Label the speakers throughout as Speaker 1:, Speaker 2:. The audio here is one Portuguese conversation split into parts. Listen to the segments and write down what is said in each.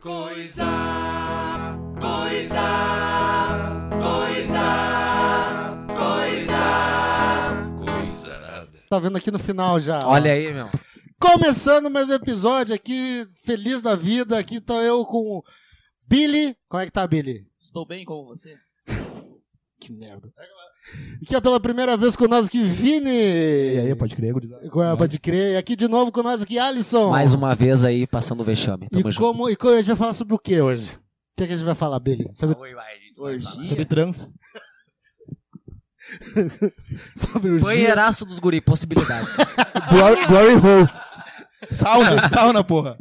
Speaker 1: Coisa, coisa, coisa, coisa, coisa nada.
Speaker 2: Tá vendo aqui no final já. ó.
Speaker 3: Olha aí, meu.
Speaker 2: Começando mais um episódio aqui, feliz da vida. Aqui tô eu com o Billy. Como é que tá, Billy?
Speaker 4: Estou bem com você?
Speaker 2: Que merda. Aqui é pela primeira vez com nós aqui, Vini.
Speaker 5: E aí, pode crer, gurizada?
Speaker 2: Pode... pode crer. E aqui de novo com nós aqui, Alisson.
Speaker 3: Mais uma vez aí, passando o vexame. Tamo
Speaker 2: e,
Speaker 3: junto.
Speaker 2: como, e como a gente vai falar sobre o que hoje? O que, é que a gente vai falar, Billy? Sobre,
Speaker 5: Sobre trans.
Speaker 2: sobre o dia.
Speaker 3: Banheiraço dos guri, possibilidades.
Speaker 5: Glory, glory hole. Sauna, sauna, porra.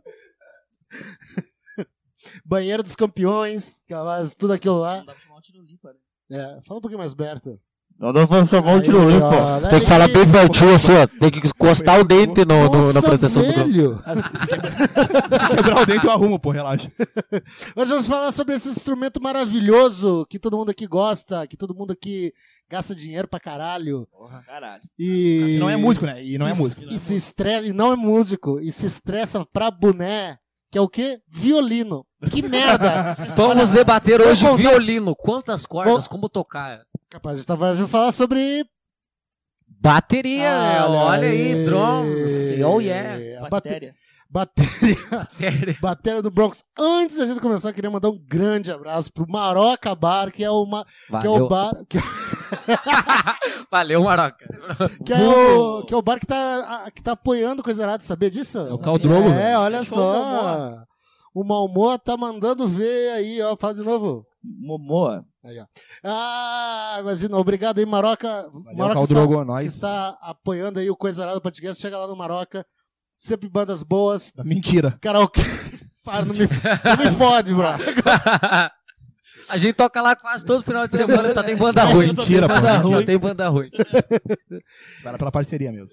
Speaker 2: Banheiro dos campeões, aquelas- tudo aquilo lá.
Speaker 4: Não dá pra chamar o Tirolipa, né?
Speaker 2: É, fala um pouquinho mais perto.
Speaker 6: Não dá pra chamar
Speaker 2: Aí,
Speaker 6: um tiro limpo.
Speaker 2: ó,
Speaker 6: Tem que falar
Speaker 2: aí.
Speaker 6: bem pertinho assim, ó. Tem que encostar o dente no, no- na
Speaker 2: Nossa,
Speaker 6: proteção do grupo.
Speaker 2: velho.
Speaker 5: Quebrar o dente eu arrumo, pô, relaxa.
Speaker 2: Hoje vamos falar sobre esse instrumento maravilhoso que todo mundo aqui gosta, que todo mundo aqui gasta dinheiro pra caralho.
Speaker 4: Caralho.
Speaker 2: E...
Speaker 5: Se não é músico, né? E não é
Speaker 2: e-
Speaker 5: músico.
Speaker 2: E, se estressa, e não é músico, e se estressa pra boné, que é o quê? Violino. Que merda!
Speaker 3: Vamos debater hoje
Speaker 2: Vou contar-
Speaker 3: violino. Quantas cordas, como tocar.
Speaker 2: Capaz, a gente tá- a gente vai falar sobre...
Speaker 3: Bateria,
Speaker 2: Ah,
Speaker 3: olha aí, drums. Oh yeah.
Speaker 2: A bate-
Speaker 4: Bactéria.
Speaker 2: Bateria... Bateria do Bronx. Antes da gente começar, eu queria mandar um grande abraço pro Maroca Bar, que é, uma, que é o
Speaker 3: Valeu,
Speaker 2: bar... Que,
Speaker 3: Valeu Maroca.
Speaker 2: que é o, que é o bar que tá, a- que tá apoiando Coisa Errada, sabia disso?
Speaker 5: É o caldrogo,
Speaker 2: É,
Speaker 5: velho.
Speaker 2: olha
Speaker 4: Show
Speaker 2: só. O Malmoa tá mandando ver aí, ó. Fala de novo.
Speaker 4: Momoa.
Speaker 2: Ah, imagina. Obrigado aí, Maroca.
Speaker 5: Valeu,
Speaker 2: Maroca
Speaker 5: Caldrogo,
Speaker 2: está,
Speaker 5: é
Speaker 2: que
Speaker 5: nóis.
Speaker 2: está apoiando aí o Coisa Arada Podcast. Chega lá no Maroca. Sempre bandas boas.
Speaker 5: Tá, Mentira.
Speaker 2: Karaokê. Para, não me, não me fode, bro.
Speaker 3: A gente toca lá quase todo final de semana, só tem banda ruim.
Speaker 5: Mentira, pô.
Speaker 4: Banda
Speaker 3: Só
Speaker 4: ruim.
Speaker 3: tem banda ruim.
Speaker 5: Era pela parceria mesmo.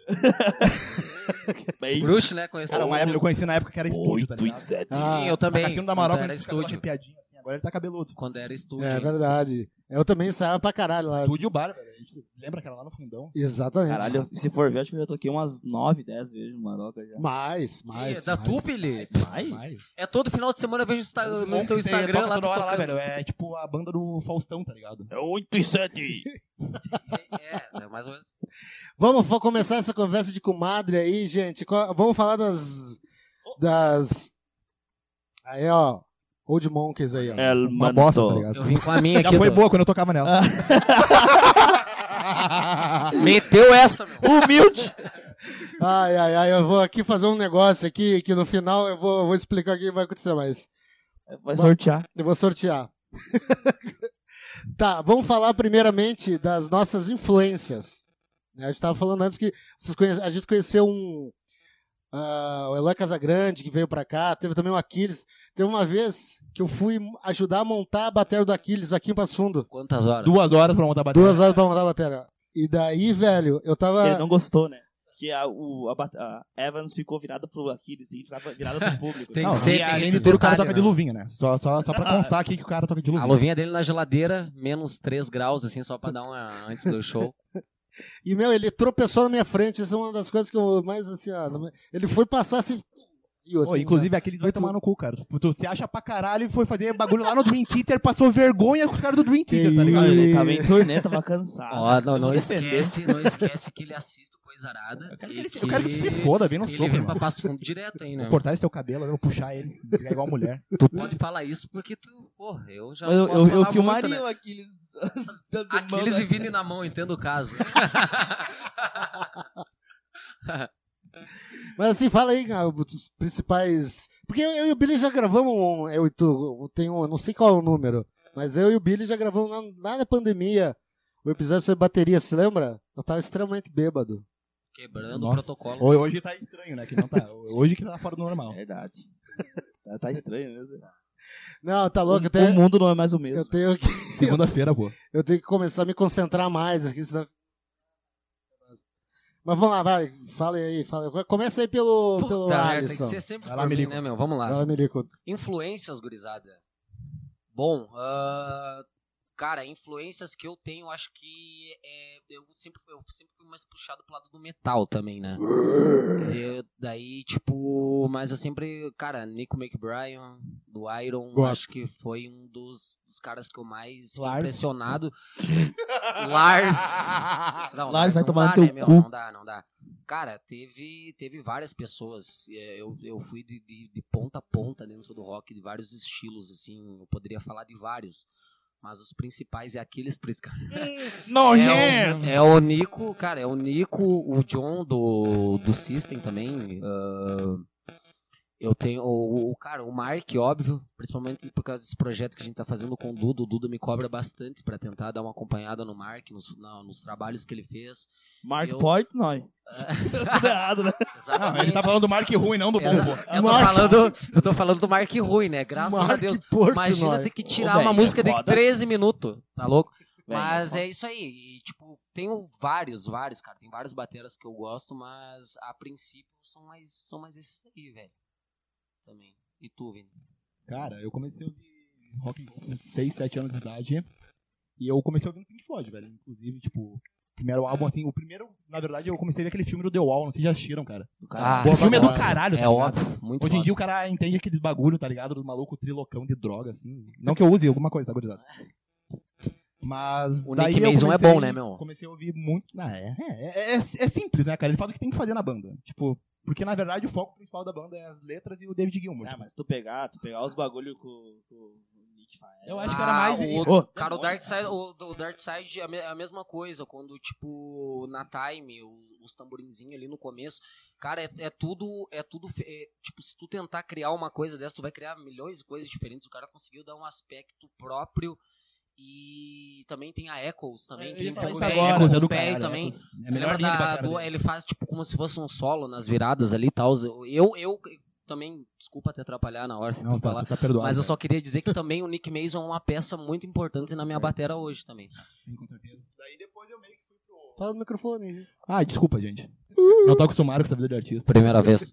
Speaker 4: Bem.
Speaker 3: Bruxo, né? Conheceu.
Speaker 5: Cara, uma época, eu conheci na época que era estúdio, tá
Speaker 4: Oito e
Speaker 5: ligado?
Speaker 4: sete.
Speaker 2: Ah,
Speaker 3: Sim, eu também.
Speaker 5: Cassino da
Speaker 3: quando
Speaker 5: Maroca,
Speaker 3: era
Speaker 5: ele ficava
Speaker 3: estúdio.
Speaker 5: arrepiadinho, assim, Agora ele tá cabeludo.
Speaker 3: Quando era estúdio.
Speaker 2: É
Speaker 3: hein?
Speaker 2: verdade. Eu também saio pra caralho lá.
Speaker 5: Estúdio bar, velho. A gente lembra que era lá no fundão?
Speaker 2: Exatamente.
Speaker 4: Caralho, se for ver, acho que eu já toquei umas 9, 10 vezes no Maroca já.
Speaker 2: Mais,
Speaker 3: Ih,
Speaker 2: mais.
Speaker 3: é da
Speaker 2: mais.
Speaker 3: tu, Billy?
Speaker 4: Mais?
Speaker 3: É todo final de semana eu vejo o Insta- no teu
Speaker 5: Tem-
Speaker 3: Instagram
Speaker 5: toca
Speaker 3: lá, tu
Speaker 5: toda hora lá,
Speaker 3: tocando.
Speaker 5: velho. É tipo a banda do Faustão, tá ligado?
Speaker 4: É 8 e 7.
Speaker 3: É, é, mais ou menos.
Speaker 2: Vamos fa- começar essa conversa de comadre aí, gente. Qual- Vamos falar das.
Speaker 3: Oh.
Speaker 2: Das. Aí, ó. Old Monkeys aí, ó.
Speaker 4: El
Speaker 5: Uma bosta, tá
Speaker 4: Manto.
Speaker 5: ligado?
Speaker 3: Eu vim com a minha
Speaker 5: Já
Speaker 3: aqui. Ah,
Speaker 5: foi
Speaker 3: do-
Speaker 5: boa quando eu tocava nela.
Speaker 3: Meteu essa, meu.
Speaker 4: Humilde.
Speaker 2: Ai, ai, ai. Eu vou aqui fazer um negócio aqui que no final eu vou, vou explicar o que vai acontecer mais.
Speaker 4: Vai sortear.
Speaker 2: Eu vou sortear. tá, vamos falar primeiramente das nossas influências. né? A gente tava falando antes que vocês conhe- a gente conheceu um. ah, o Eloy Casagrande, que veio pra cá, teve também o Aquiles. Teve uma vez que eu fui ajudar a montar a bateria do Aquiles aqui em Passo Fundo.
Speaker 3: Quantas horas?
Speaker 5: Duas horas pra montar a bateria.
Speaker 2: Duas horas pra montar a bateria. E daí, velho, eu tava.
Speaker 4: Ele não gostou, né? Que a, o, a, bat- a Evans ficou virada pro Aquiles, tem que ficar virada pro público.
Speaker 3: Tem
Speaker 5: Não,
Speaker 3: que ser,
Speaker 5: e
Speaker 3: tem
Speaker 5: além
Speaker 3: esse
Speaker 5: de tudo, o cara
Speaker 3: detalhe,
Speaker 5: toca de
Speaker 3: né? Ah,
Speaker 5: luvinha, né? Só, só, só pra constar aqui que o cara toca de
Speaker 3: A
Speaker 5: luvinha.
Speaker 3: luvinha dele na geladeira, menos 3 graus, assim, só pra dar uma antes do show.
Speaker 2: E, meu, ele tropeçou na minha frente. Isso é uma das coisas que eu mais, assim, ó. não me- Ele foi passar assim. e eu,
Speaker 5: Ô,
Speaker 2: assim,
Speaker 5: inclusive, aqueles vai tomar no cu, cara. Tipo, Tu, tu se acha pra caralho e foi fazer bagulho lá no Dream Theater, passou vergonha com os caras do Dream Theater, tá ligado?
Speaker 4: Cara,
Speaker 2: E-
Speaker 4: ele tava em turnê, tava cansado.
Speaker 3: Ó, Ah, não,
Speaker 4: Eu
Speaker 3: não
Speaker 4: vou defender.
Speaker 3: esquece, não esquece que ele assiste o Coisa Arada.
Speaker 5: Eu quero que
Speaker 3: e
Speaker 5: ele, se- eu quero que ele se foda, vem no
Speaker 3: Ele
Speaker 5: soco,
Speaker 3: vem pra
Speaker 5: mano.
Speaker 3: Passo Fundo direto aí, né?
Speaker 5: Vou cortar esse teu cabelo, eu vou puxar ele, pegar igual a mulher.
Speaker 3: Tu pode falar isso porque tu, porra, eu já
Speaker 4: Mas eu,
Speaker 3: posso
Speaker 4: eu, eu
Speaker 3: falar
Speaker 4: filmaria
Speaker 3: muito, né?
Speaker 4: o Aquiles. dando mão
Speaker 3: Aquiles
Speaker 4: na-
Speaker 3: e Vini na mão, entendo o caso.
Speaker 2: Mas assim, fala aí, cara, os principais. Porque eu, eu e o Billy já gravamos um. Eu e tu, tem um, eu não sei qual é o número, mas eu e o Billy já gravamos lá, lá na pandemia o episódio sobre bateria, se lembra? Eu tava extremamente bêbado.
Speaker 3: Quebrando o
Speaker 5: Nossa.
Speaker 3: protocolo.
Speaker 5: Ho- Hoje tá estranho, né? Que não tá, hoje que tá fora do normal.
Speaker 4: É. Verdade. Tá, tá estranho mesmo.
Speaker 2: Não, tá louco, eu
Speaker 4: o
Speaker 2: tenho,
Speaker 4: mundo não é mais o
Speaker 2: eu,
Speaker 4: mesmo.
Speaker 2: tenho que,
Speaker 5: Segunda-feira, pô.
Speaker 2: eu tenho que começar a me concentrar mais aqui, senão... Mas vamos lá, vai, fala aí, fala aí. Começa aí pelo, pelo
Speaker 3: Puta merda, tem que
Speaker 2: Alisson.
Speaker 3: ser sempre
Speaker 5: Vai lá,
Speaker 3: por mim,
Speaker 5: Milico.
Speaker 3: né, meu? Vamos lá.
Speaker 2: Vai lá, Milico.
Speaker 3: Influências, gurizada. Bom, ah, cara, influências que eu tenho, acho que é, eu, sempre, eu sempre fui mais puxado pro lado do metal também, né? Eu- daí, tipo, mas eu sempre, cara, Nico McBrien, do Iron,
Speaker 2: Gosto.
Speaker 3: acho que foi um dos, dos caras que eu mais fiquei
Speaker 5: Lars.
Speaker 3: impressionado. Lars. Não,
Speaker 4: Lars,
Speaker 3: mas
Speaker 4: vai
Speaker 3: não
Speaker 4: tomar
Speaker 3: dá,
Speaker 4: no teu
Speaker 3: né, meu?
Speaker 4: cu.
Speaker 3: Não dá, não dá. Cara, teve, teve várias pessoas. É, Eu, eu fui de, de- de ponta a ponta né? dentro do rock, de vários estilos, assim. Eu poderia falar de vários. Mas os principais é aqueles pres- é, o, é o Nico, cara, é o Nico, o John do, do System também. ah, eu tenho o, o- o cara, o Mark, óbvio, principalmente por causa desse projeto que a gente tá fazendo com o Dudo. O Dudo me cobra bastante pra tentar dar uma acompanhada no Mark, nos, na- nos trabalhos que ele fez.
Speaker 4: Mark
Speaker 3: Eu-
Speaker 4: Portnoy. Tudo errado, né?
Speaker 5: Não, ele
Speaker 3: Exatamente.
Speaker 5: tá falando do Mark ruim, não do bom.
Speaker 3: Exa-
Speaker 5: pô.
Speaker 3: eu, tô
Speaker 2: Mark-
Speaker 3: tá falando, eu tô falando do Mark ruim, né? Graças a
Speaker 2: Mark
Speaker 3: Deus.
Speaker 2: Portnoy.
Speaker 3: Imagina ter que tirar
Speaker 4: Ô,
Speaker 3: uma
Speaker 4: velho,
Speaker 3: música
Speaker 4: é
Speaker 3: de
Speaker 4: foda.
Speaker 3: 13 minutos, tá louco?
Speaker 4: Velho, um
Speaker 3: Mas é isso aí. E, tipo, tenho vários, vários, cara. Tem vários bateras que eu gosto, mas a princípio são mais, são mais esses aí, velho. Também. E tu, Vini?
Speaker 5: Cara, eu comecei a ouvir rock and roll com 6, 7 anos de idade. E eu comecei ouvindo Pink Floyd, velho. Inclusive, tipo, o primeiro álbum, assim, o primeiro, na verdade, eu comecei a ver aquele filme do The Wall, não sei se já assistiram, cara.
Speaker 3: Do
Speaker 2: cara. Ah,
Speaker 5: Pô, o
Speaker 2: isso
Speaker 5: filme é do
Speaker 2: foda.
Speaker 5: caralho, tá
Speaker 3: É
Speaker 5: ligado?
Speaker 3: óbvio, muito
Speaker 5: Hoje em
Speaker 3: foda.
Speaker 5: dia o cara entende aqueles bagulho, tá ligado? Do maluco trilocão de droga, assim. Não que eu use alguma coisa, tá, gurizada? Mas.
Speaker 3: O
Speaker 5: daí
Speaker 3: Nick
Speaker 5: eu
Speaker 3: Mason é
Speaker 5: comecei-
Speaker 3: bom, né, meu?
Speaker 5: Comecei a ouvir muito. Ah, é, é, é, é simples, né, cara? Ele faz o que tem que fazer na banda. Tipo, porque na verdade o foco principal da banda é as letras e o David Gilmour.
Speaker 4: Ah,
Speaker 5: tipo.
Speaker 4: mas tu pegar, tu pegar os bagulho com, com o Nick faz.
Speaker 5: Eu acho que era mais-
Speaker 3: Ah, o,
Speaker 5: Ô,
Speaker 3: cara, o Dark Side, o, o Dark Side é a me- a mesma coisa, quando, tipo, na Time, o- os tamborinzinhos ali no começo, cara, é, é tudo, é tudo, fe- é, tipo, se tu tentar criar uma coisa dessa, tu vai criar milhões de coisas diferentes, o cara conseguiu dar um aspecto próprio e também tem a Echoes também,
Speaker 5: Eu
Speaker 3: que
Speaker 5: ia falar
Speaker 3: o
Speaker 5: isso
Speaker 3: velho-
Speaker 5: agora,
Speaker 3: o
Speaker 5: é
Speaker 3: velho
Speaker 5: do caralho,
Speaker 3: também,
Speaker 5: é, É a
Speaker 3: né? você
Speaker 5: melhor
Speaker 3: lembra
Speaker 5: linha
Speaker 3: da-
Speaker 5: pra cara
Speaker 3: do-
Speaker 5: dele.
Speaker 3: ele faz tipo como se fosse um solo nas viradas ali e tal. Eu, eu também, desculpa te atrapalhar na hora de
Speaker 5: Não,
Speaker 3: tu falar,
Speaker 5: tá, tá perdoado.
Speaker 3: mas eu só
Speaker 5: cara.
Speaker 3: queria dizer que também o Nick Mason é uma peça muito importante na minha batera hoje também, sabe?
Speaker 5: Sim, com certeza. Daí depois eu meio que fui pro.
Speaker 2: Fala no microfone.
Speaker 5: Ah, desculpa, gente. Não tô acostumado com essa vida de artista.
Speaker 6: Primeira vez.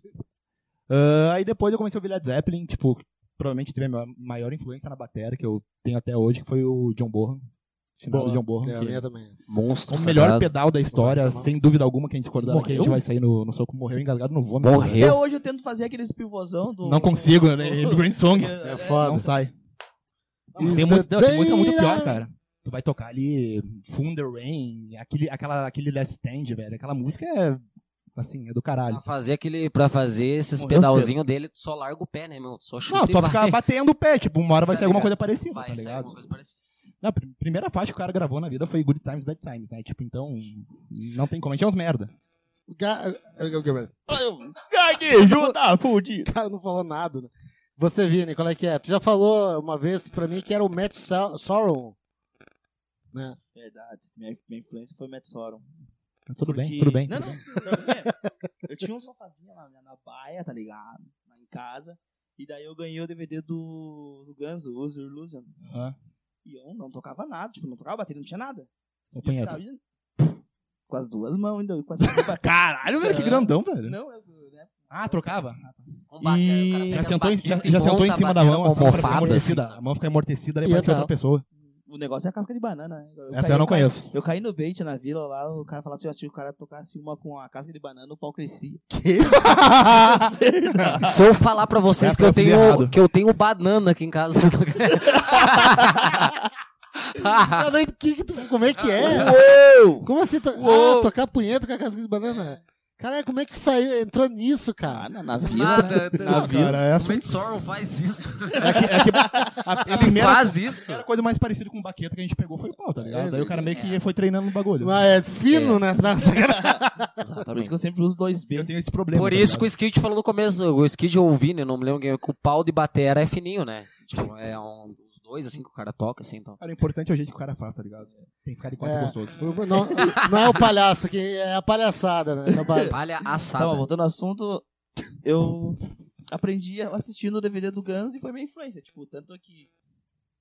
Speaker 5: Ah, aí depois eu comecei a ouvir Led Zeppelin, tipo, provavelmente teve a maior- maior influência na bateria que eu tenho até hoje, que foi o John Bonham. Final
Speaker 2: Boa.
Speaker 5: do John Bonham.
Speaker 2: É, a
Speaker 5: que
Speaker 2: minha também.
Speaker 6: Monstro.
Speaker 5: é o
Speaker 3: tá
Speaker 5: melhor
Speaker 6: sagrado.
Speaker 5: pedal da história,
Speaker 2: Morreu?
Speaker 5: sem dúvida alguma, quem discordar aqui, a gente
Speaker 6: Morreu?
Speaker 5: vai sair no, no soco. Morreu engasgado no vômito. né?
Speaker 6: Morreu.
Speaker 4: Até hoje eu tento fazer aqueles pivôzão do.
Speaker 5: Não consigo, né?
Speaker 4: do-
Speaker 5: Do Green Song.
Speaker 2: É
Speaker 5: Não
Speaker 2: foda.
Speaker 5: sai.
Speaker 2: Is
Speaker 5: Tem música,
Speaker 2: the
Speaker 5: tem música muito pior,
Speaker 2: day-
Speaker 5: cara. Tu vai tocar ali Thunder Rain, aquele, aquela, aquele Last Stand, velho. Aquela música é, assim, é do caralho.
Speaker 3: Pra fazer aquele. Pra fazer esses
Speaker 5: Morreu
Speaker 3: pedalzinhos dele, tu só larga o pé, né, meu? Tu só chuta.
Speaker 5: Não,
Speaker 3: e
Speaker 5: só
Speaker 3: vai.
Speaker 5: ficar batendo o pé, tipo, uma hora vai
Speaker 3: Tá
Speaker 5: sair alguma
Speaker 3: ligado?
Speaker 5: coisa parecida,
Speaker 3: Vai,
Speaker 5: tá
Speaker 3: sai
Speaker 5: ligado?
Speaker 3: alguma coisa parecida.
Speaker 5: Não, a pr- primeira faixa que o cara gravou na vida foi Good Times, Bad Times, né? Tipo, então, não tem como. A gente é uns merda.
Speaker 2: Ga- é,
Speaker 4: é, Gaguejou, tá fudido.
Speaker 2: O cara não falou nada. Né? Você, Vini, qual é que é? Tu já falou uma vez pra mim que era o Matt Sor- Sorum.
Speaker 4: Verdade. Minha, minha influência foi Matt Sorum.
Speaker 5: Tudo
Speaker 4: Porque-
Speaker 5: bem, tudo bem.
Speaker 4: Não, não. não, é. Eu tinha um sofazinho lá na, na baia, tá ligado? Lá em casa. E daí eu ganhei o DVD do, do Guns, o Use Your Illusion.
Speaker 5: Aham.
Speaker 4: E eu não tocava nada, tipo, não tocava bateria, não tinha nada.
Speaker 5: Sou
Speaker 4: E eu
Speaker 5: punheta.
Speaker 4: ficava indo- com as duas mãos, ainda, com as duas bateria.
Speaker 5: Caralho, velho, que grandão, velho.
Speaker 4: Não, eu, né?
Speaker 5: Ah, trocava?
Speaker 3: Com batera,
Speaker 4: E-
Speaker 3: o cara pega
Speaker 5: Já
Speaker 3: as
Speaker 5: sentou, em, já,
Speaker 3: baquetas e
Speaker 5: já sentou em
Speaker 3: monta a
Speaker 5: cima da
Speaker 3: batera
Speaker 5: mão,
Speaker 3: com
Speaker 5: assim, pra ficar
Speaker 3: almofada,
Speaker 5: amortecida.
Speaker 3: assim,
Speaker 5: a
Speaker 3: sabe?
Speaker 5: mão fica amortecida,
Speaker 2: E
Speaker 5: daí parece que é
Speaker 2: então?
Speaker 5: outra pessoa.
Speaker 4: O negócio é a casca de banana, né? Eu
Speaker 5: Essa
Speaker 4: caí-
Speaker 5: eu não conheço.
Speaker 4: Eu caí no bait na vila lá, o cara falou assim, ó, se o cara tocasse uma com a casca de banana, o pau crescia.
Speaker 3: Se eu falar pra vocês
Speaker 5: Essa
Speaker 3: que eu,
Speaker 5: eu fiz
Speaker 3: tenho,
Speaker 5: errado.
Speaker 3: que eu tenho banana aqui em casa. vocês não querem?
Speaker 2: Ah, daí que que tu- como é que é? Como assim? to-
Speaker 3: Uou!
Speaker 2: Ah, tocar punheta com a casca de banana? Caralho, como é que saiu? Entrou nisso, cara?
Speaker 4: Ah, na, na
Speaker 3: Nada.
Speaker 4: Na vila.
Speaker 5: Cara, é
Speaker 3: O Matt
Speaker 5: assustador.
Speaker 3: Sorum faz isso.
Speaker 5: É que, é que a, a
Speaker 3: Ele
Speaker 5: primeira,
Speaker 3: faz isso.
Speaker 5: primeira coisa mais parecida com baqueta que a gente pegou foi o pau, tá ligado?
Speaker 3: É,
Speaker 5: Daí o cara meio que
Speaker 3: é.
Speaker 5: foi treinando no bagulho.
Speaker 2: Mas é fino nessa.
Speaker 4: Por isso que eu sempre uso
Speaker 5: Eu
Speaker 4: 2B.
Speaker 5: tenho esse problema.
Speaker 3: Por
Speaker 5: tá
Speaker 3: isso que o
Speaker 5: ligado?
Speaker 3: Skid falou no começo, o Skid ou o Vini, não me lembro, quem, que o pau de batera é fininho, né? Tipo, é um dos dois, assim, que o cara toca, assim, então.
Speaker 5: Cara, o importante é o jeito que o cara faz, tá ligado? Tem que ficar de quatro
Speaker 2: É.
Speaker 5: gostoso.
Speaker 2: Não, não é o palhaço, que é a palhaçada, né? Da ba-
Speaker 3: Palha assada.
Speaker 4: Tá, mas voltando ao assunto, eu aprendi assistindo o DVD do Guns e foi minha influência. Tipo, tanto que,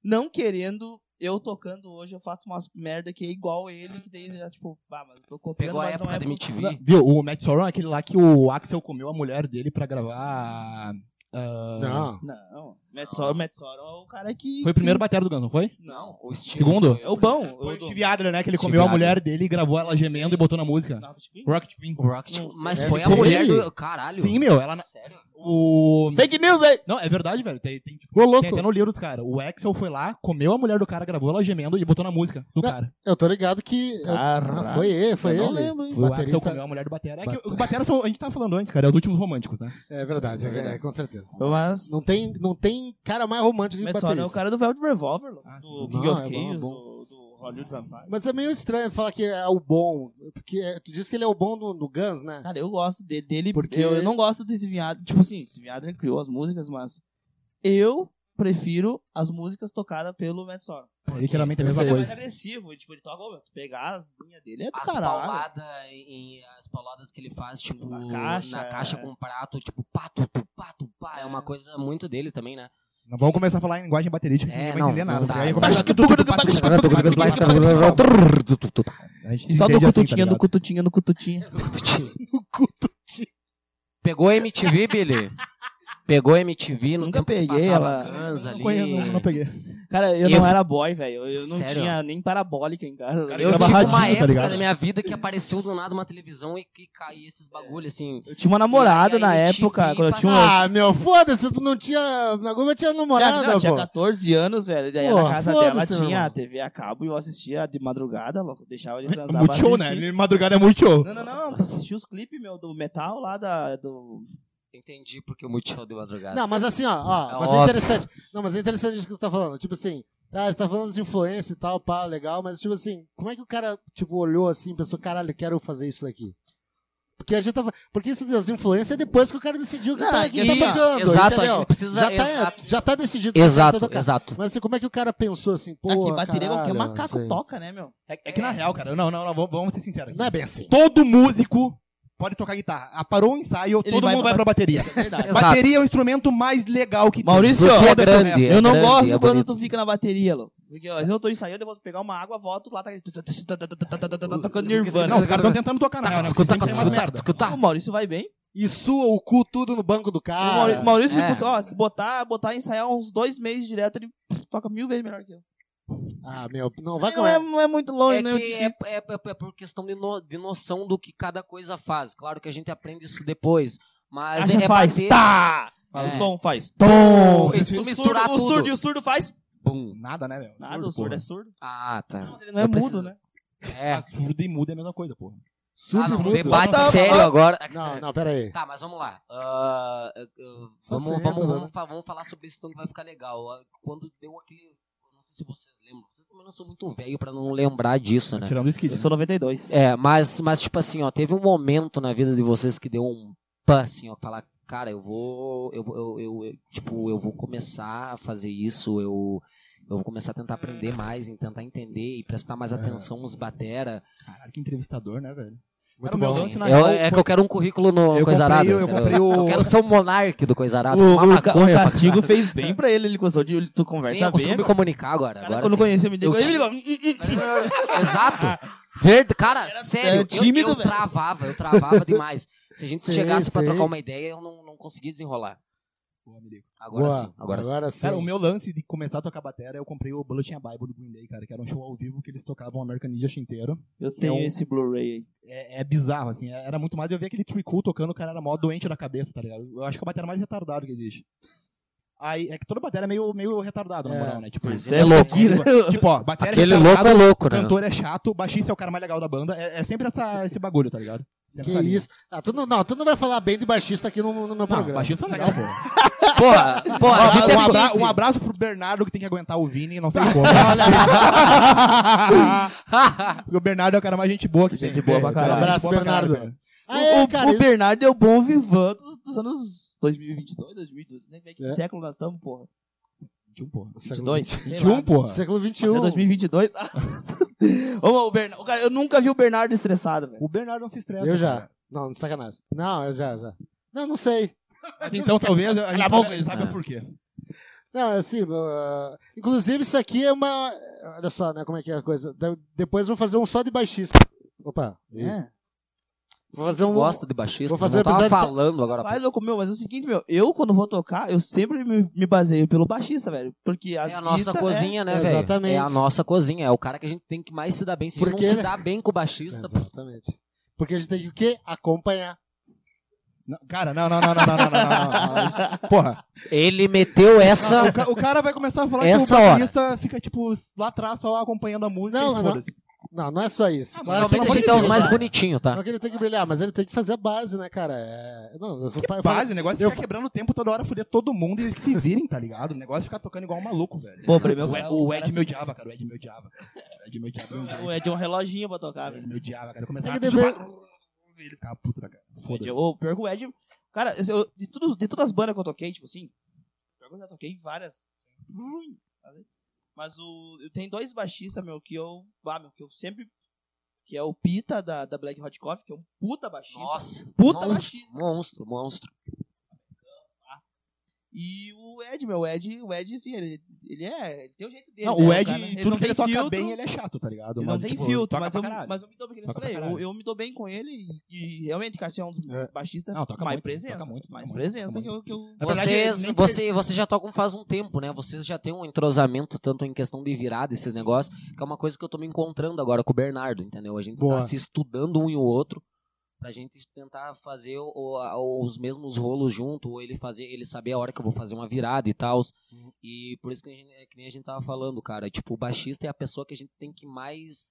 Speaker 4: não querendo, eu tocando hoje, eu faço umas merda que é igual ele, que daí, já, tipo, ah, mas eu tô copiando,
Speaker 3: Pegou a
Speaker 4: mas não
Speaker 3: época
Speaker 4: é...
Speaker 3: da
Speaker 4: bom.
Speaker 3: MTV.
Speaker 5: Viu, o Matt Sorum é aquele lá que o Axel comeu a mulher dele pra gravar ah,
Speaker 2: Não.
Speaker 4: Não, Matt Sorum, Matt Sorum é o cara que...
Speaker 5: Foi o primeiro batera do Guns, não foi?
Speaker 4: Não,
Speaker 3: O Steve
Speaker 5: Segundo?
Speaker 4: é o bom.
Speaker 5: Foi o
Speaker 4: eu dou-
Speaker 5: Steve Adler, né? Que ele
Speaker 3: Steve
Speaker 5: comeu a
Speaker 3: Adler.
Speaker 5: mulher dele e gravou ela gemendo e botou na música.
Speaker 4: Não, Steve?
Speaker 5: Rocket Queen.
Speaker 3: O Rocket,
Speaker 4: Não é sei.
Speaker 3: mas
Speaker 2: Deve
Speaker 3: foi a
Speaker 2: ter
Speaker 3: mulher
Speaker 2: ele.
Speaker 3: do. Caralho.
Speaker 5: Sim, meu, ela. na-
Speaker 3: Sério?
Speaker 5: O.
Speaker 6: Fake news, hein?
Speaker 5: Não, é verdade, velho. Tem, tem,
Speaker 2: Ô,
Speaker 5: tem até
Speaker 2: louco,
Speaker 5: no livro dos caras. O Axel foi lá, comeu a mulher do cara, gravou ela gemendo e botou na música do
Speaker 2: Não,
Speaker 5: cara.
Speaker 2: eu tô ligado que. eu- Ah, foi ele, foi
Speaker 4: Eu
Speaker 2: ele.
Speaker 4: não lembro, hein?
Speaker 5: Foi o
Speaker 2: baterista-
Speaker 5: Axel comeu a mulher do Batera. É que o Batera são, a gente tava falando antes, cara, é os últimos românticos, né?
Speaker 2: É verdade,
Speaker 4: É verdade.
Speaker 2: é, com certeza.
Speaker 4: Mas...
Speaker 2: Não tem, não tem cara mais romântico que
Speaker 4: Matt Sorum é
Speaker 2: baterista.
Speaker 4: o cara do Velvet Revolver, louco,
Speaker 5: Ah, sim.
Speaker 4: do
Speaker 2: Não,
Speaker 4: King of
Speaker 2: é bom, é
Speaker 4: Chaos,
Speaker 2: bom.
Speaker 4: do- do Hollywood Vampire.
Speaker 2: Mas é meio estranho falar que é o bom. Porque é, tu diz que ele é o bom do, do Guns, né?
Speaker 4: Cara, eu gosto de- dele.
Speaker 2: Porque-
Speaker 4: Porque eu, eu não gosto desse viado. Tipo assim, esse viado ele criou as músicas, mas eu prefiro as músicas tocadas pelo Matt Sorum.
Speaker 5: Literalmente a mesma
Speaker 4: Ele é mais
Speaker 5: coisa.
Speaker 4: agressivo, tipo, ele toca, ô, meu, tu pegar as linhas dele é do
Speaker 3: As
Speaker 4: caralho.
Speaker 3: pauladas em- as pauladas que ele faz, tipo,
Speaker 4: Na
Speaker 3: na
Speaker 4: caixa,
Speaker 3: caixa,
Speaker 4: é.
Speaker 3: com prato, tipo, pato, tu, pato, pá. É uma coisa muito dele também, né?
Speaker 5: Não vamos começar a falar em linguagem baterística, que
Speaker 3: É,
Speaker 5: ninguém vai
Speaker 3: não,
Speaker 5: entender
Speaker 3: não
Speaker 5: nada.
Speaker 3: dá,
Speaker 5: Aí
Speaker 3: não
Speaker 5: começa-
Speaker 3: é
Speaker 2: é
Speaker 5: A gente
Speaker 4: Só do
Speaker 5: entende assim,
Speaker 4: cututinha,
Speaker 5: tá
Speaker 4: do
Speaker 5: ligado?
Speaker 4: cututinha, do cututinha.
Speaker 3: Pegou a MTV, Billy? Pegou a MTV? No
Speaker 4: Nunca
Speaker 3: tempo que
Speaker 4: peguei
Speaker 3: passava
Speaker 4: ela.
Speaker 3: Guns
Speaker 5: Não
Speaker 3: ali.
Speaker 5: conhe- Não, não peguei.
Speaker 4: Cara, eu,
Speaker 3: Eu-
Speaker 4: não era boy, velho. Eu não
Speaker 3: Sério?
Speaker 4: tinha nem parabólica em casa.
Speaker 5: Cara,
Speaker 4: eu,
Speaker 3: Eu
Speaker 5: Tava
Speaker 3: tive uma
Speaker 5: radinho, tá
Speaker 3: época
Speaker 5: ligado?
Speaker 3: da minha vida que apareceu do nada uma televisão e que caía esses bagulho, assim.
Speaker 4: eu tinha uma
Speaker 3: E
Speaker 4: namorada
Speaker 3: aí
Speaker 4: na
Speaker 3: eu tive
Speaker 4: época, quando eu tinha uns.
Speaker 2: Ah, meu, foda-se, tu não tinha. Na Globo eu tinha namorada,
Speaker 4: Tinha, Ah, não, tinha
Speaker 2: pô.
Speaker 4: 14 anos, velho. E Daí
Speaker 2: Pô,
Speaker 4: na casa dela
Speaker 2: foda-se, meu
Speaker 4: tinha
Speaker 2: irmão.
Speaker 4: a TV a cabo e eu assistia de madrugada, louco. Deixava de transar pra
Speaker 5: Multishow,
Speaker 4: assistir.
Speaker 5: né? Madrugada é multishow.
Speaker 4: Não, não, não, não. Pra assistir os clipes, meu, do metal lá da, do...
Speaker 3: Entendi porque o Multishow deu madrugada.
Speaker 2: Não, mas assim, ó, ó,
Speaker 3: Tá É
Speaker 2: mas é
Speaker 3: óbvio.
Speaker 2: interessante. Não, mas é interessante isso que tu tá falando. Tipo assim, ah, você tá falando das influências e tal, pá, legal, mas tipo assim, como é que o cara, tipo, olhou assim e pensou, caralho, quero fazer isso daqui? Porque a gente tava. Porque isso das influências é depois que o cara decidiu que
Speaker 4: Não,
Speaker 2: tá,
Speaker 4: é que
Speaker 2: que tá
Speaker 4: assim, ó,
Speaker 2: tocando.
Speaker 3: exato,
Speaker 2: entendeu?
Speaker 3: a gente precisa-
Speaker 2: já, tá,
Speaker 3: exato.
Speaker 2: já tá decidido que
Speaker 3: exato,
Speaker 2: tá tocando.
Speaker 3: exato.
Speaker 2: Mas assim, como é que o cara pensou assim, pô.
Speaker 4: Tá Aqui, bateria é qualquer
Speaker 2: caralho,
Speaker 4: macaco
Speaker 2: gente.
Speaker 4: toca, né, meu?
Speaker 5: É, é que na real, cara, não, não, não, vamos- vamos ser sinceros.
Speaker 2: Não é bem assim.
Speaker 5: Todo músico pode tocar guitarra. Ah, Parou o ensaio,
Speaker 4: Ele
Speaker 5: todo
Speaker 4: vai
Speaker 5: mundo
Speaker 4: pra
Speaker 5: vai pra bateria.
Speaker 4: Isso é verdade.
Speaker 3: Exato.
Speaker 5: Bateria é o instrumento mais legal que
Speaker 4: Maurício,
Speaker 5: tem.
Speaker 4: Porque é
Speaker 5: Foda-se o
Speaker 6: grande.
Speaker 5: resto.
Speaker 4: eu não
Speaker 6: grande,
Speaker 4: gosto
Speaker 6: é
Speaker 4: quando
Speaker 6: bonito.
Speaker 4: tu fica na bateria, louco. Porque ó, às vezes eu tô ensaiando, eu vou pegar uma água, volto lá, tá tocando Nirvana.
Speaker 5: Não, os caras estão tentando tocar na real, né?
Speaker 3: Tá Escuta,
Speaker 5: Vocês sempre
Speaker 3: escuta,
Speaker 5: fazem merda.
Speaker 4: O
Speaker 3: escuta.
Speaker 4: Maurício vai bem.
Speaker 2: E sua o cu tudo no banco do
Speaker 4: o
Speaker 2: cara.
Speaker 4: Maurício, Maurício
Speaker 3: é.
Speaker 4: tipo, ó, se botar, botar ensaiar uns dois meses direto, ele toca mil vezes melhor que eu.
Speaker 2: Ah, meu, não vai
Speaker 4: Ele não, é,
Speaker 2: comer.
Speaker 4: não é muito longe,
Speaker 3: É,
Speaker 4: né?
Speaker 3: que é, é, é- é por questão de, no- de noção do que cada coisa faz. Claro que a gente aprende isso depois. Mas
Speaker 4: Caixa
Speaker 3: é
Speaker 4: faz,
Speaker 3: bater-
Speaker 4: tá!
Speaker 3: É.
Speaker 4: O Tom faz,
Speaker 5: é,
Speaker 3: Pum!
Speaker 4: tom!
Speaker 3: E se tu
Speaker 4: O
Speaker 3: misturar
Speaker 4: surdo- o
Speaker 3: tudo.
Speaker 4: surdo e o surdo faz,
Speaker 3: Bum.
Speaker 5: Nada, né, velho?
Speaker 4: nada, o surdo é surdo.
Speaker 3: Ah, tá.
Speaker 4: Não, ele não é
Speaker 3: Eu
Speaker 4: mudo,
Speaker 3: preciso-
Speaker 4: né?
Speaker 3: É.
Speaker 5: Mas surdo e mudo é a mesma coisa, porra.
Speaker 3: Ah, não,
Speaker 5: mudo.
Speaker 3: debate
Speaker 4: Tá,
Speaker 3: sério
Speaker 4: tá.
Speaker 3: agora.
Speaker 2: Não, não, pera aí.
Speaker 3: Tá, mas vamos lá. Ah, eu- eu-
Speaker 2: Só
Speaker 3: vamos,
Speaker 2: cedo,
Speaker 3: vamos,
Speaker 2: né?
Speaker 3: vamos, fa- vamos falar sobre isso então que vai ficar legal. Ah, Quando deu aquele. eu Não sei se vocês lembram. Vocês também não são muito velho pra não lembrar disso, né?
Speaker 5: Tirando o skid.
Speaker 4: Eu sou 92.
Speaker 3: É, mas, mas tipo assim, ó, teve um momento na vida de vocês que deu um pã, assim, ó, falar, cara, eu vou, eu, vou- eu, eu, eu- tipo, eu vou começar a fazer isso, eu, eu vou começar a tentar aprender mais, e tentar entender e prestar mais atenção nos batera.
Speaker 5: Caralho, que entrevistador, né, velho?
Speaker 2: Muito
Speaker 5: Era o meu
Speaker 2: bom.
Speaker 5: lance na
Speaker 3: Eu-
Speaker 5: real,
Speaker 3: é que
Speaker 5: foi-
Speaker 3: eu quero um currículo no
Speaker 5: Eu
Speaker 3: Coisarado.
Speaker 5: comprei o- eu comprei o-
Speaker 3: eu quero ser o monarque do Coisarado,
Speaker 4: O,
Speaker 3: fumar
Speaker 4: o ca- o
Speaker 3: tá maconha pra
Speaker 4: castigo
Speaker 3: caralho.
Speaker 4: fez bem pra ele, ele gostou de ele- tu
Speaker 3: Sim,
Speaker 4: conversa
Speaker 3: eu consigo
Speaker 4: bem.
Speaker 3: me comunicar agora.
Speaker 4: Cara,
Speaker 3: agora
Speaker 4: quando
Speaker 3: sim.
Speaker 4: conhecia, me ligou.
Speaker 3: Eu
Speaker 4: Ele me
Speaker 3: te-
Speaker 4: ligou. "Hum, hum, hum".
Speaker 3: Exato. Verde, cara, sério, eu-
Speaker 4: tímido,
Speaker 3: eu,
Speaker 4: velho.
Speaker 3: travava, eu travava demais. Se a gente
Speaker 2: Sei,
Speaker 3: chegasse pra
Speaker 2: sei.
Speaker 3: trocar uma ideia, eu não, não conseguia desenrolar.
Speaker 5: Boa, me liga.
Speaker 3: Agora
Speaker 2: Boa,
Speaker 3: sim, agora, sim.
Speaker 2: agora sim.
Speaker 5: Cara, o meu lance de começar a tocar batera, eu comprei o Bulletin a Bible do Green Day, cara, que era um show ao vivo que eles tocavam American Ninja inteiro.
Speaker 4: Eu tenho
Speaker 5: É um-
Speaker 4: esse Blu-ray aí.
Speaker 5: É, é bizarro, assim. é- Era muito mais. Eu vi aquele Tricool tocando, o cara era mó doente da cabeça, tá ligado? Eu acho que o batera mais retardado que existe. Aí, é que toda batera é meio, meio retardado, na
Speaker 2: É.
Speaker 5: moral, né? Tipo,
Speaker 3: Mas
Speaker 5: ele
Speaker 3: é louco.
Speaker 4: né?
Speaker 5: Tipo, tipo, ó, batera
Speaker 6: Aquele
Speaker 5: é
Speaker 6: louco
Speaker 5: retardado,
Speaker 6: é louco, né?
Speaker 5: cantor é chato, baixista é o cara mais legal da banda. É, é sempre essa, esse bagulho, tá ligado? Sempre
Speaker 2: Que
Speaker 5: essa linha.
Speaker 2: isso? Ah, tu não, não, tu não vai falar bem de baixista aqui no, no meu
Speaker 5: Não,
Speaker 2: programa.
Speaker 5: baixista é legal, pô.
Speaker 3: Porra, porra, a gente
Speaker 5: Um,
Speaker 3: teve-
Speaker 5: abra- um abraço pro Bernardo que tem que aguentar o Vini, não sei como. Porque o Bernardo é o cara mais gente boa que
Speaker 4: Gente
Speaker 5: tem.
Speaker 4: boa pra
Speaker 5: É,
Speaker 4: caralho.
Speaker 5: gente
Speaker 2: Abraço,
Speaker 5: boa pra caralho,
Speaker 2: Bernardo.
Speaker 5: velho.
Speaker 2: Ah, é,
Speaker 4: o,
Speaker 2: cara,
Speaker 4: o
Speaker 2: isso-
Speaker 4: Bernardo é o bom vivan dos, dos anos 2022, 2012. Nem né? vê que
Speaker 2: É.
Speaker 4: século nós estamos, porra.
Speaker 5: 21, porra.
Speaker 4: 22? sei lá.
Speaker 5: 21, porra.
Speaker 2: século um. XXI.
Speaker 4: Mas é 2022? Ô, o Bernardo, cara, eu nunca vi o Bernardo estressado, velho.
Speaker 5: O Bernardo não se estressa.
Speaker 3: um,
Speaker 2: Eu já.
Speaker 5: cara.
Speaker 2: Não, sacanagem. Não, eu já, já. Não, não sei.
Speaker 5: Mas então talvez a gente sabe, sabe
Speaker 3: É.
Speaker 5: por quê.
Speaker 2: Não, assim, ah, inclusive isso aqui é uma... Olha só, né, como é que é a coisa. De- Depois eu vou fazer um só de baixista. Opa.
Speaker 4: É.
Speaker 2: Vou fazer um.
Speaker 3: Gosta de baixista.
Speaker 2: vou fazer um
Speaker 3: não tava
Speaker 2: episódio-
Speaker 3: falando agora.
Speaker 4: Vai, louco, meu, mas é o seguinte, meu, eu quando vou tocar, eu sempre me, me baseio pelo baixista, velho. Porque as
Speaker 3: É a nossa
Speaker 4: pistas,
Speaker 3: cozinha, né, velho?
Speaker 2: Exatamente.
Speaker 3: É a nossa cozinha. É o cara que a gente tem que mais se dar bem. Se a
Speaker 2: Porque,
Speaker 3: gente não
Speaker 2: né?
Speaker 3: se dá bem com o baixista, pô,
Speaker 2: Exatamente. Porque a gente tem que o quê? Acompanhar.
Speaker 5: Não, cara, não, não, não, não, não, não, não, não, não. Porra.
Speaker 6: Ele meteu essa.
Speaker 5: O, ca- o cara vai começar a falar que
Speaker 6: Essa
Speaker 5: o
Speaker 6: hora.
Speaker 5: baterista fica, tipo, lá atrás só acompanhando a música.
Speaker 2: Não,
Speaker 5: e
Speaker 2: não.
Speaker 5: foda-se.
Speaker 2: Não, não é só isso.
Speaker 5: Ah,
Speaker 2: Claro que
Speaker 3: Normalmente
Speaker 2: ele
Speaker 3: a gente
Speaker 2: tem
Speaker 3: é
Speaker 2: que
Speaker 3: os mais
Speaker 2: brilhar.
Speaker 3: bonitinhos,
Speaker 2: Não
Speaker 3: tá?
Speaker 2: é que ele tem que brilhar, mas ele tem que fazer a base, né, cara? É... Não, eu vou- eu falo-
Speaker 5: Base, o negócio é ficar quebrando o tempo toda hora, foder todo mundo e eles que se virem, tá ligado? O negócio é ficar tocando igual um maluco, velho.
Speaker 4: Pô, primeiro,
Speaker 5: O Ed,
Speaker 4: o
Speaker 5: o
Speaker 4: cara
Speaker 5: Ed meu diaba, cara. O Ed meu diaba. O Ed meu diaba.
Speaker 4: O Ed é um reloginho pra tocar, velho.
Speaker 5: meu diaba, cara. Começar
Speaker 2: Tem que
Speaker 5: a pedir Ele ficava puto, né, cara.
Speaker 4: O Ed,
Speaker 5: Foda-se.
Speaker 4: ô, pior que o Ed. Cara, eu- de, todos, de todas as bandas que eu toquei, tipo assim, pior que eu já toquei várias. Ruim, sabe? Mas o. Eu tenho dois baixistas, meu, que eu. Ah, meu, que eu sempre. Que é o Pita da, da Black Hot Coffee, que é um puta baixista.
Speaker 3: Nossa.
Speaker 4: puta
Speaker 3: monstro,
Speaker 4: baixista.
Speaker 3: monstro, monstro.
Speaker 4: E o Ed, meu, o Ed, o Ed, sim, ele, ele é. Ele tem o jeito dele.
Speaker 5: Não,
Speaker 4: né,
Speaker 5: o Ed,
Speaker 4: cara? Ele
Speaker 5: tudo
Speaker 4: não
Speaker 5: que ele
Speaker 4: tem
Speaker 5: toca
Speaker 4: filtro,
Speaker 5: bem, ele é chato, tá ligado?
Speaker 4: Ele
Speaker 5: Mas,
Speaker 4: não tem
Speaker 5: tipo,
Speaker 4: filtro,
Speaker 5: toca
Speaker 4: mas
Speaker 5: pra
Speaker 4: eu,
Speaker 5: caralho.
Speaker 4: mas eu me dou bem, que nem eu
Speaker 5: Toca pra
Speaker 4: falei. Eu,
Speaker 5: caralho.
Speaker 4: eu me dou bem com ele e, e realmente, cara, você é um dos
Speaker 2: É.
Speaker 4: baixistas
Speaker 5: Não, toca
Speaker 4: mais
Speaker 5: muito,
Speaker 4: presença.
Speaker 5: toca muito, toca
Speaker 4: mais
Speaker 5: muito,
Speaker 4: presença
Speaker 5: toca
Speaker 4: que eu. Que eu
Speaker 5: Na verdade, ele
Speaker 3: Vocês,
Speaker 5: nem
Speaker 3: você, você já tocam faz um tempo, né? Vocês já têm um entrosamento, tanto em questão de virada, esses negócios, que é uma coisa que eu tô me encontrando agora com o Bernardo, entendeu? A gente
Speaker 2: Boa.
Speaker 3: tá se estudando um e o outro pra gente tentar fazer o- o- a- os mesmos rolos junto, ou ele fazer, ele saber a hora que eu vou fazer uma virada e tal.
Speaker 4: Uhum.
Speaker 3: E por isso que, a gente, é que nem a gente tava falando, cara. Tipo, o baixista é a pessoa que a gente tem que mais.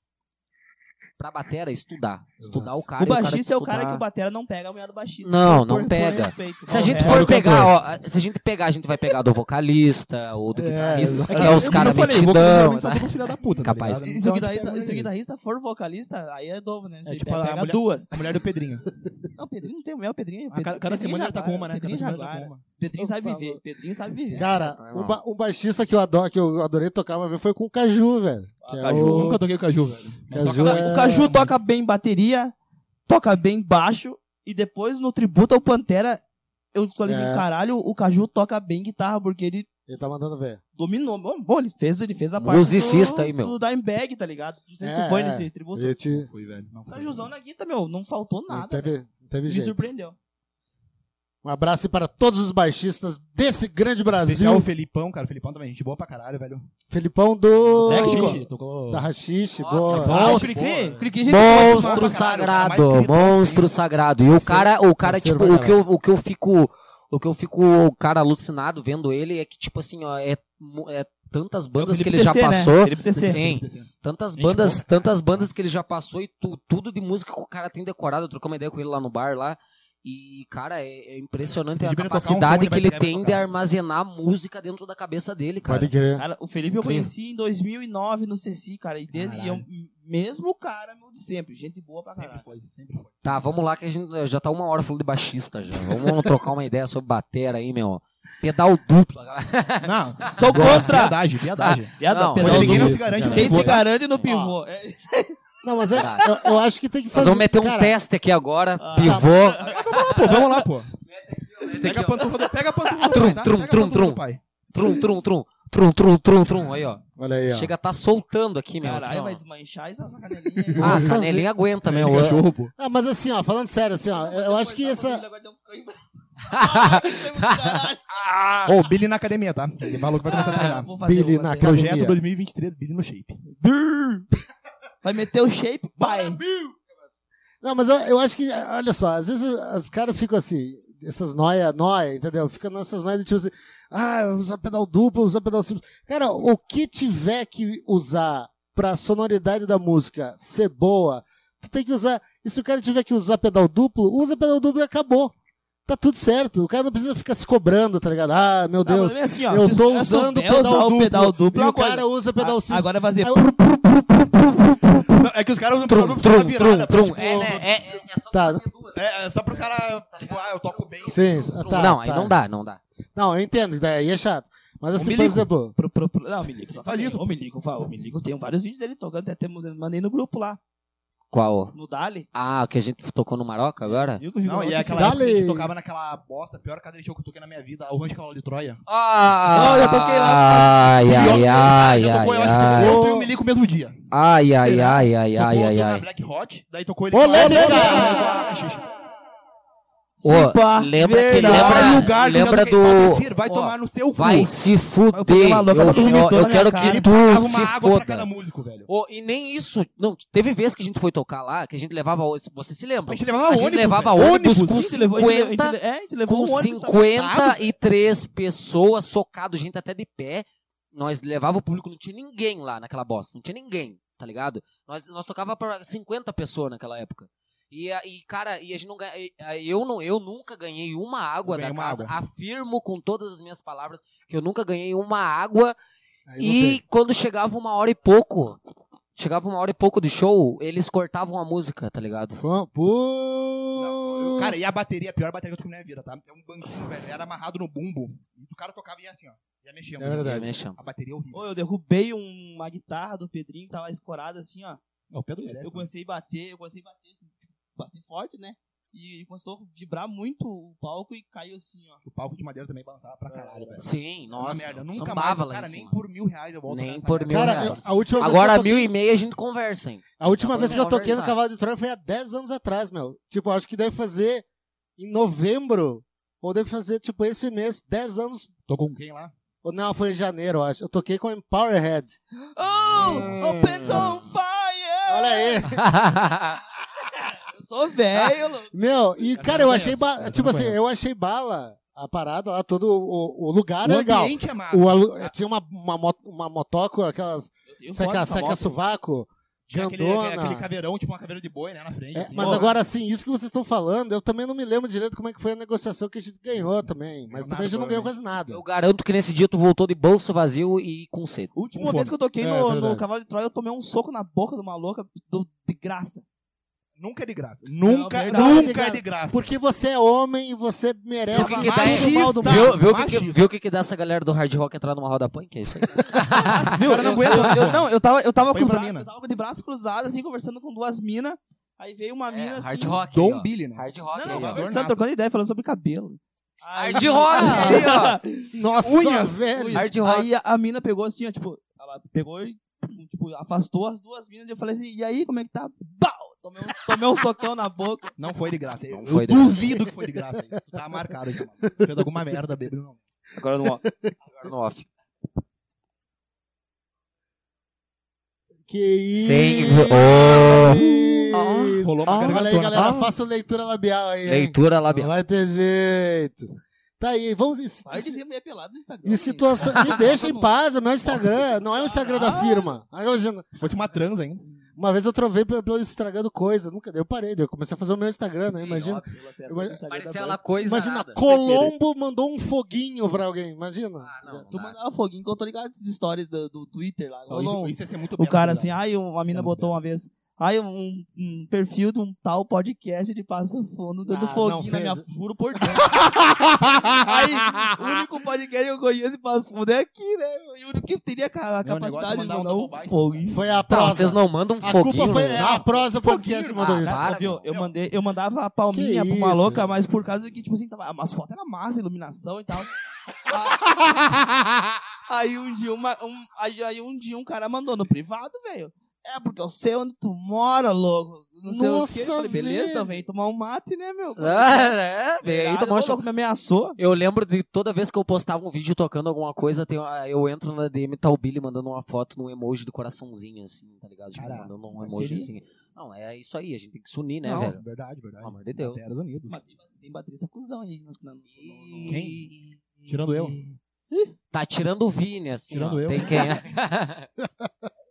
Speaker 3: Pra batera, estudar. Estudar o cara.
Speaker 4: o
Speaker 3: e cara
Speaker 4: baixista é o cara
Speaker 3: estudar.
Speaker 4: que o batera não pega a mulher do baixista. é
Speaker 3: Não,
Speaker 4: Por-
Speaker 3: não
Speaker 4: por- por
Speaker 3: pega.
Speaker 4: respeito.
Speaker 3: Se a gente
Speaker 4: É,
Speaker 3: for
Speaker 5: do cantor.
Speaker 3: pegar, ó, a- se a gente pegar, a gente vai pegar do vocalista ou do guitarrista, que é os
Speaker 5: Eu
Speaker 3: caras
Speaker 5: falei, eu vou comer
Speaker 3: metidão.
Speaker 5: realmente só
Speaker 3: tá?
Speaker 5: porque é um filho da puta, tá
Speaker 3: Capaz.
Speaker 5: ligado?
Speaker 4: Se o
Speaker 5: Então, a gente
Speaker 4: guitarrista,
Speaker 5: pega
Speaker 4: se o
Speaker 5: ele.
Speaker 4: guitarrista for vocalista, aí é novo, né? Você
Speaker 5: tipo,
Speaker 4: pega,
Speaker 5: a
Speaker 4: pega
Speaker 5: mulher-
Speaker 4: duas.
Speaker 5: A mulher do Pedrinho.
Speaker 4: Não, o Pedrinho não tem mulher, o
Speaker 5: Ah,
Speaker 4: Pedrinho.
Speaker 5: cada, cada
Speaker 4: Pedrinho
Speaker 5: semana ele tá
Speaker 4: Jaguar,
Speaker 5: com uma, né?
Speaker 4: Pedrinho
Speaker 5: Cada semana ele tá
Speaker 4: Jaguar.
Speaker 5: com uma.
Speaker 4: Pedrinho sabe
Speaker 2: Por
Speaker 4: viver.
Speaker 2: favor.
Speaker 4: Pedrinho sabe viver.
Speaker 2: Cara,
Speaker 3: Tá,
Speaker 2: um,
Speaker 3: irmão.
Speaker 2: ba- um baixista que eu, adoro, que eu adorei tocar uma vez foi com o Caju, velho.
Speaker 3: Ah,
Speaker 2: Que é
Speaker 5: Caju,
Speaker 2: o-
Speaker 5: nunca toquei o Caju, velho. Mas
Speaker 2: Caju
Speaker 5: toca-
Speaker 2: é-
Speaker 4: O Caju toca bem bateria, toca bem baixo, e depois no tributo ao Pantera, eu falei assim,
Speaker 2: É.
Speaker 4: caralho, o Caju toca bem guitarra, porque ele
Speaker 2: Ele tá mandando ver.
Speaker 4: dominou. Bom, bom, ele fez, ele fez a parte
Speaker 3: Musicista
Speaker 4: do,
Speaker 3: aí, meu.
Speaker 4: do Dimebag, tá ligado? Não sei se
Speaker 2: É,
Speaker 4: tu foi
Speaker 2: é.
Speaker 4: nesse tributo.
Speaker 2: Ele te...
Speaker 5: Fui, velho. Não, fui.
Speaker 4: Cajuzão na guita, meu, não faltou
Speaker 2: Não
Speaker 4: nada.
Speaker 2: teve, não teve
Speaker 4: Me
Speaker 2: jeito.
Speaker 4: surpreendeu.
Speaker 2: Um abraço aí para todos os baixistas desse grande
Speaker 5: Especial
Speaker 2: Brasil.
Speaker 5: o Felipão, cara. O Felipão também, gente boa pra caralho, velho.
Speaker 2: Felipão do.
Speaker 5: Tech, gente, tocou...
Speaker 2: Da Rachixe,
Speaker 3: Nossa,
Speaker 2: boa.
Speaker 3: bom.
Speaker 4: Ah, o
Speaker 3: Monstro,
Speaker 4: Cricri, Cricri, gente,
Speaker 3: Monstro
Speaker 5: pra caralho,
Speaker 3: sagrado,
Speaker 5: cara, mais querido.
Speaker 3: monstro sagrado. E o cara, o cara,
Speaker 2: parceiro
Speaker 3: tipo,
Speaker 2: pra
Speaker 3: o que eu, o que eu fico, o que eu fico, cara, alucinado vendo ele é que, tipo assim, ó, é, mu- é tantas bandas que
Speaker 4: Felipe
Speaker 3: ele já
Speaker 4: TC, né?
Speaker 3: passou.
Speaker 4: Felipe TC.
Speaker 3: Sim, tantas
Speaker 5: Gente
Speaker 3: bandas, tantas bandas que ele já passou e tu- tudo de música que o cara tem decorado. Eu troquei uma ideia com ele lá no bar lá. E, cara, é, é impressionante
Speaker 5: Se
Speaker 3: a
Speaker 5: pedir pra ele tocar um
Speaker 3: capacidade
Speaker 5: fone,
Speaker 3: que
Speaker 5: vai
Speaker 3: ele
Speaker 5: pegar e vai
Speaker 3: tem de
Speaker 5: tocar.
Speaker 3: armazenar música dentro da cabeça dele, cara.
Speaker 2: Pode crer.
Speaker 4: Cara, o Felipe eu
Speaker 3: Incrível.
Speaker 4: conheci em 2009 no Ceci, cara, e desde e
Speaker 5: Caralho.
Speaker 4: eu, mesmo cara, meu de sempre, gente boa pra
Speaker 5: Sempre
Speaker 4: caralho.
Speaker 5: foi, sempre foi.
Speaker 3: Tá, vamos lá que a gente já tá uma hora falando de baixista já. Vamos trocar uma ideia sobre batera aí, meu. Pedal duplo.
Speaker 5: Não,
Speaker 4: Ah, Sou contra!
Speaker 5: Viadagem, viadagem.
Speaker 4: Viada,
Speaker 3: Não,
Speaker 4: pedal
Speaker 5: Mas ninguém não
Speaker 4: duplo.
Speaker 5: se garante
Speaker 2: cara.
Speaker 5: no
Speaker 4: Quem se
Speaker 5: pivô.
Speaker 4: garante no pivô? É,
Speaker 2: Não, mas é, eu, eu acho que tem que
Speaker 3: Nós
Speaker 2: fazer.
Speaker 3: vamos meter um
Speaker 2: cara, tá
Speaker 3: teste aqui agora.
Speaker 4: Ah.
Speaker 3: Pivô.
Speaker 5: Ah, pô, vamos lá, pô.
Speaker 3: Tem
Speaker 5: Pega a
Speaker 3: que-
Speaker 5: pantufa do, pega a pantufa do
Speaker 3: Trum,
Speaker 5: pai, tá?
Speaker 3: trum,
Speaker 5: Pega a
Speaker 3: trum,
Speaker 5: pantufa do
Speaker 3: trum.
Speaker 5: pai.
Speaker 3: Trum, trum, trum. Trum, trum, trum, trum. Aí, ó.
Speaker 2: Olha aí, ó.
Speaker 3: Chega a tá soltando aqui, meu. Aqui,
Speaker 4: Caralho,
Speaker 3: ó.
Speaker 4: vai desmanchar essa canelinha aí.
Speaker 3: Ah, a
Speaker 2: Nossa,
Speaker 3: canelinha aguenta, meu.
Speaker 5: Esse Cachorro, pô.
Speaker 2: Ah, mas assim, ó, falando sério, assim, ó, eu acho que essa.
Speaker 4: então
Speaker 3: Ah,
Speaker 5: Ô, Billy na academia, tá? Ele é maluco vai começar a treinar.
Speaker 4: Vou fazer,
Speaker 2: Billy
Speaker 4: vou
Speaker 2: na
Speaker 4: fazer.
Speaker 5: Projeto
Speaker 2: academia.
Speaker 5: 2023, Billy no shape.
Speaker 4: Vai meter o shape, pai.
Speaker 2: Não, mas eu, eu acho que, olha só, às vezes os caras ficam assim, essas noia, noia, entendeu? Fica nessas noias de tipo assim, ah, eu vou usar pedal duplo, eu vou usar pedal simples. Cara, o que tiver que usar pra sonoridade da música ser boa, tu tem que usar. E se o cara tiver que usar pedal duplo, usa pedal duplo e acabou. Tá tudo certo. O cara não precisa ficar se cobrando, tá ligado? Ah, meu
Speaker 4: Não,
Speaker 2: Deus.
Speaker 4: mas é assim, ó,
Speaker 2: eu
Speaker 4: se
Speaker 2: tô
Speaker 4: eu
Speaker 2: usando
Speaker 4: souber usar
Speaker 2: pedal
Speaker 4: o
Speaker 2: duplo.
Speaker 4: pedal duplo, é
Speaker 2: e o
Speaker 4: agora-
Speaker 2: cara usa pedal
Speaker 4: A-
Speaker 2: simples.
Speaker 4: Ah, Agora vai fazer.
Speaker 2: Aí eu-
Speaker 5: Não, é que os caras usam
Speaker 3: Trum,
Speaker 5: produto
Speaker 3: trum,
Speaker 5: pra virada,
Speaker 3: trum, trum.
Speaker 5: pra, tipo,
Speaker 3: É, né? É, é, é só
Speaker 2: Tá.
Speaker 3: fazer duas.
Speaker 5: é, é só pro cara, tipo, ah, eu toco bem.
Speaker 2: Sim, tá,
Speaker 3: não, aí
Speaker 2: tá.
Speaker 3: não dá, não dá.
Speaker 2: Não, eu entendo, daí é chato. Mas assim, por
Speaker 5: milico.
Speaker 2: exemplo,
Speaker 4: Pro, pro, pro, não, Milico, só
Speaker 5: Faz
Speaker 4: faz
Speaker 5: isso.
Speaker 4: isso. Ô, Milico, fa- ô, Milico, tem vários vídeos dele tocando, até tem- mandei no grupo lá,
Speaker 3: Qual?
Speaker 4: no Dali.
Speaker 3: Ah, o que a gente tocou no Maroca agora?
Speaker 4: Viu que o
Speaker 5: Não,
Speaker 4: Vigoroso
Speaker 5: e é aquela
Speaker 2: Dá-lhe.
Speaker 5: época que a gente tocava naquela bosta, pior cara de show que eu toquei na minha vida, o Rancho Cavalo de Troia.
Speaker 3: Ah,
Speaker 4: Não, eu toquei lá,
Speaker 3: Ai, ai, ai,
Speaker 5: eu
Speaker 3: ai,
Speaker 5: tocou, eu acho que
Speaker 3: ai.
Speaker 5: eu tocou eu e o Milico no mesmo dia.
Speaker 3: Ai, ai,
Speaker 5: Será?
Speaker 3: ai, ai, ai,
Speaker 5: tocou
Speaker 3: ai,
Speaker 5: tocou na
Speaker 3: ai.
Speaker 5: Black Hot, daí tocou ele.
Speaker 2: Polêmica!
Speaker 5: Daí tocou na Caxixa.
Speaker 3: Ô,
Speaker 4: Simpa,
Speaker 3: lembra que
Speaker 4: verdade.
Speaker 3: lembra-
Speaker 5: Vai no lugar que
Speaker 3: lembra
Speaker 5: nós-
Speaker 3: do-
Speaker 5: Vai, descer, vai
Speaker 3: Ó,
Speaker 5: tomar no seu
Speaker 3: Vai
Speaker 5: cu.
Speaker 3: se
Speaker 4: Eu peguei
Speaker 3: fuder.
Speaker 4: uma louca,
Speaker 3: Eu,
Speaker 4: ela vomitou
Speaker 3: eu- eu
Speaker 4: na minha
Speaker 3: quero
Speaker 4: cara.
Speaker 3: que
Speaker 5: Ele pagava
Speaker 3: tu se
Speaker 5: uma água pra cada
Speaker 3: foda.
Speaker 5: músico, velho.
Speaker 3: Ô, e nem isso. Não, teve vez que a gente foi tocar lá, que a gente levava. Você se
Speaker 5: A
Speaker 3: lembra?
Speaker 5: gente levava
Speaker 3: A gente
Speaker 5: ônibus,
Speaker 3: levava
Speaker 5: velho.
Speaker 3: ônibus
Speaker 4: Sim,
Speaker 3: com
Speaker 4: a gente levou- a gente le-
Speaker 3: 50
Speaker 4: a gente le- é, a gente levou
Speaker 3: com
Speaker 4: um ônibus
Speaker 3: 53 pessoas socado, gente até de pé. Nós levava o público, não tinha ninguém lá naquela bosta, não tinha ninguém, tá ligado? Nós, nós tocava pra 50 pessoas naquela época. E, a- e cara, e a gente não ganha, e- a- eu não, eu nunca ganhei uma água
Speaker 5: Ganhei
Speaker 3: da
Speaker 5: uma
Speaker 3: casa.
Speaker 5: água.
Speaker 3: Afirmo com todas as minhas palavras que eu nunca ganhei uma água
Speaker 2: Aí não
Speaker 3: e
Speaker 2: tem.
Speaker 3: quando chegava uma hora e pouco, chegava uma hora e pouco de show, eles cortavam a música, tá ligado?
Speaker 2: Com- Pô.
Speaker 5: Cara, e a bateria, é a pior bateria que eu tomei na minha vida, tá? É um banquinho, velho. Era amarrado no bumbo. E o cara tocava e ia assim, ó. Ia mexendo.
Speaker 2: É verdade.
Speaker 3: Eu me chamo.
Speaker 5: A bateria é horrível.
Speaker 4: Ô, eu derrubei um- uma guitarra do Pedrinho, tava escorada assim, ó.
Speaker 2: É,
Speaker 5: Não, o Pedro merece.
Speaker 4: Eu
Speaker 2: né?
Speaker 4: comecei a bater, eu comecei a bater, bater forte, né? E começou a vibrar muito o palco e caiu assim, ó.
Speaker 5: O palco de madeira também balançava
Speaker 2: É.
Speaker 5: pra caralho, velho.
Speaker 3: Sim,
Speaker 5: É Uma
Speaker 3: nossa,
Speaker 5: merda. Nunca mais,
Speaker 3: sambava lá
Speaker 5: cara,
Speaker 3: em cima.
Speaker 5: nem por mil reais eu volto
Speaker 3: Nem
Speaker 5: nessa
Speaker 3: por
Speaker 5: merda.
Speaker 3: mil
Speaker 5: Cara,
Speaker 2: Cara, eu-
Speaker 3: reais.
Speaker 2: a última vez que eu
Speaker 3: Agora,
Speaker 2: toquei-
Speaker 3: mil e meia a gente conversa, hein?
Speaker 2: A última
Speaker 3: Dá pra
Speaker 2: vez que eu toquei no
Speaker 3: conversar.
Speaker 2: Cavalo de Troia foi há 10 anos atrás, meu. Tipo, acho que deve fazer em novembro. Ou deve fazer, tipo, esse mês, 10 anos.
Speaker 5: Tô com quem lá?
Speaker 2: Ou não, foi em janeiro, eu acho. Eu toquei com a Empowerhead.
Speaker 4: Oh! Opens on fire!
Speaker 2: Olha aí.
Speaker 4: Eu sou velho, louco.
Speaker 2: Meu, e,
Speaker 5: Essa
Speaker 2: cara,
Speaker 5: eu
Speaker 2: eu
Speaker 5: não
Speaker 2: achei.
Speaker 5: conheço,
Speaker 2: ba-
Speaker 5: essa eu
Speaker 2: Tipo
Speaker 5: não
Speaker 2: assim,
Speaker 5: conheço.
Speaker 2: eu achei bala a parada lá, todo o, o lugar é
Speaker 5: o
Speaker 2: legal.
Speaker 5: ambiente é massa.
Speaker 2: O alu- Tinha uma, uma, mo- uma motoco, aquelas.
Speaker 4: Eu tenho foto
Speaker 2: Seca,
Speaker 4: dessa
Speaker 2: seca
Speaker 4: moto.
Speaker 2: sovaco.
Speaker 5: Tinha aquele,
Speaker 2: grandona.
Speaker 5: aquele caveirão, tipo uma caveira de boi, né, na frente.
Speaker 2: É,
Speaker 5: assim.
Speaker 2: mas
Speaker 5: Pô,
Speaker 2: agora, assim, isso que vocês estão falando, eu também não me lembro direito como é que foi a negociação que a gente ganhou também. Mas
Speaker 5: Ganhou
Speaker 2: também a gente
Speaker 5: nada,
Speaker 2: não ganhou quase nada.
Speaker 3: Eu garanto que nesse dia tu voltou de bolso vazio e com sede.
Speaker 4: Última
Speaker 5: Com
Speaker 4: vez que eu toquei
Speaker 2: É,
Speaker 4: no,
Speaker 2: verdade.
Speaker 4: no Cavalo de Troia, eu tomei um soco na boca de uma louca do- de graça.
Speaker 5: Nunca é de graça. Nunca,
Speaker 2: verdade.
Speaker 5: nunca é de graça.
Speaker 2: Porque você é homem e você merece
Speaker 3: Viu
Speaker 5: Eu
Speaker 3: o
Speaker 5: sou
Speaker 3: que que dá, hein?
Speaker 2: tudo mal do
Speaker 5: machista.
Speaker 2: mundo.
Speaker 3: Viu, viu o que que,
Speaker 5: machista.
Speaker 3: viu o que que dá essa galera do hard rock entrar numa roda punk? É isso aí.
Speaker 4: Mas, viu? Eu, eu- eu- não, eu tava, eu tava
Speaker 5: Põe
Speaker 4: com os
Speaker 5: pra
Speaker 4: braços-
Speaker 5: mina.
Speaker 4: eu tava de braço cruzado, assim, conversando com duas minas. Aí veio uma mina
Speaker 3: É,
Speaker 4: assim.
Speaker 3: hard rock. aí,
Speaker 5: Dom
Speaker 3: ó.
Speaker 5: Billy, né?
Speaker 3: Hard rock.
Speaker 4: Não, não,
Speaker 3: aí, ó.
Speaker 4: conversando, trocando ideia, falando sobre cabelo. Aí-
Speaker 3: Hard rock aí, ó.
Speaker 2: Nossa,
Speaker 5: Unhas.
Speaker 2: velho.
Speaker 5: Unhas.
Speaker 3: Hard rock.
Speaker 4: é Aí a, a mina pegou assim, ó, tipo, ela pegou e tipo, afastou as duas minas e eu falei assim, e aí, como é que tá? Bau! Tomei um, tomei um socão na boca.
Speaker 5: Não foi de graça.
Speaker 3: Não
Speaker 5: eu
Speaker 3: foi de
Speaker 5: duvido que foi de graça. Isso tá marcado já, mano. Fez alguma merda, bêbado. Não.
Speaker 4: Agora não, ó.
Speaker 3: Agora no off.
Speaker 2: Que isso.
Speaker 6: Sem-
Speaker 2: Isso.
Speaker 5: Rolou uma
Speaker 2: Olha aí,
Speaker 5: gargantona.
Speaker 2: galera.
Speaker 5: tá?
Speaker 2: Faça leitura labial
Speaker 4: É,
Speaker 2: aí. hein?
Speaker 3: Leitura
Speaker 2: Não
Speaker 3: labial.
Speaker 2: vai ter jeito. Tá aí, vamos em,
Speaker 4: Vai de ver mulher pelada é no Instagram. né?
Speaker 2: em situação. Me deixa em paz, o meu Instagram. Não é o Instagram da
Speaker 5: Ah.
Speaker 2: firma. Aí hoje-
Speaker 5: Foi tipo uma transa ainda.
Speaker 2: Uma vez eu trovei pelo pelo estragando coisa. Nunca deu, eu parei. daí Eu comecei a fazer o meu Instagram, né? Imagina.
Speaker 4: tá né?
Speaker 3: Parecia ela coisa.
Speaker 2: Imagina,
Speaker 3: arada.
Speaker 2: Colombo mandou um foguinho pra alguém, imagina.
Speaker 3: Ah, não, não
Speaker 4: Tu
Speaker 3: dá.
Speaker 4: mandava foguinho, que eu tô ligado essas histórias do, do Twitter lá.
Speaker 5: Isso-
Speaker 4: Rolou um-
Speaker 5: isso ia ser muito
Speaker 4: o
Speaker 5: bêbado,
Speaker 4: cara
Speaker 5: né?
Speaker 4: assim, ai, uma
Speaker 5: Isso
Speaker 4: mina
Speaker 5: é muito
Speaker 4: botou uma vez. Ai, um, um perfil de um tal podcast de Passo Fundo dando
Speaker 2: Ah, não
Speaker 4: foguinho na minha.
Speaker 2: fez.
Speaker 4: Juro por Deus. Aí, o único podcast que eu conheço em Passo Fundo é aqui, né? E o único que teria ca- a
Speaker 5: Meu negócio é
Speaker 4: capacidade de
Speaker 5: mandar um
Speaker 4: mandar
Speaker 5: double
Speaker 4: um
Speaker 5: bite,
Speaker 4: fogo.
Speaker 2: Foi a
Speaker 3: Tá,
Speaker 2: prosa.
Speaker 3: vocês não mandam um
Speaker 2: a
Speaker 3: foguinho.
Speaker 2: culpa foi é a
Speaker 3: Não.
Speaker 2: prosa podcast que mandou
Speaker 3: Ah,
Speaker 2: isso.
Speaker 3: tá. Para,
Speaker 4: viu? Eu,
Speaker 5: meu.
Speaker 4: mandei, eu mandava a palminha
Speaker 2: Que
Speaker 4: pra uma
Speaker 2: isso?
Speaker 4: louca, mas por causa que, tipo assim, tava, as fotos eram massa, iluminação e tal. aí um dia uma, um, aí, aí um dia um cara mandou no privado, velho. É, porque eu sei onde tu mora, louco. Não sei o quê. Eu
Speaker 2: Nossa,
Speaker 4: falei, beleza,
Speaker 2: velho.
Speaker 4: então vem tomar um mate, né, meu?
Speaker 3: Ah, é, daí
Speaker 4: Aí
Speaker 3: tomou um
Speaker 4: louco, me ameaçou.
Speaker 3: Eu lembro de toda vez que eu postava um vídeo tocando alguma coisa, tem uma- eu entro na DM Tal Billy mandando uma foto num emoji do coraçãozinho, assim, tá ligado? Tipo,
Speaker 5: Cara,
Speaker 3: mandando um
Speaker 5: mas
Speaker 3: emoji
Speaker 5: seria?
Speaker 3: assim. Não, é isso aí, a gente tem que se unir, né,
Speaker 5: Não,
Speaker 3: velho?
Speaker 5: verdade, verdade.
Speaker 3: Pelo amor de Deus.
Speaker 5: Terra dos Unidos.
Speaker 4: Mas tem, tem baterista cuzão aí. Nós, não, não, não,
Speaker 5: Quem? Tirando eu.
Speaker 3: Tá tirando o Vini, assim.
Speaker 5: Tirando
Speaker 3: ó,
Speaker 5: eu.
Speaker 3: Tem quem é.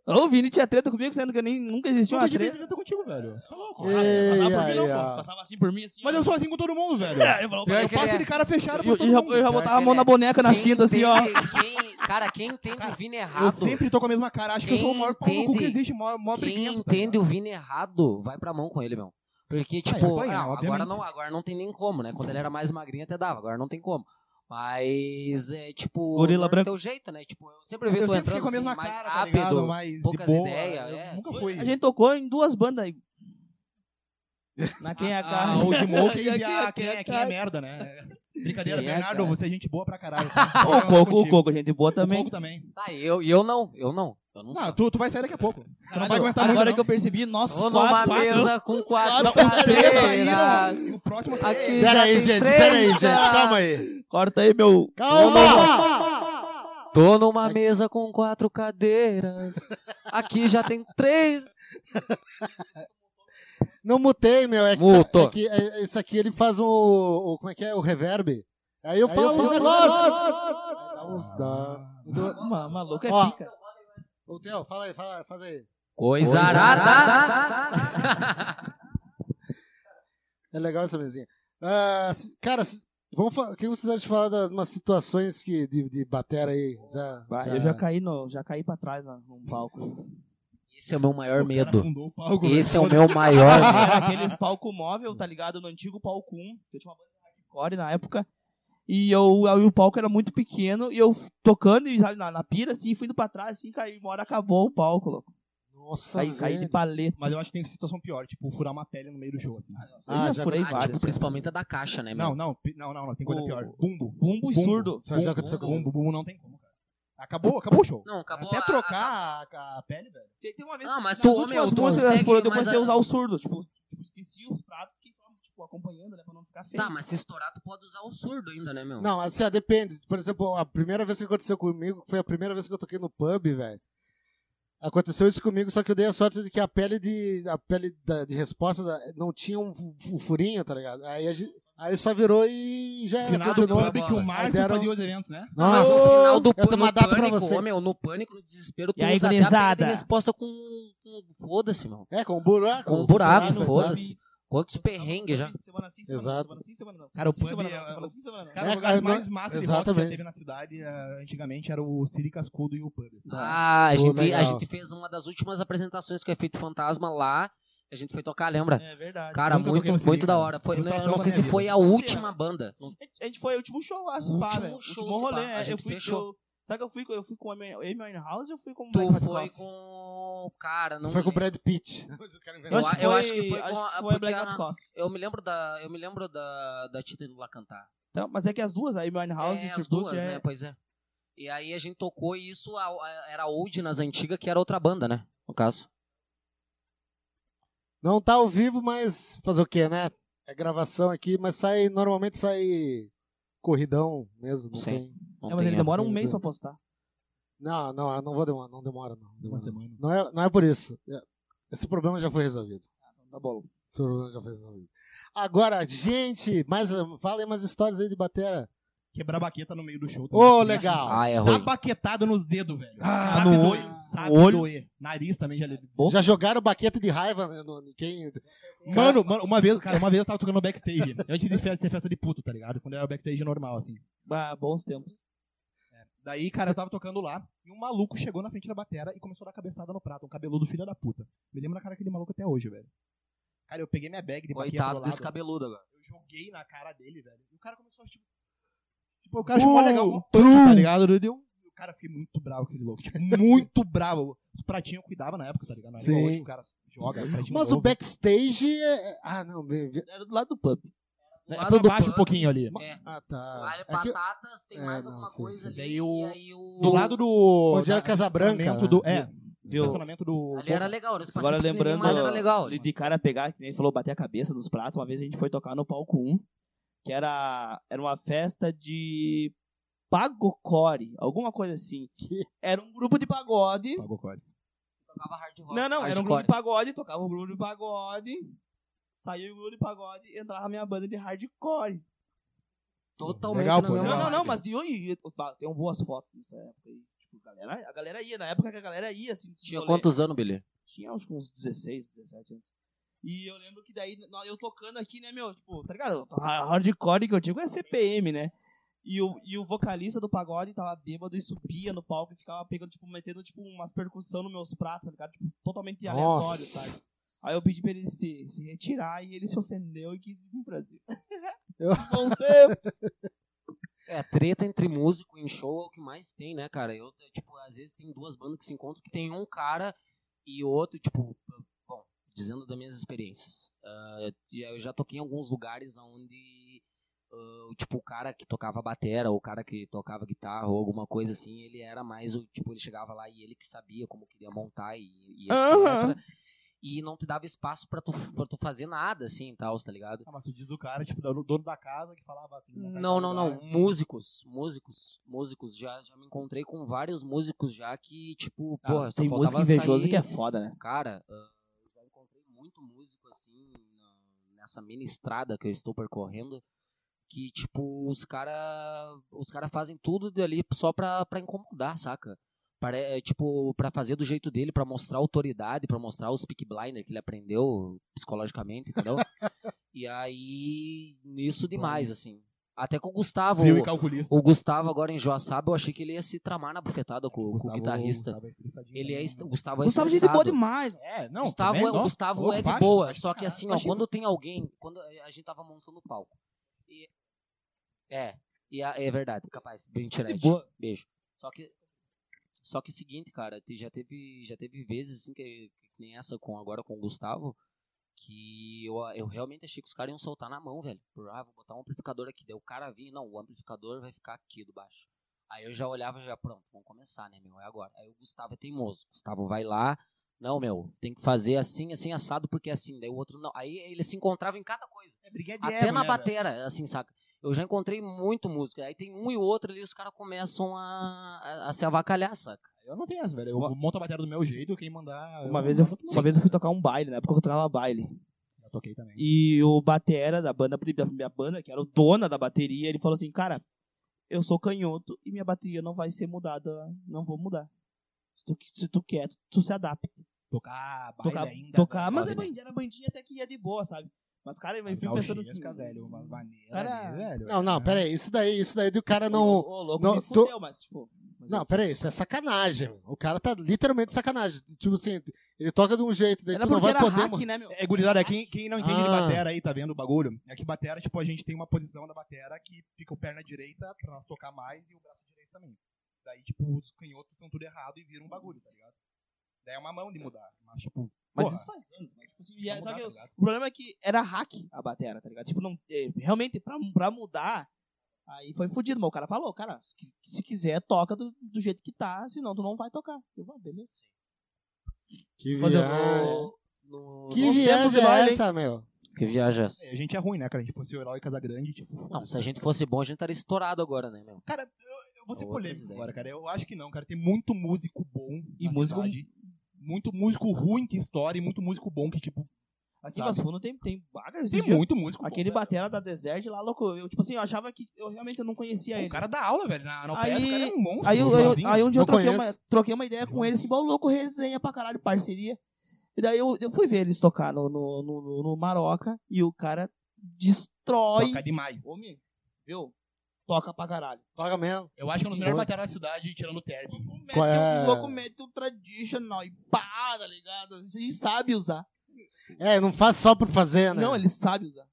Speaker 4: Ô, o Vini tinha treta comigo, sendo que eu nem, nunca existiu
Speaker 5: Nunca
Speaker 4: uma
Speaker 5: tive
Speaker 4: treta.
Speaker 5: treta contigo, velho. Tá louco?
Speaker 2: Ei,
Speaker 4: Passava por mim,
Speaker 2: ai,
Speaker 4: não,
Speaker 2: ai.
Speaker 4: pô. Passava assim por mim, assim.
Speaker 5: Mas
Speaker 4: ó.
Speaker 5: eu sou assim com todo mundo, velho.
Speaker 4: É, eu falava,
Speaker 3: Pior
Speaker 5: Eu
Speaker 3: que ele
Speaker 5: passo
Speaker 3: é.
Speaker 5: de cara fechada
Speaker 4: Eu,
Speaker 5: pra
Speaker 4: eu
Speaker 5: todo
Speaker 4: já,
Speaker 5: mundo.
Speaker 4: eu já
Speaker 5: cara.
Speaker 4: botava a mão na boneca,
Speaker 5: Tá
Speaker 4: na
Speaker 3: Quem
Speaker 4: cinta, assim, ó.
Speaker 3: entende- quem- cara, quem entende o Vini
Speaker 5: Eu
Speaker 3: errado.
Speaker 5: sempre tô com a mesma cara. Acho que eu sou o maior pau no cu que
Speaker 3: Entende?
Speaker 5: existe, o maior, maior
Speaker 3: Quem
Speaker 5: briguento. tá
Speaker 3: entende o Vini errado, vai pra mão com ele, meu. Porque, tipo,
Speaker 5: apanha,
Speaker 3: não, agora,
Speaker 5: obviamente.
Speaker 3: não, agora não tem nem como, né? Quando ele era mais magrinho até dava, agora não tem como. Mas é tipo.
Speaker 4: Gorila
Speaker 3: não é do
Speaker 4: branco.
Speaker 3: teu jeito, né? Tipo, eu sempre vi
Speaker 5: ligado?
Speaker 3: tu
Speaker 5: Eu sempre fiquei
Speaker 3: entrando
Speaker 5: com a
Speaker 3: assim,
Speaker 5: mesma
Speaker 3: mais
Speaker 5: cara, tá
Speaker 3: rápido.
Speaker 5: ligado? Mas de
Speaker 3: poucas
Speaker 5: boa.
Speaker 3: ideias,
Speaker 5: Eu
Speaker 3: é.
Speaker 5: Nunca
Speaker 4: A
Speaker 5: fui.
Speaker 4: gente tocou em duas bandas aí. Na Quem é a
Speaker 5: Ah,
Speaker 4: cara?
Speaker 5: o de Moke e
Speaker 4: Aqui,
Speaker 5: a
Speaker 4: aqui,
Speaker 5: quem é,
Speaker 4: aqui,
Speaker 5: quem é
Speaker 4: aqui.
Speaker 5: merda, né? Brincadeira,
Speaker 4: Quem é,
Speaker 5: Bernardo,
Speaker 4: cara?
Speaker 5: você é gente boa pra caralho.
Speaker 4: O Coco, o Coco, gente boa
Speaker 5: também. O
Speaker 4: também.
Speaker 5: Coco também.
Speaker 3: Tá, e eu, e eu não, eu não. Eu não, sei.
Speaker 5: Não, tu, tu vai sair daqui a pouco. Tu não vai
Speaker 4: Caralho,
Speaker 5: aguentar
Speaker 4: agora
Speaker 5: muito,
Speaker 4: que eu percebi, nós
Speaker 3: Vou numa
Speaker 4: quatro, quatro
Speaker 3: mesa com quatro
Speaker 4: Não, os
Speaker 5: não. Os três
Speaker 3: cadeiras.
Speaker 5: saíram. e O próximo saiu.
Speaker 3: Aqui já
Speaker 2: Pera aí,
Speaker 3: tem
Speaker 2: gente,
Speaker 3: três,
Speaker 2: pera aí, gente.
Speaker 3: cara.
Speaker 2: Calma aí.
Speaker 4: Corta aí, meu.
Speaker 2: Calma!
Speaker 3: Tô numa mesa com quatro cadeiras. Aqui já tem três.
Speaker 2: Não mutei, meu. É que,
Speaker 3: Mutou.
Speaker 2: é que- é- isso aqui ele faz o, o- Como é que é? O reverb. Aí eu falo
Speaker 5: eu
Speaker 2: os
Speaker 5: falo-
Speaker 2: negócios. Aí dá uns. Dá. Do-
Speaker 4: Ma- maluco é
Speaker 2: Ó.
Speaker 4: pica.
Speaker 2: Ô, Theo, fala aí, fala, faz aí.
Speaker 3: Coisarada.
Speaker 2: É legal essa mesinha. Ah, se- cara, se- vamos fa- o que vocês acham de falar das umas situações que, de, de batera aí? Já,
Speaker 4: Bah, Eu já caí, no, já caí pra trás lá num palco.
Speaker 3: Esse é o meu maior
Speaker 5: O cara
Speaker 3: medo.
Speaker 5: afundou o palco, né?
Speaker 3: Esse é
Speaker 5: velho.
Speaker 3: o meu maior medo.
Speaker 4: Era aqueles palco móvel, tá ligado? No antigo palco 1, que eu tinha uma banda de hardcore na época. E eu, aí o palco era muito pequeno, e eu f- tocando e, sabe, na, na pira, assim, fui indo pra trás, assim, caí, uma hora acabou o palco, louco.
Speaker 2: Nossa,
Speaker 4: Caí, caí de
Speaker 2: velho.
Speaker 4: paleta.
Speaker 5: Mas eu acho que tem situação pior, tipo, furar uma pele no meio do show, assim.
Speaker 2: Ah,
Speaker 4: eu
Speaker 2: já
Speaker 4: já furei
Speaker 3: Ah, tipo,
Speaker 4: várias. é.
Speaker 3: principalmente a da caixa, né, meu?
Speaker 5: Não, não, pi- não, não, não, tem coisa
Speaker 4: O-
Speaker 5: pior. Bumbo.
Speaker 4: Bumbo e
Speaker 5: Bumbo.
Speaker 4: surdo.
Speaker 2: Sabe o que aconteceu com o
Speaker 5: bumbo? Bumbo não tem como, cara. Acabou, acabou o show.
Speaker 3: Não, acabou
Speaker 5: Até
Speaker 3: a-
Speaker 5: trocar a, a pele, velho.
Speaker 4: Tem, tem uma vez
Speaker 3: Não, Ah, mas
Speaker 4: nas
Speaker 3: tu-
Speaker 4: últimas
Speaker 3: meu, tu
Speaker 4: músicas
Speaker 3: consegue,
Speaker 4: que eu
Speaker 3: mas
Speaker 4: comecei a
Speaker 3: a-
Speaker 4: usar o surdo, tipo, tipo esqueci os pratos, fiquei só, tipo, acompanhando, né, pra não ficar feio.
Speaker 3: Tá, mas se estourar, tu pode usar o surdo ainda, né, meu?
Speaker 2: Não, assim, ó, depende. Por exemplo, a primeira vez que aconteceu comigo, foi a primeira vez que eu toquei no pub, velho. Aconteceu isso comigo, só que eu dei a sorte de que a pele de, a pele da- de resposta da- não tinha um, fu- fu- furinho, tá ligado? Aí, a gente- aí só virou e já era.
Speaker 5: Final do
Speaker 2: continuou.
Speaker 5: pub que o Márcio
Speaker 2: Deram-
Speaker 5: fazia os eventos, né?
Speaker 3: Mas
Speaker 2: Nossa,
Speaker 3: o sinal do
Speaker 2: eu tenho uma
Speaker 3: no
Speaker 2: data pra
Speaker 3: pânico,
Speaker 2: você.
Speaker 3: ô, meu, no pânico, no desespero, tu
Speaker 4: E aí,
Speaker 3: usa até a
Speaker 4: gurizada?
Speaker 3: primeira resposta com, com foda-se, meu.
Speaker 2: É, com um buraco.
Speaker 3: Com um
Speaker 4: Ah,
Speaker 3: buraco,
Speaker 4: não,
Speaker 3: foda-se.
Speaker 4: sabe?
Speaker 3: Quantos perrengues já.
Speaker 4: Semana sim, semana não,
Speaker 2: Exato.
Speaker 4: semana sim, semana não.
Speaker 5: Cara, o
Speaker 4: semana sim,
Speaker 5: pub
Speaker 4: semana não,
Speaker 5: é-
Speaker 4: semana sim, semana não.
Speaker 5: Cara,
Speaker 2: É,
Speaker 5: o lugar
Speaker 2: é,
Speaker 5: mais massa de rock que
Speaker 2: exatamente.
Speaker 5: já teve na cidade eh, antigamente era o Siri Cascudo e o Pub. assim.
Speaker 3: Ah, a
Speaker 2: Pô,
Speaker 3: gente, a
Speaker 2: legal.
Speaker 3: gente fez uma das últimas apresentações que o Efeito Fantasma lá. A gente foi tocar, lembra?
Speaker 4: É verdade.
Speaker 3: Cara,
Speaker 5: nunca
Speaker 3: muito,
Speaker 5: toquei no Siri,
Speaker 3: muito da
Speaker 5: cara.
Speaker 3: hora. Foi, eu
Speaker 5: Frustração
Speaker 3: não
Speaker 5: da
Speaker 3: sei se
Speaker 5: minha
Speaker 3: foi
Speaker 5: vida.
Speaker 3: a última banda. Não-
Speaker 4: A gente foi o último show lá, se
Speaker 3: Último
Speaker 4: pá, velho.
Speaker 3: show,
Speaker 4: último
Speaker 3: se
Speaker 4: rolê.
Speaker 3: pá. A
Speaker 4: é, Eu
Speaker 3: gente
Speaker 4: fui
Speaker 3: fechou.
Speaker 4: eu- Sabe que eu fui, com- eu fui com o Amy Amy House ou eu fui com o
Speaker 3: Tu
Speaker 4: Black
Speaker 3: foi
Speaker 4: Coffee?
Speaker 3: com. Cara, não.
Speaker 2: Foi com o
Speaker 3: lembro.
Speaker 2: Brad Pitt.
Speaker 4: Eu acho, que
Speaker 3: Eu
Speaker 4: foi,
Speaker 3: acho que foi com
Speaker 4: acho
Speaker 3: a-
Speaker 4: que foi
Speaker 3: porque
Speaker 4: Black
Speaker 3: a-
Speaker 4: Hot Coffee.
Speaker 3: Eu me lembro da. Eu me lembro da, da Tita indo lá cantar.
Speaker 4: Então, mas é que as duas, a Amy House
Speaker 3: é,
Speaker 4: e
Speaker 3: as
Speaker 4: Tribute,
Speaker 3: duas,
Speaker 4: é...
Speaker 3: né? Pois é. E aí a gente tocou e isso a- a- era Old nas antigas, que era outra banda, né? No caso.
Speaker 2: Não tá ao vivo, mas fazer o quê, né? É gravação aqui, mas sai. Normalmente sai corridão mesmo. Não,
Speaker 3: Sim.
Speaker 2: tem...
Speaker 3: Não
Speaker 4: É, mas
Speaker 3: tem
Speaker 4: ele
Speaker 3: erro.
Speaker 4: demora um
Speaker 2: Não
Speaker 4: mês
Speaker 2: tem.
Speaker 4: pra postar.
Speaker 2: não, não, não vou demorar, não demora, não.
Speaker 5: Uma
Speaker 2: Demora.
Speaker 5: semana.
Speaker 2: Não é, não é por isso. É- Esse problema já foi resolvido.
Speaker 4: Tá bom.
Speaker 2: Esse problema já foi resolvido. Agora, gente, mais, falem umas histórias aí de batera.
Speaker 5: Quebrar baqueta no meio do show.
Speaker 2: Ô,
Speaker 4: um
Speaker 2: legal.
Speaker 3: Ah, é
Speaker 5: Dá
Speaker 4: Tá
Speaker 3: ruim.
Speaker 5: baquetada nos dedos, velho.
Speaker 4: Ah,
Speaker 5: sabe
Speaker 4: no
Speaker 5: doer,
Speaker 4: olho.
Speaker 5: sabe
Speaker 4: No olho.
Speaker 5: doer. Nariz também já levei.
Speaker 2: Já jogaram baqueta de raiva né, no, em quem.
Speaker 5: Mano, mano, uma vez, cara, uma vez eu tava tocando no backstage. Antes de festa, ser festa de puto, tá ligado? Quando era o backstage normal, assim.
Speaker 4: Bah, bons tempos.
Speaker 5: Daí, cara, eu tava tocando lá e um maluco chegou na frente da batera e começou a dar cabeçada no prato. Um cabeludo filho da puta. Me lembro na cara daquele maluco até hoje, velho. Cara, eu peguei minha bag
Speaker 4: é
Speaker 5: de baqueta do
Speaker 3: Coitado
Speaker 5: lado,
Speaker 3: desse cabeludo agora.
Speaker 5: eu joguei na cara dele, velho. E o cara começou a, tipo... Tipo, o cara
Speaker 2: Uh,
Speaker 5: achou mó legal, mó punk, tá ligado? Eu, eu, o cara, fiquei muito bravo com aquele louco. Tipo, muito bravo. Os pratinhos eu cuidava na época, tá ligado? Não era igual
Speaker 2: Sim.
Speaker 5: hoje que o cara joga, pratinho
Speaker 2: Mas o
Speaker 5: novo.
Speaker 2: backstage. é- Ah, não. be- be-
Speaker 4: Era do lado do pub.
Speaker 5: É
Speaker 3: Lá
Speaker 5: pra
Speaker 3: no
Speaker 5: baixo um
Speaker 3: pub,
Speaker 5: pouquinho ali.
Speaker 3: É.
Speaker 2: Ah, tá.
Speaker 3: Vale
Speaker 2: É que-
Speaker 3: batatas, tem
Speaker 2: é,
Speaker 3: mais
Speaker 2: não,
Speaker 3: alguma
Speaker 2: sim,
Speaker 3: coisa
Speaker 2: sim.
Speaker 3: ali.
Speaker 5: Daí o-
Speaker 3: E aí o...
Speaker 5: Do lado do...
Speaker 2: Onde era
Speaker 5: da-
Speaker 2: Casabranca,
Speaker 5: estacionamento
Speaker 2: né?
Speaker 5: Do, é,
Speaker 4: Viu?
Speaker 5: estacionamento do...
Speaker 3: Ali era legal, era um espacinho
Speaker 4: Agora
Speaker 3: pequenininho,
Speaker 4: lembrando
Speaker 3: Mas era legal.
Speaker 4: de, de cara pegar, que nem falou, bater a cabeça nos pratos. Uma vez a gente foi tocar no palco 1, que era, era uma festa de pagocore, alguma coisa assim.
Speaker 2: Que?
Speaker 4: Era um grupo de pagode.
Speaker 5: Pagou código.
Speaker 3: Tocava hard rock,
Speaker 4: Não, não, era um grupo
Speaker 3: hardcore.
Speaker 4: de pagode, tocava um grupo de pagode. Saiu o grupo de pagode e entrava a minha banda de hardcore.
Speaker 3: Totalmente
Speaker 2: Legal,
Speaker 3: na
Speaker 2: pô,
Speaker 3: mesma
Speaker 4: Não,
Speaker 2: legal.
Speaker 4: não,
Speaker 3: vibe.
Speaker 4: não, mas eu, eu, eu tenho boas fotos nessa época aí. Tipo, a galera, a galera ia, na época que a galera ia, assim, nesse
Speaker 3: Tinha
Speaker 4: rolê.
Speaker 3: quantos anos, Billy?
Speaker 4: Tinha acho que uns 16, 17 anos. E eu lembro que daí, nó- eu tocando aqui, né, meu, tipo, tá ligado? A Hardcore que eu digo é CPM, né? E o, e o vocalista do pagode tava bêbado e subia no palco e ficava pegando, tipo, metendo, tipo, umas percussão nos meus pratos, tá ligado? Tipo, totalmente aleatório,
Speaker 2: Nossa.
Speaker 4: sabe? Aí eu pedi pra ele se, se retirar e ele se ofendeu e quis vir pro Brasil.
Speaker 2: Eu-
Speaker 4: Bons tempos.
Speaker 3: É, treta entre músico em show é o que mais tem, né, cara? Eu, tipo, às vezes tem duas bandas que se encontram que tem um cara e outro, tipo, bom, dizendo das minhas experiências. Ah, eu já toquei em alguns lugares onde ah, tipo, o cara que tocava batera, ou o cara que tocava guitarra, ou alguma coisa assim, ele era mais o, tipo, ele chegava lá e ele que sabia como queria montar e, e etc.
Speaker 4: Aham.
Speaker 3: E não te dava espaço pra tu, pra tu fazer nada, assim, tal, tá ligado?
Speaker 5: Ah, mas tu diz o cara, tipo, do- dono da casa que falava assim.
Speaker 3: Não, não, não. Músicos, músicos, músicos. Já, já me encontrei com vários músicos já que, tipo, porra, só
Speaker 4: Ah, tem
Speaker 3: faltava
Speaker 4: música invejoso
Speaker 3: sair.
Speaker 4: que é foda, né?
Speaker 3: Cara, ah, eu já encontrei muito músico assim, na- nessa mini estrada que eu estou percorrendo, que, tipo, os cara, os cara fazem tudo dali só pra, pra incomodar, saca? Pare, é, tipo, pra fazer do jeito dele, pra mostrar autoridade, pra mostrar os pick blinder que ele aprendeu psicologicamente, entendeu? e aí, nisso demais, assim. Até com o Gustavo.
Speaker 5: Frio e calculista.
Speaker 3: O Gustavo agora em Joaçaba, eu achei que ele ia se tramar na bufetada com, com o guitarrista.
Speaker 5: Gustavo é estressadinho
Speaker 3: Ele é,
Speaker 5: também,
Speaker 3: est- o
Speaker 5: né?
Speaker 3: Gustavo é
Speaker 4: Gustavo gente
Speaker 3: estressado.
Speaker 4: boa demais.
Speaker 5: É, não.
Speaker 3: Gustavo,
Speaker 5: também,
Speaker 3: é, o
Speaker 5: nossa,
Speaker 3: Gustavo
Speaker 5: louco,
Speaker 3: é de
Speaker 5: faz,
Speaker 3: boa,
Speaker 5: faz
Speaker 3: só
Speaker 5: pra
Speaker 3: que
Speaker 5: caralho.
Speaker 3: assim, ó,
Speaker 4: Machista.
Speaker 3: quando tem alguém, quando a gente tava montando o palco. E, é, e a- é verdade, capaz,
Speaker 5: De
Speaker 3: mentirete.
Speaker 5: boa.
Speaker 3: Beijo. Só que só que é o seguinte, cara, te- já teve já teve vezes assim que, que nem essa com agora com o Gustavo que eu, eu realmente achei que os caras iam soltar na mão, velho. Por, ah, vou botar um amplificador aqui. Daí o cara vinha, não, o amplificador vai ficar aqui do baixo. Aí eu já olhava já, pronto, vamos começar, né, meu? É agora. Aí o Gustavo é teimoso. Gustavo vai lá, não, meu, tem que fazer assim, assim, assado, porque é assim. Daí o outro não. Aí ele se encontrava em cada coisa.
Speaker 5: É brigadiano,
Speaker 3: Até na
Speaker 5: né, velho?
Speaker 3: batera, assim, saca? Eu já encontrei muito música. Aí tem um e outro ali, os caras começam a, a, a se avacalhar, saca?
Speaker 5: Eu não tenho essa, velho. Eu monto a bateria do meu jeito, quem mandar.
Speaker 4: Uma
Speaker 5: eu
Speaker 4: vez eu,
Speaker 5: mando tudo.
Speaker 4: uma vez eu fui tocar um baile, na época eu tocava baile.
Speaker 5: Eu toquei também.
Speaker 4: E o batera da banda, da minha banda, que era o dona da bateria, ele falou assim, cara, eu sou canhoto e minha bateria não vai ser mudada, não vou mudar. Se tu, se tu quer, tu, tu se adapta.
Speaker 5: Tocar, baile
Speaker 4: Tocar,
Speaker 5: ainda.
Speaker 4: tocar mas
Speaker 5: é
Speaker 4: é bandinha, era bandinha até que ia de boa, sabe? Mas, cara, eu fico pensando assim...
Speaker 5: Gigantesca, velho. Uma maneira
Speaker 4: Cara-
Speaker 5: ali, velho.
Speaker 2: Não, não, pera aí. Isso daí, isso daí do cara não.
Speaker 4: Ô, louco,
Speaker 2: não,
Speaker 4: me
Speaker 2: tu-
Speaker 4: fudeu, mas, tipo... mas
Speaker 2: Não,
Speaker 4: eu-
Speaker 2: pera aí, isso é sacanagem. O cara tá literalmente de sacanagem. Tipo assim, ele toca de um jeito, daí
Speaker 4: Era
Speaker 2: tu não
Speaker 4: porque
Speaker 2: vai
Speaker 4: era
Speaker 2: poder.
Speaker 4: hack,
Speaker 2: mo-
Speaker 4: né, meu?
Speaker 5: É, gurizada, é quem, quem não entende de
Speaker 2: Ah.
Speaker 5: batera aí, tá vendo o bagulho? É que batera, tipo, a gente tem uma posição na batera que fica o perna direita pra nós tocar mais e o braço direito também. Daí, tipo, os canhotos são tudo errado e viram um bagulho, tá ligado? Daí é uma mão de mudar. Mas, tipo,
Speaker 4: Mas
Speaker 5: porra,
Speaker 4: isso faz anos, mas, tipo assim,
Speaker 5: não
Speaker 4: e aí-
Speaker 5: mudar,
Speaker 4: só que
Speaker 5: tá
Speaker 4: eu-
Speaker 5: ligado?
Speaker 4: o problema é que era hack a batera, tá ligado? Tipo, não, é, realmente, pra, pra mudar, aí foi fudido. Mas o cara falou, cara, se, qui- se quiser, toca do, do jeito que tá, senão tu não vai tocar. Eu falei, beleza.
Speaker 2: Que
Speaker 4: Mas eu-
Speaker 2: viagem.
Speaker 3: No...
Speaker 2: Que
Speaker 4: um Bons tempos de
Speaker 2: viagem
Speaker 4: baile,
Speaker 2: é
Speaker 4: hein?
Speaker 2: essa, meu?
Speaker 3: Que viaja essa?
Speaker 5: É, A gente é ruim, né, cara? A gente fosse o herói Casagrande, tipo.
Speaker 3: Não, se a gente fosse bom, a gente estaria estourado agora, né, meu?
Speaker 5: Cara, eu,
Speaker 4: É
Speaker 5: eu vou ser
Speaker 3: Outras
Speaker 5: polêmico
Speaker 3: ideias.
Speaker 5: agora, cara. Eu acho que não, cara. Tem muito músico bom
Speaker 4: E
Speaker 5: na
Speaker 4: músico-
Speaker 5: cidade. Muito músico ruim que estoura e muito músico bom que, tipo,
Speaker 4: Aqui em
Speaker 5: Sabe?
Speaker 4: Vasco Fundo tem, tem bagulho.
Speaker 5: tem muito músico
Speaker 4: Aquele
Speaker 5: bom, velho.
Speaker 4: batera da Desert lá, louco. Eu, tipo assim, eu achava que eu realmente eu não conhecia ele.
Speaker 5: O cara dá aula, velho. Na, na UPS,
Speaker 4: Aí-
Speaker 5: o cara é um monstro.
Speaker 4: Aí, eu, eu,
Speaker 5: sozinho.
Speaker 4: aí um dia eu
Speaker 2: Não
Speaker 4: troquei uma,
Speaker 2: conheço.
Speaker 4: troquei uma ideia com ele, assim, bom louco, resenha pra caralho, parceria. E daí eu, eu fui ver eles tocar no, no, no, no- no Maroca e o cara destrói.
Speaker 5: Toca demais.
Speaker 4: Homem, viu? Toca pra caralho.
Speaker 2: Toca mesmo.
Speaker 5: Eu acho que é um dos
Speaker 2: Sim,
Speaker 5: melhores
Speaker 2: doido.
Speaker 5: bateras da cidade, tirando o Terbi.
Speaker 4: Mete
Speaker 2: Qual é?
Speaker 4: o louco, mete o traditional e pá, tá ligado? Ele sabe usar.
Speaker 2: É, não faz só por fazer, né?
Speaker 4: Não, ele sabe usar.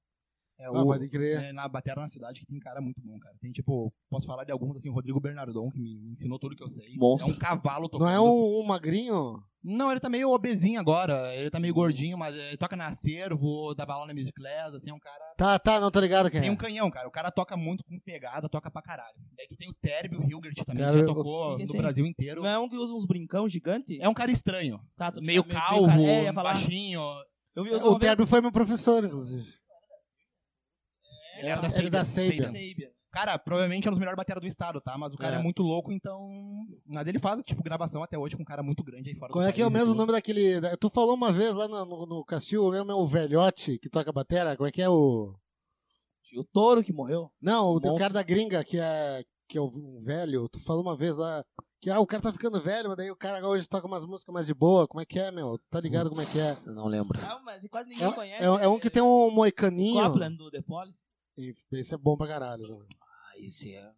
Speaker 5: É,
Speaker 2: Ah,
Speaker 5: o-
Speaker 2: pode crer.
Speaker 5: é, na batera na cidade que tem cara muito bom, cara. Tem, tipo, posso falar de alguns, assim, o Rodrigo Bernardon, que me me ensinou tudo que eu sei.
Speaker 4: Monstro.
Speaker 5: É um cavalo tocando.
Speaker 2: Não é um, um magrinho?
Speaker 5: Não, ele tá meio obesinho agora. Ele tá meio gordinho, mas é, toca na servo, dá bala na bicicleta, assim, é um cara...
Speaker 2: Tá, tá, não tô ligado quem
Speaker 5: Tem
Speaker 2: é.
Speaker 5: um canhão, cara. O cara toca muito com pegada, toca pra caralho. Daí tu tem o Terbi, o Hilgert também, que
Speaker 2: Terbi,
Speaker 5: já
Speaker 2: o-
Speaker 5: tocou
Speaker 4: Esse
Speaker 5: no
Speaker 4: aí.
Speaker 5: Brasil inteiro.
Speaker 4: Não é um que usa uns brincão gigante?
Speaker 5: É um cara estranho.
Speaker 4: Tá, tu-
Speaker 5: Meio
Speaker 4: cara-
Speaker 5: calvo,
Speaker 4: É, ia falar.
Speaker 5: baixinho. É,
Speaker 4: Eu vi
Speaker 2: O Derby foi meu professor, inclusive.
Speaker 5: Era da
Speaker 2: Ele
Speaker 5: Saber,
Speaker 2: da
Speaker 5: Saber.
Speaker 2: Saber.
Speaker 5: Cara, provavelmente é um dos melhores bateras do estado, tá? Mas o cara é,
Speaker 2: É.
Speaker 5: muito louco, então. Mas ele faz, tipo, gravação até hoje com um cara muito grande aí fora
Speaker 2: Qual
Speaker 5: do né?
Speaker 2: é que é o
Speaker 5: país e
Speaker 2: mesmo
Speaker 5: tudo.
Speaker 2: nome daquele. da- Tu falou uma vez lá no, no, no Castil, eu lembro é o velhote que toca batera? Como é que é o.
Speaker 4: O touro que morreu.
Speaker 2: Não, o,
Speaker 4: Monstro.
Speaker 2: o cara da gringa, que é, que é um velho, tu falou uma vez lá. Que ah, o cara tá ficando velho, mas daí o cara hoje toca umas músicas mais de boa. Como é que é, meu? Tá ligado como é que é?
Speaker 3: Não lembro.
Speaker 4: Ah, mas quase ninguém conhece.
Speaker 2: É, é- é um que tem um moicaninho.
Speaker 4: Copland do The Police.
Speaker 2: E Esse é bom pra caralho. né?
Speaker 3: Ah, esse é.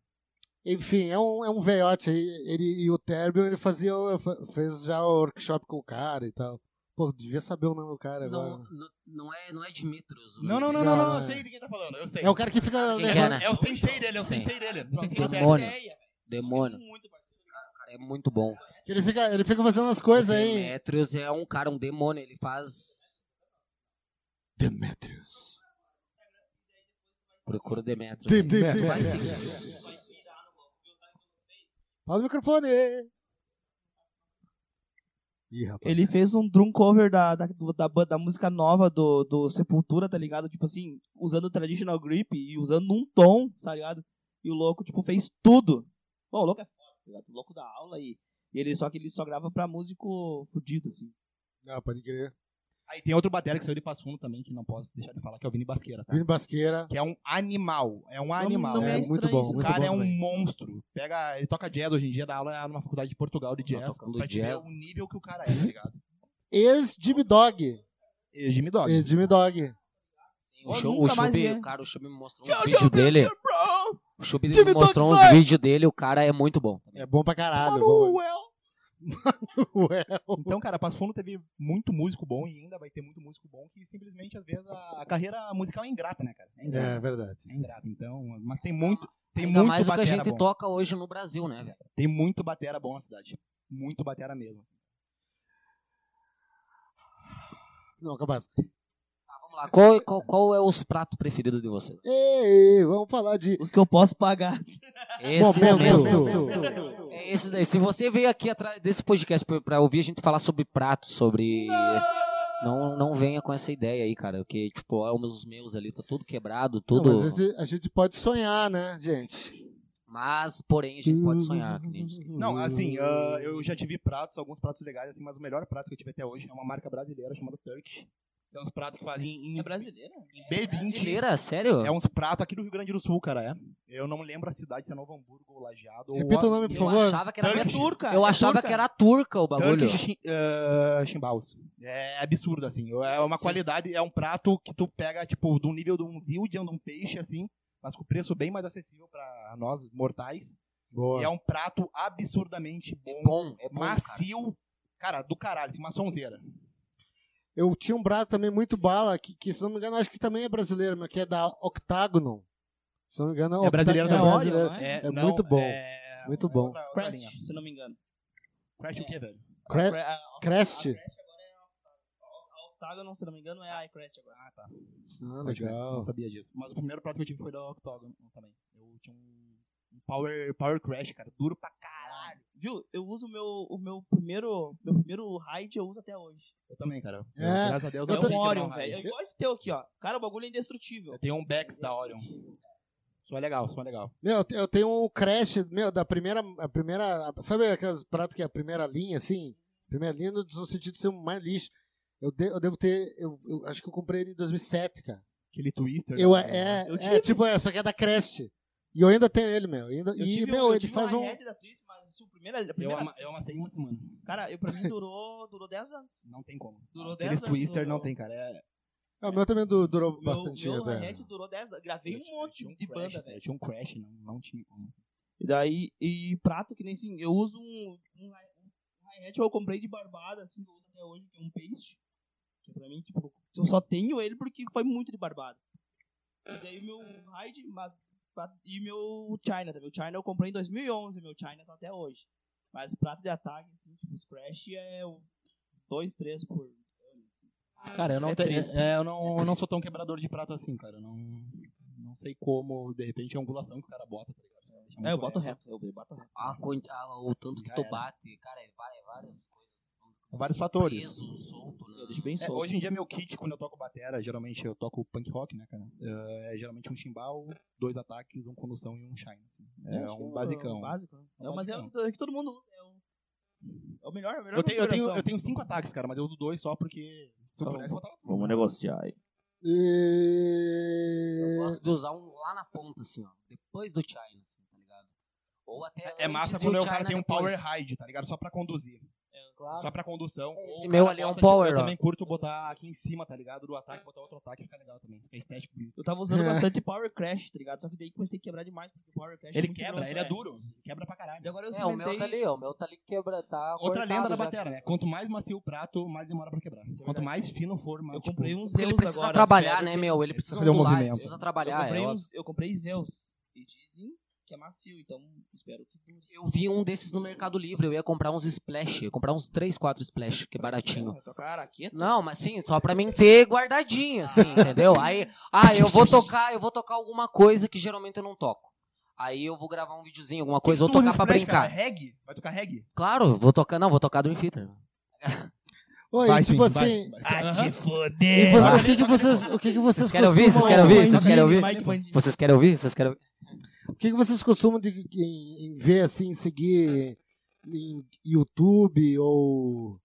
Speaker 2: Enfim, é um, é um velhote aí. Ele, e o Terbio, ele fazia, o- fa- fez já o workshop com o cara e tal. Pô, devia saber o nome do cara agora.
Speaker 3: Não, não, não é, não é Dimitrios. o
Speaker 5: Não, não,
Speaker 3: nome dele.
Speaker 5: não, não,
Speaker 2: Não,
Speaker 5: não,
Speaker 2: não
Speaker 5: eu
Speaker 2: é.
Speaker 5: sei de quem tá falando, eu sei.
Speaker 2: É o cara que fica
Speaker 3: Quem que é,
Speaker 2: levando.
Speaker 3: né?
Speaker 5: É o sensei dele, é o sensei dele. é o sensei
Speaker 3: Sim.
Speaker 5: do Terbi.
Speaker 3: Demônio.
Speaker 4: assim, Ideia, velho.
Speaker 3: Demônio.
Speaker 4: Muito parceiro.
Speaker 3: Cara, é muito bom.
Speaker 2: que Ele fica, ele fica fazendo as coisas aí.
Speaker 3: Demetrius é um cara, um demônio. Ele faz.
Speaker 2: Demetrius.
Speaker 3: Procura o Demetrio.
Speaker 2: Demetrio.
Speaker 3: Vai sim.
Speaker 2: Fala no microfone. Ih, rapaz.
Speaker 4: Ele fez um drum cover da, da, do- da, ban- da música nova do, do Sepultura, tá ligado? Tipo assim, usando o traditional grip e usando um tom, tá ligado? E o louco, tipo, fez tudo. Bom, o louco é foda, tá ligado? O louco da aula e, e ele só que ele só grava pra músico fudido, assim.
Speaker 2: Não, pode crer.
Speaker 5: Aí tem outro batera que saiu de Passo Fundo também, que não posso deixar de falar, que é o Vini Basqueira, tá?
Speaker 2: Vini Basqueira.
Speaker 5: Que é um animal. É um animal.
Speaker 4: Então, não
Speaker 2: é
Speaker 5: é um
Speaker 4: me estranho
Speaker 2: muito bom.
Speaker 4: isso,
Speaker 5: O
Speaker 2: muito
Speaker 5: cara
Speaker 2: bom
Speaker 5: é um
Speaker 2: também.
Speaker 5: monstro. Pega, ele toca jazz hoje em dia, dá aula numa faculdade de Portugal de
Speaker 3: Tá
Speaker 5: jazz.
Speaker 3: tocando
Speaker 5: pra te ver
Speaker 3: jazz.
Speaker 5: o nível que o cara é, tá ligado?
Speaker 2: Ex-Jimmy Dog.
Speaker 5: E Jimmy Dog.
Speaker 2: Ex-Jimmy Dog.
Speaker 3: O
Speaker 4: Eu
Speaker 3: show, o
Speaker 4: nunca mais
Speaker 3: Chubby,
Speaker 4: vi.
Speaker 3: cara, o Chubby me mostrou
Speaker 4: Tchau,
Speaker 3: uns
Speaker 4: tchau,
Speaker 3: vídeos
Speaker 2: é
Speaker 3: dele.
Speaker 4: bro!
Speaker 3: O Chubby
Speaker 4: Jimmy
Speaker 3: me
Speaker 4: Dog
Speaker 3: mostrou uns
Speaker 4: vai.
Speaker 3: vídeos dele, o cara é muito bom.
Speaker 2: É bom pra caralho. é bom
Speaker 4: Manuel!
Speaker 2: pra- Ué.
Speaker 5: Então, cara, Passo Fundo teve muito músico bom e ainda vai ter muito músico bom que simplesmente, às vezes, a, a carreira musical é ingrata, né, cara? É
Speaker 2: É
Speaker 5: ingrata.
Speaker 2: verdade.
Speaker 5: É, ingrata, então. Mas tem muito, tem
Speaker 3: Ainda
Speaker 5: muito
Speaker 3: mais o que a
Speaker 5: batera
Speaker 3: gente
Speaker 5: bom.
Speaker 3: toca hoje no Brasil, né, velho?
Speaker 5: Tem muito batera bom na cidade. Muito batera mesmo.
Speaker 2: Não, capaz.
Speaker 3: Vamos lá, qual, qual, qual é os pratos preferidos de vocês?
Speaker 2: Ei, vamos falar de.
Speaker 4: Os que eu posso pagar.
Speaker 3: Esses
Speaker 2: Momento.
Speaker 3: mesmo. É esses daí. Se você veio aqui atrás desse podcast pra, pra ouvir a gente falar sobre pratos, sobre... Não, não venha com essa ideia aí, cara. Porque, tipo, ó, os meus- os meus ali, tá tudo quebrado, tudo...
Speaker 2: Não, mas esse- a gente pode sonhar, né, gente?
Speaker 3: Mas, porém, a gente pode sonhar. Que nem eu disse.
Speaker 5: Não, assim,
Speaker 3: Uhum.
Speaker 5: ah, eu já tive pratos, alguns pratos legais, assim, mas o melhor prato que eu tive até hoje é uma marca brasileira chamada Turkish. É uns pratos que fazem em,
Speaker 4: É brasileiro?
Speaker 5: em B20.
Speaker 3: Brasileira, sério?
Speaker 5: É uns pratos aqui do Rio Grande do Sul, cara, é. Eu não lembro a cidade, se é Novo Hamburgo ou Lajeado. ou-
Speaker 2: Repita o nome, por
Speaker 3: Eu
Speaker 2: favor.
Speaker 3: achava que era...
Speaker 4: É
Speaker 5: Turkish.
Speaker 4: turca.
Speaker 3: Eu
Speaker 4: é
Speaker 3: achava
Speaker 4: turca.
Speaker 3: que era turca o bagulho.
Speaker 5: Turkish chi- ah, chimbaus. É absurdo, assim. É uma
Speaker 3: Sim.
Speaker 5: qualidade, é um prato que tu pega, tipo, de um nível de um zildjian, de um peixe, assim, mas com preço bem mais acessível pra nós, mortais. E
Speaker 2: Boa.
Speaker 5: é um prato absurdamente
Speaker 3: É
Speaker 5: bom,
Speaker 3: bom, é bom, cara.
Speaker 5: macio. Cara. do caralho, assim, uma sonzeira.
Speaker 2: Eu tinha um braço também muito bala, que, que, se não me engano, acho que também é brasileiro, mas que é da Octagonon. Se não me engano, Octa-
Speaker 5: brasileiro
Speaker 2: é
Speaker 5: também.
Speaker 2: brasileiro.
Speaker 4: não
Speaker 2: É muito bom.
Speaker 4: é,
Speaker 2: Muito bom.
Speaker 5: outra- outra linha.
Speaker 4: Crest, se não me engano.
Speaker 5: Crash o quê, velho?
Speaker 2: Cre-
Speaker 4: A- a-
Speaker 2: Crest?
Speaker 4: A Crest agora é a- a Octagon, se não me engano, é a iCrest agora. Ah, tá.
Speaker 2: Ah,
Speaker 5: Pode crer,
Speaker 2: legal.
Speaker 4: é,
Speaker 5: Não sabia disso. Mas o primeiro prato que eu tive foi da Octagon também. Eu tinha um um power, power Crash, cara, duro pra caralho.
Speaker 4: Viu? Eu uso o meu, o meu primeiro. Meu primeiro raid eu uso até hoje.
Speaker 5: Eu também, cara. Eu,
Speaker 2: É,
Speaker 5: graças a Deus,
Speaker 4: É
Speaker 5: eu
Speaker 4: um
Speaker 5: tenho
Speaker 4: Orion,
Speaker 5: uma
Speaker 4: velho. É
Speaker 5: raiva.
Speaker 4: igual esse teu aqui, ó. Cara, o bagulho é indestrutível.
Speaker 5: Eu tenho um Bex da Orion. Só é legal, só é legal.
Speaker 2: Meu, eu te- eu tenho um crash, meu, da primeira. A primeira sabe aquelas pratos que é a primeira linha, assim? Primeira linha no no sentido de ser mais lixo. Eu, de- eu devo ter. Eu, eu acho que eu comprei ele em 2007, cara.
Speaker 5: Aquele Twister.
Speaker 2: Eu,
Speaker 5: né?
Speaker 2: é,
Speaker 4: Eu
Speaker 2: é,
Speaker 4: tive.
Speaker 2: tipo, é, só que é da Crest. E eu ainda tenho ele, meu. Ainda,
Speaker 4: Eu
Speaker 2: e,
Speaker 4: tive,
Speaker 2: meu,
Speaker 4: eu
Speaker 2: ele
Speaker 4: tive
Speaker 2: faz
Speaker 4: uma
Speaker 2: um.
Speaker 4: raid da Twitch, mas assim, o primeiro, a
Speaker 5: Eu,
Speaker 4: primeira-
Speaker 5: ama- eu amassei em uma semana.
Speaker 4: cara, eu, pra mim durou, durou 10 anos.
Speaker 5: Não tem como.
Speaker 4: Durou 10
Speaker 5: Aqueles
Speaker 4: anos.
Speaker 5: Twister
Speaker 4: o
Speaker 5: não
Speaker 4: meu-
Speaker 5: tem, cara. É
Speaker 2: Ah, o meu também du- durou
Speaker 4: Meu,
Speaker 2: bastante é.
Speaker 4: meu
Speaker 2: até.
Speaker 4: raid durou 10 anos. Gravei
Speaker 5: eu
Speaker 4: um
Speaker 5: tinha- eu tinha
Speaker 4: monte de
Speaker 5: Crash,
Speaker 4: banda,
Speaker 5: cara.
Speaker 4: velho.
Speaker 5: Eu tinha um Crash, não, não tinha como.
Speaker 4: E daí, e prato que nem assim, eu uso um, um, hi- um hi-hat que eu comprei de barbada, assim, que eu uso até hoje, que é um paste. Que pra mim, tipo, eu só tenho ele porque foi muito de barbada. E daí o meu ride, mas, pra- e meu China também. O China eu comprei em 2011, meu China tá até hoje. Mas prato de ataque, assim, tipo, os Crash é o 2, 3 por ano, assim.
Speaker 5: Cara, eu
Speaker 4: Isso
Speaker 5: não,
Speaker 4: é
Speaker 5: tenho-
Speaker 4: triste.
Speaker 5: é, eu não, eu não sou tão quebrador de prato assim, cara. Eu não, não sei como, de repente, é a angulação que o cara bota, tá ligado? Deixa muito
Speaker 4: É, eu boto
Speaker 5: reto.
Speaker 4: reto, eu boto reto.
Speaker 3: A quan- a- ah, o tanto que
Speaker 5: Já
Speaker 3: tu
Speaker 5: era.
Speaker 3: bate, cara, é várias, várias coisas.
Speaker 5: Vários fatores.
Speaker 3: Preso, solto, né?
Speaker 4: Eu deixo bem
Speaker 5: É,
Speaker 4: solto.
Speaker 5: hoje em dia, meu kit, quando eu toco batera, geralmente eu toco punk rock, né, cara? É, é geralmente um chimbal, dois ataques, um condução e um shine. assim. É,
Speaker 4: acho que
Speaker 5: um basicão.
Speaker 4: um básico, né?
Speaker 5: É um
Speaker 4: Não, mas é o
Speaker 5: basicão.
Speaker 4: é o que todo mundo usa. É o, é o melhor, é a melhor
Speaker 5: Eu tenho, eu, tenho,
Speaker 4: configuração.
Speaker 5: eu tenho cinco ataques, cara, mas eu uso dois só porque se eu
Speaker 4: Então,
Speaker 5: pudesse, eu botava
Speaker 4: Vamos negociar aí.
Speaker 3: Eu
Speaker 2: E...
Speaker 3: gosto de usar um lá na ponta, assim, ó. Depois do China, assim, tá ligado? Ou até.
Speaker 5: É massa
Speaker 3: antes e
Speaker 5: quando o
Speaker 3: China
Speaker 5: cara tem um
Speaker 3: depois.
Speaker 5: power ride, tá ligado? Só pra conduzir. Só pra condução. Ou
Speaker 3: Esse
Speaker 5: o
Speaker 3: meu
Speaker 5: cara
Speaker 3: ali é um
Speaker 5: bota, tipo,
Speaker 3: power,
Speaker 5: Eu
Speaker 3: ó.
Speaker 5: também curto botar aqui em cima, tá ligado? Do ataque, botar outro ataque, fica legal também. Fica estético bonito.
Speaker 4: Eu tava usando
Speaker 2: É.
Speaker 4: bastante Power Crash, tá ligado? Só que daí comecei a quebrar demais, porque o Power Crash é
Speaker 5: Ele
Speaker 4: muito
Speaker 5: quebra,
Speaker 4: grosso,
Speaker 5: ele é duro. Quebra pra caralho.
Speaker 4: E agora eu
Speaker 3: É, o meu tá
Speaker 4: cimentei-
Speaker 3: ali, ó. O meu tá ali quebra, tá.
Speaker 5: Outra lenda
Speaker 3: cortado
Speaker 5: da
Speaker 3: já.
Speaker 5: batera, né? Quanto mais macio o prato, mais demora pra quebrar.
Speaker 4: Isso é
Speaker 5: Quanto
Speaker 4: verdade.
Speaker 5: mais fino for, mais.
Speaker 4: Eu comprei um Zeus
Speaker 3: Ele precisa
Speaker 4: agora.
Speaker 3: trabalhar,
Speaker 4: espero
Speaker 3: né,
Speaker 4: que-
Speaker 3: meu? Ele precisa é
Speaker 5: fazer um
Speaker 3: modular, ele
Speaker 5: movimento.
Speaker 3: precisa
Speaker 4: Eu
Speaker 3: trabalhar.
Speaker 4: comprei,
Speaker 3: é
Speaker 4: uns- eu comprei Zeus. E dizem que é macio, então espero que dure.
Speaker 3: Eu vi um desses no Mercado Livre, eu ia comprar uns splash, eu ia comprar uns 3, 4 splash, que é baratinho.
Speaker 4: Vai tocar é araqueta?
Speaker 3: Não, mas sim, só pra mim ter guardadinho, assim, entendeu? Aí, ah, eu vou tocar, eu vou tocar alguma coisa que geralmente eu não toco. Aí eu vou gravar um videozinho, alguma coisa, ou
Speaker 5: Tu usa
Speaker 3: tocar pra
Speaker 5: splash, cara?
Speaker 3: brincar.
Speaker 5: Reggae? Vai tocar reggae?
Speaker 3: Claro, vou tocar, não, vou tocar Dream Theater.
Speaker 2: Oi,
Speaker 5: vai,
Speaker 2: tipo
Speaker 5: sim,
Speaker 2: assim.
Speaker 5: vai, vai. Aham.
Speaker 2: e
Speaker 4: foder!
Speaker 2: vo-
Speaker 5: Vai.
Speaker 2: o que, que vocês, o que, que vocês,
Speaker 3: Vocês querem ouvir? Vocês
Speaker 2: costumam-
Speaker 3: querem ouvir? Vocês
Speaker 4: Mike
Speaker 3: querem ouvir?
Speaker 4: Mike Bandini.
Speaker 3: Vocês querem ouvir? Vocês querem ouvir?
Speaker 2: O que, que vocês costumam de, em, em ver, assim, seguir em YouTube ou.